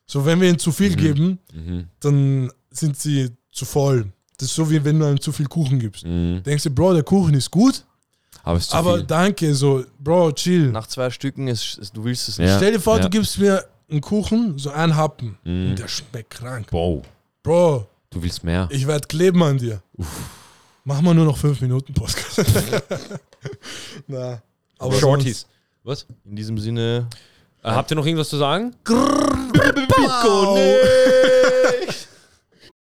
[SPEAKER 3] So, wenn wir ihnen zu viel geben,
[SPEAKER 1] Mhm.
[SPEAKER 3] dann sind sie zu voll. Das ist so, wie wenn du einem zu viel Kuchen gibst.
[SPEAKER 1] Mhm.
[SPEAKER 3] Denkst du, Bro, der Kuchen ist gut,
[SPEAKER 1] Aber es ist zu
[SPEAKER 3] aber
[SPEAKER 1] viel.
[SPEAKER 3] danke, so, Bro, chill.
[SPEAKER 2] Nach zwei Stücken, es, es, du willst es
[SPEAKER 1] Ja.
[SPEAKER 2] nicht.
[SPEAKER 3] Stell dir vor,
[SPEAKER 1] ja.
[SPEAKER 3] du gibst mir einen Kuchen, so einen Happen,
[SPEAKER 1] Mhm.
[SPEAKER 3] und der schmeckt krank.
[SPEAKER 1] Wow,
[SPEAKER 3] Bro,
[SPEAKER 1] du willst mehr.
[SPEAKER 3] ich werde kleben an dir. Machen wir nur noch 5 Minuten Podcast. Na, aber
[SPEAKER 1] Shorties. Was?
[SPEAKER 2] In diesem Sinne,
[SPEAKER 1] Äh, habt ihr noch irgendwas zu sagen?
[SPEAKER 3] Sonst, Oh, Wow.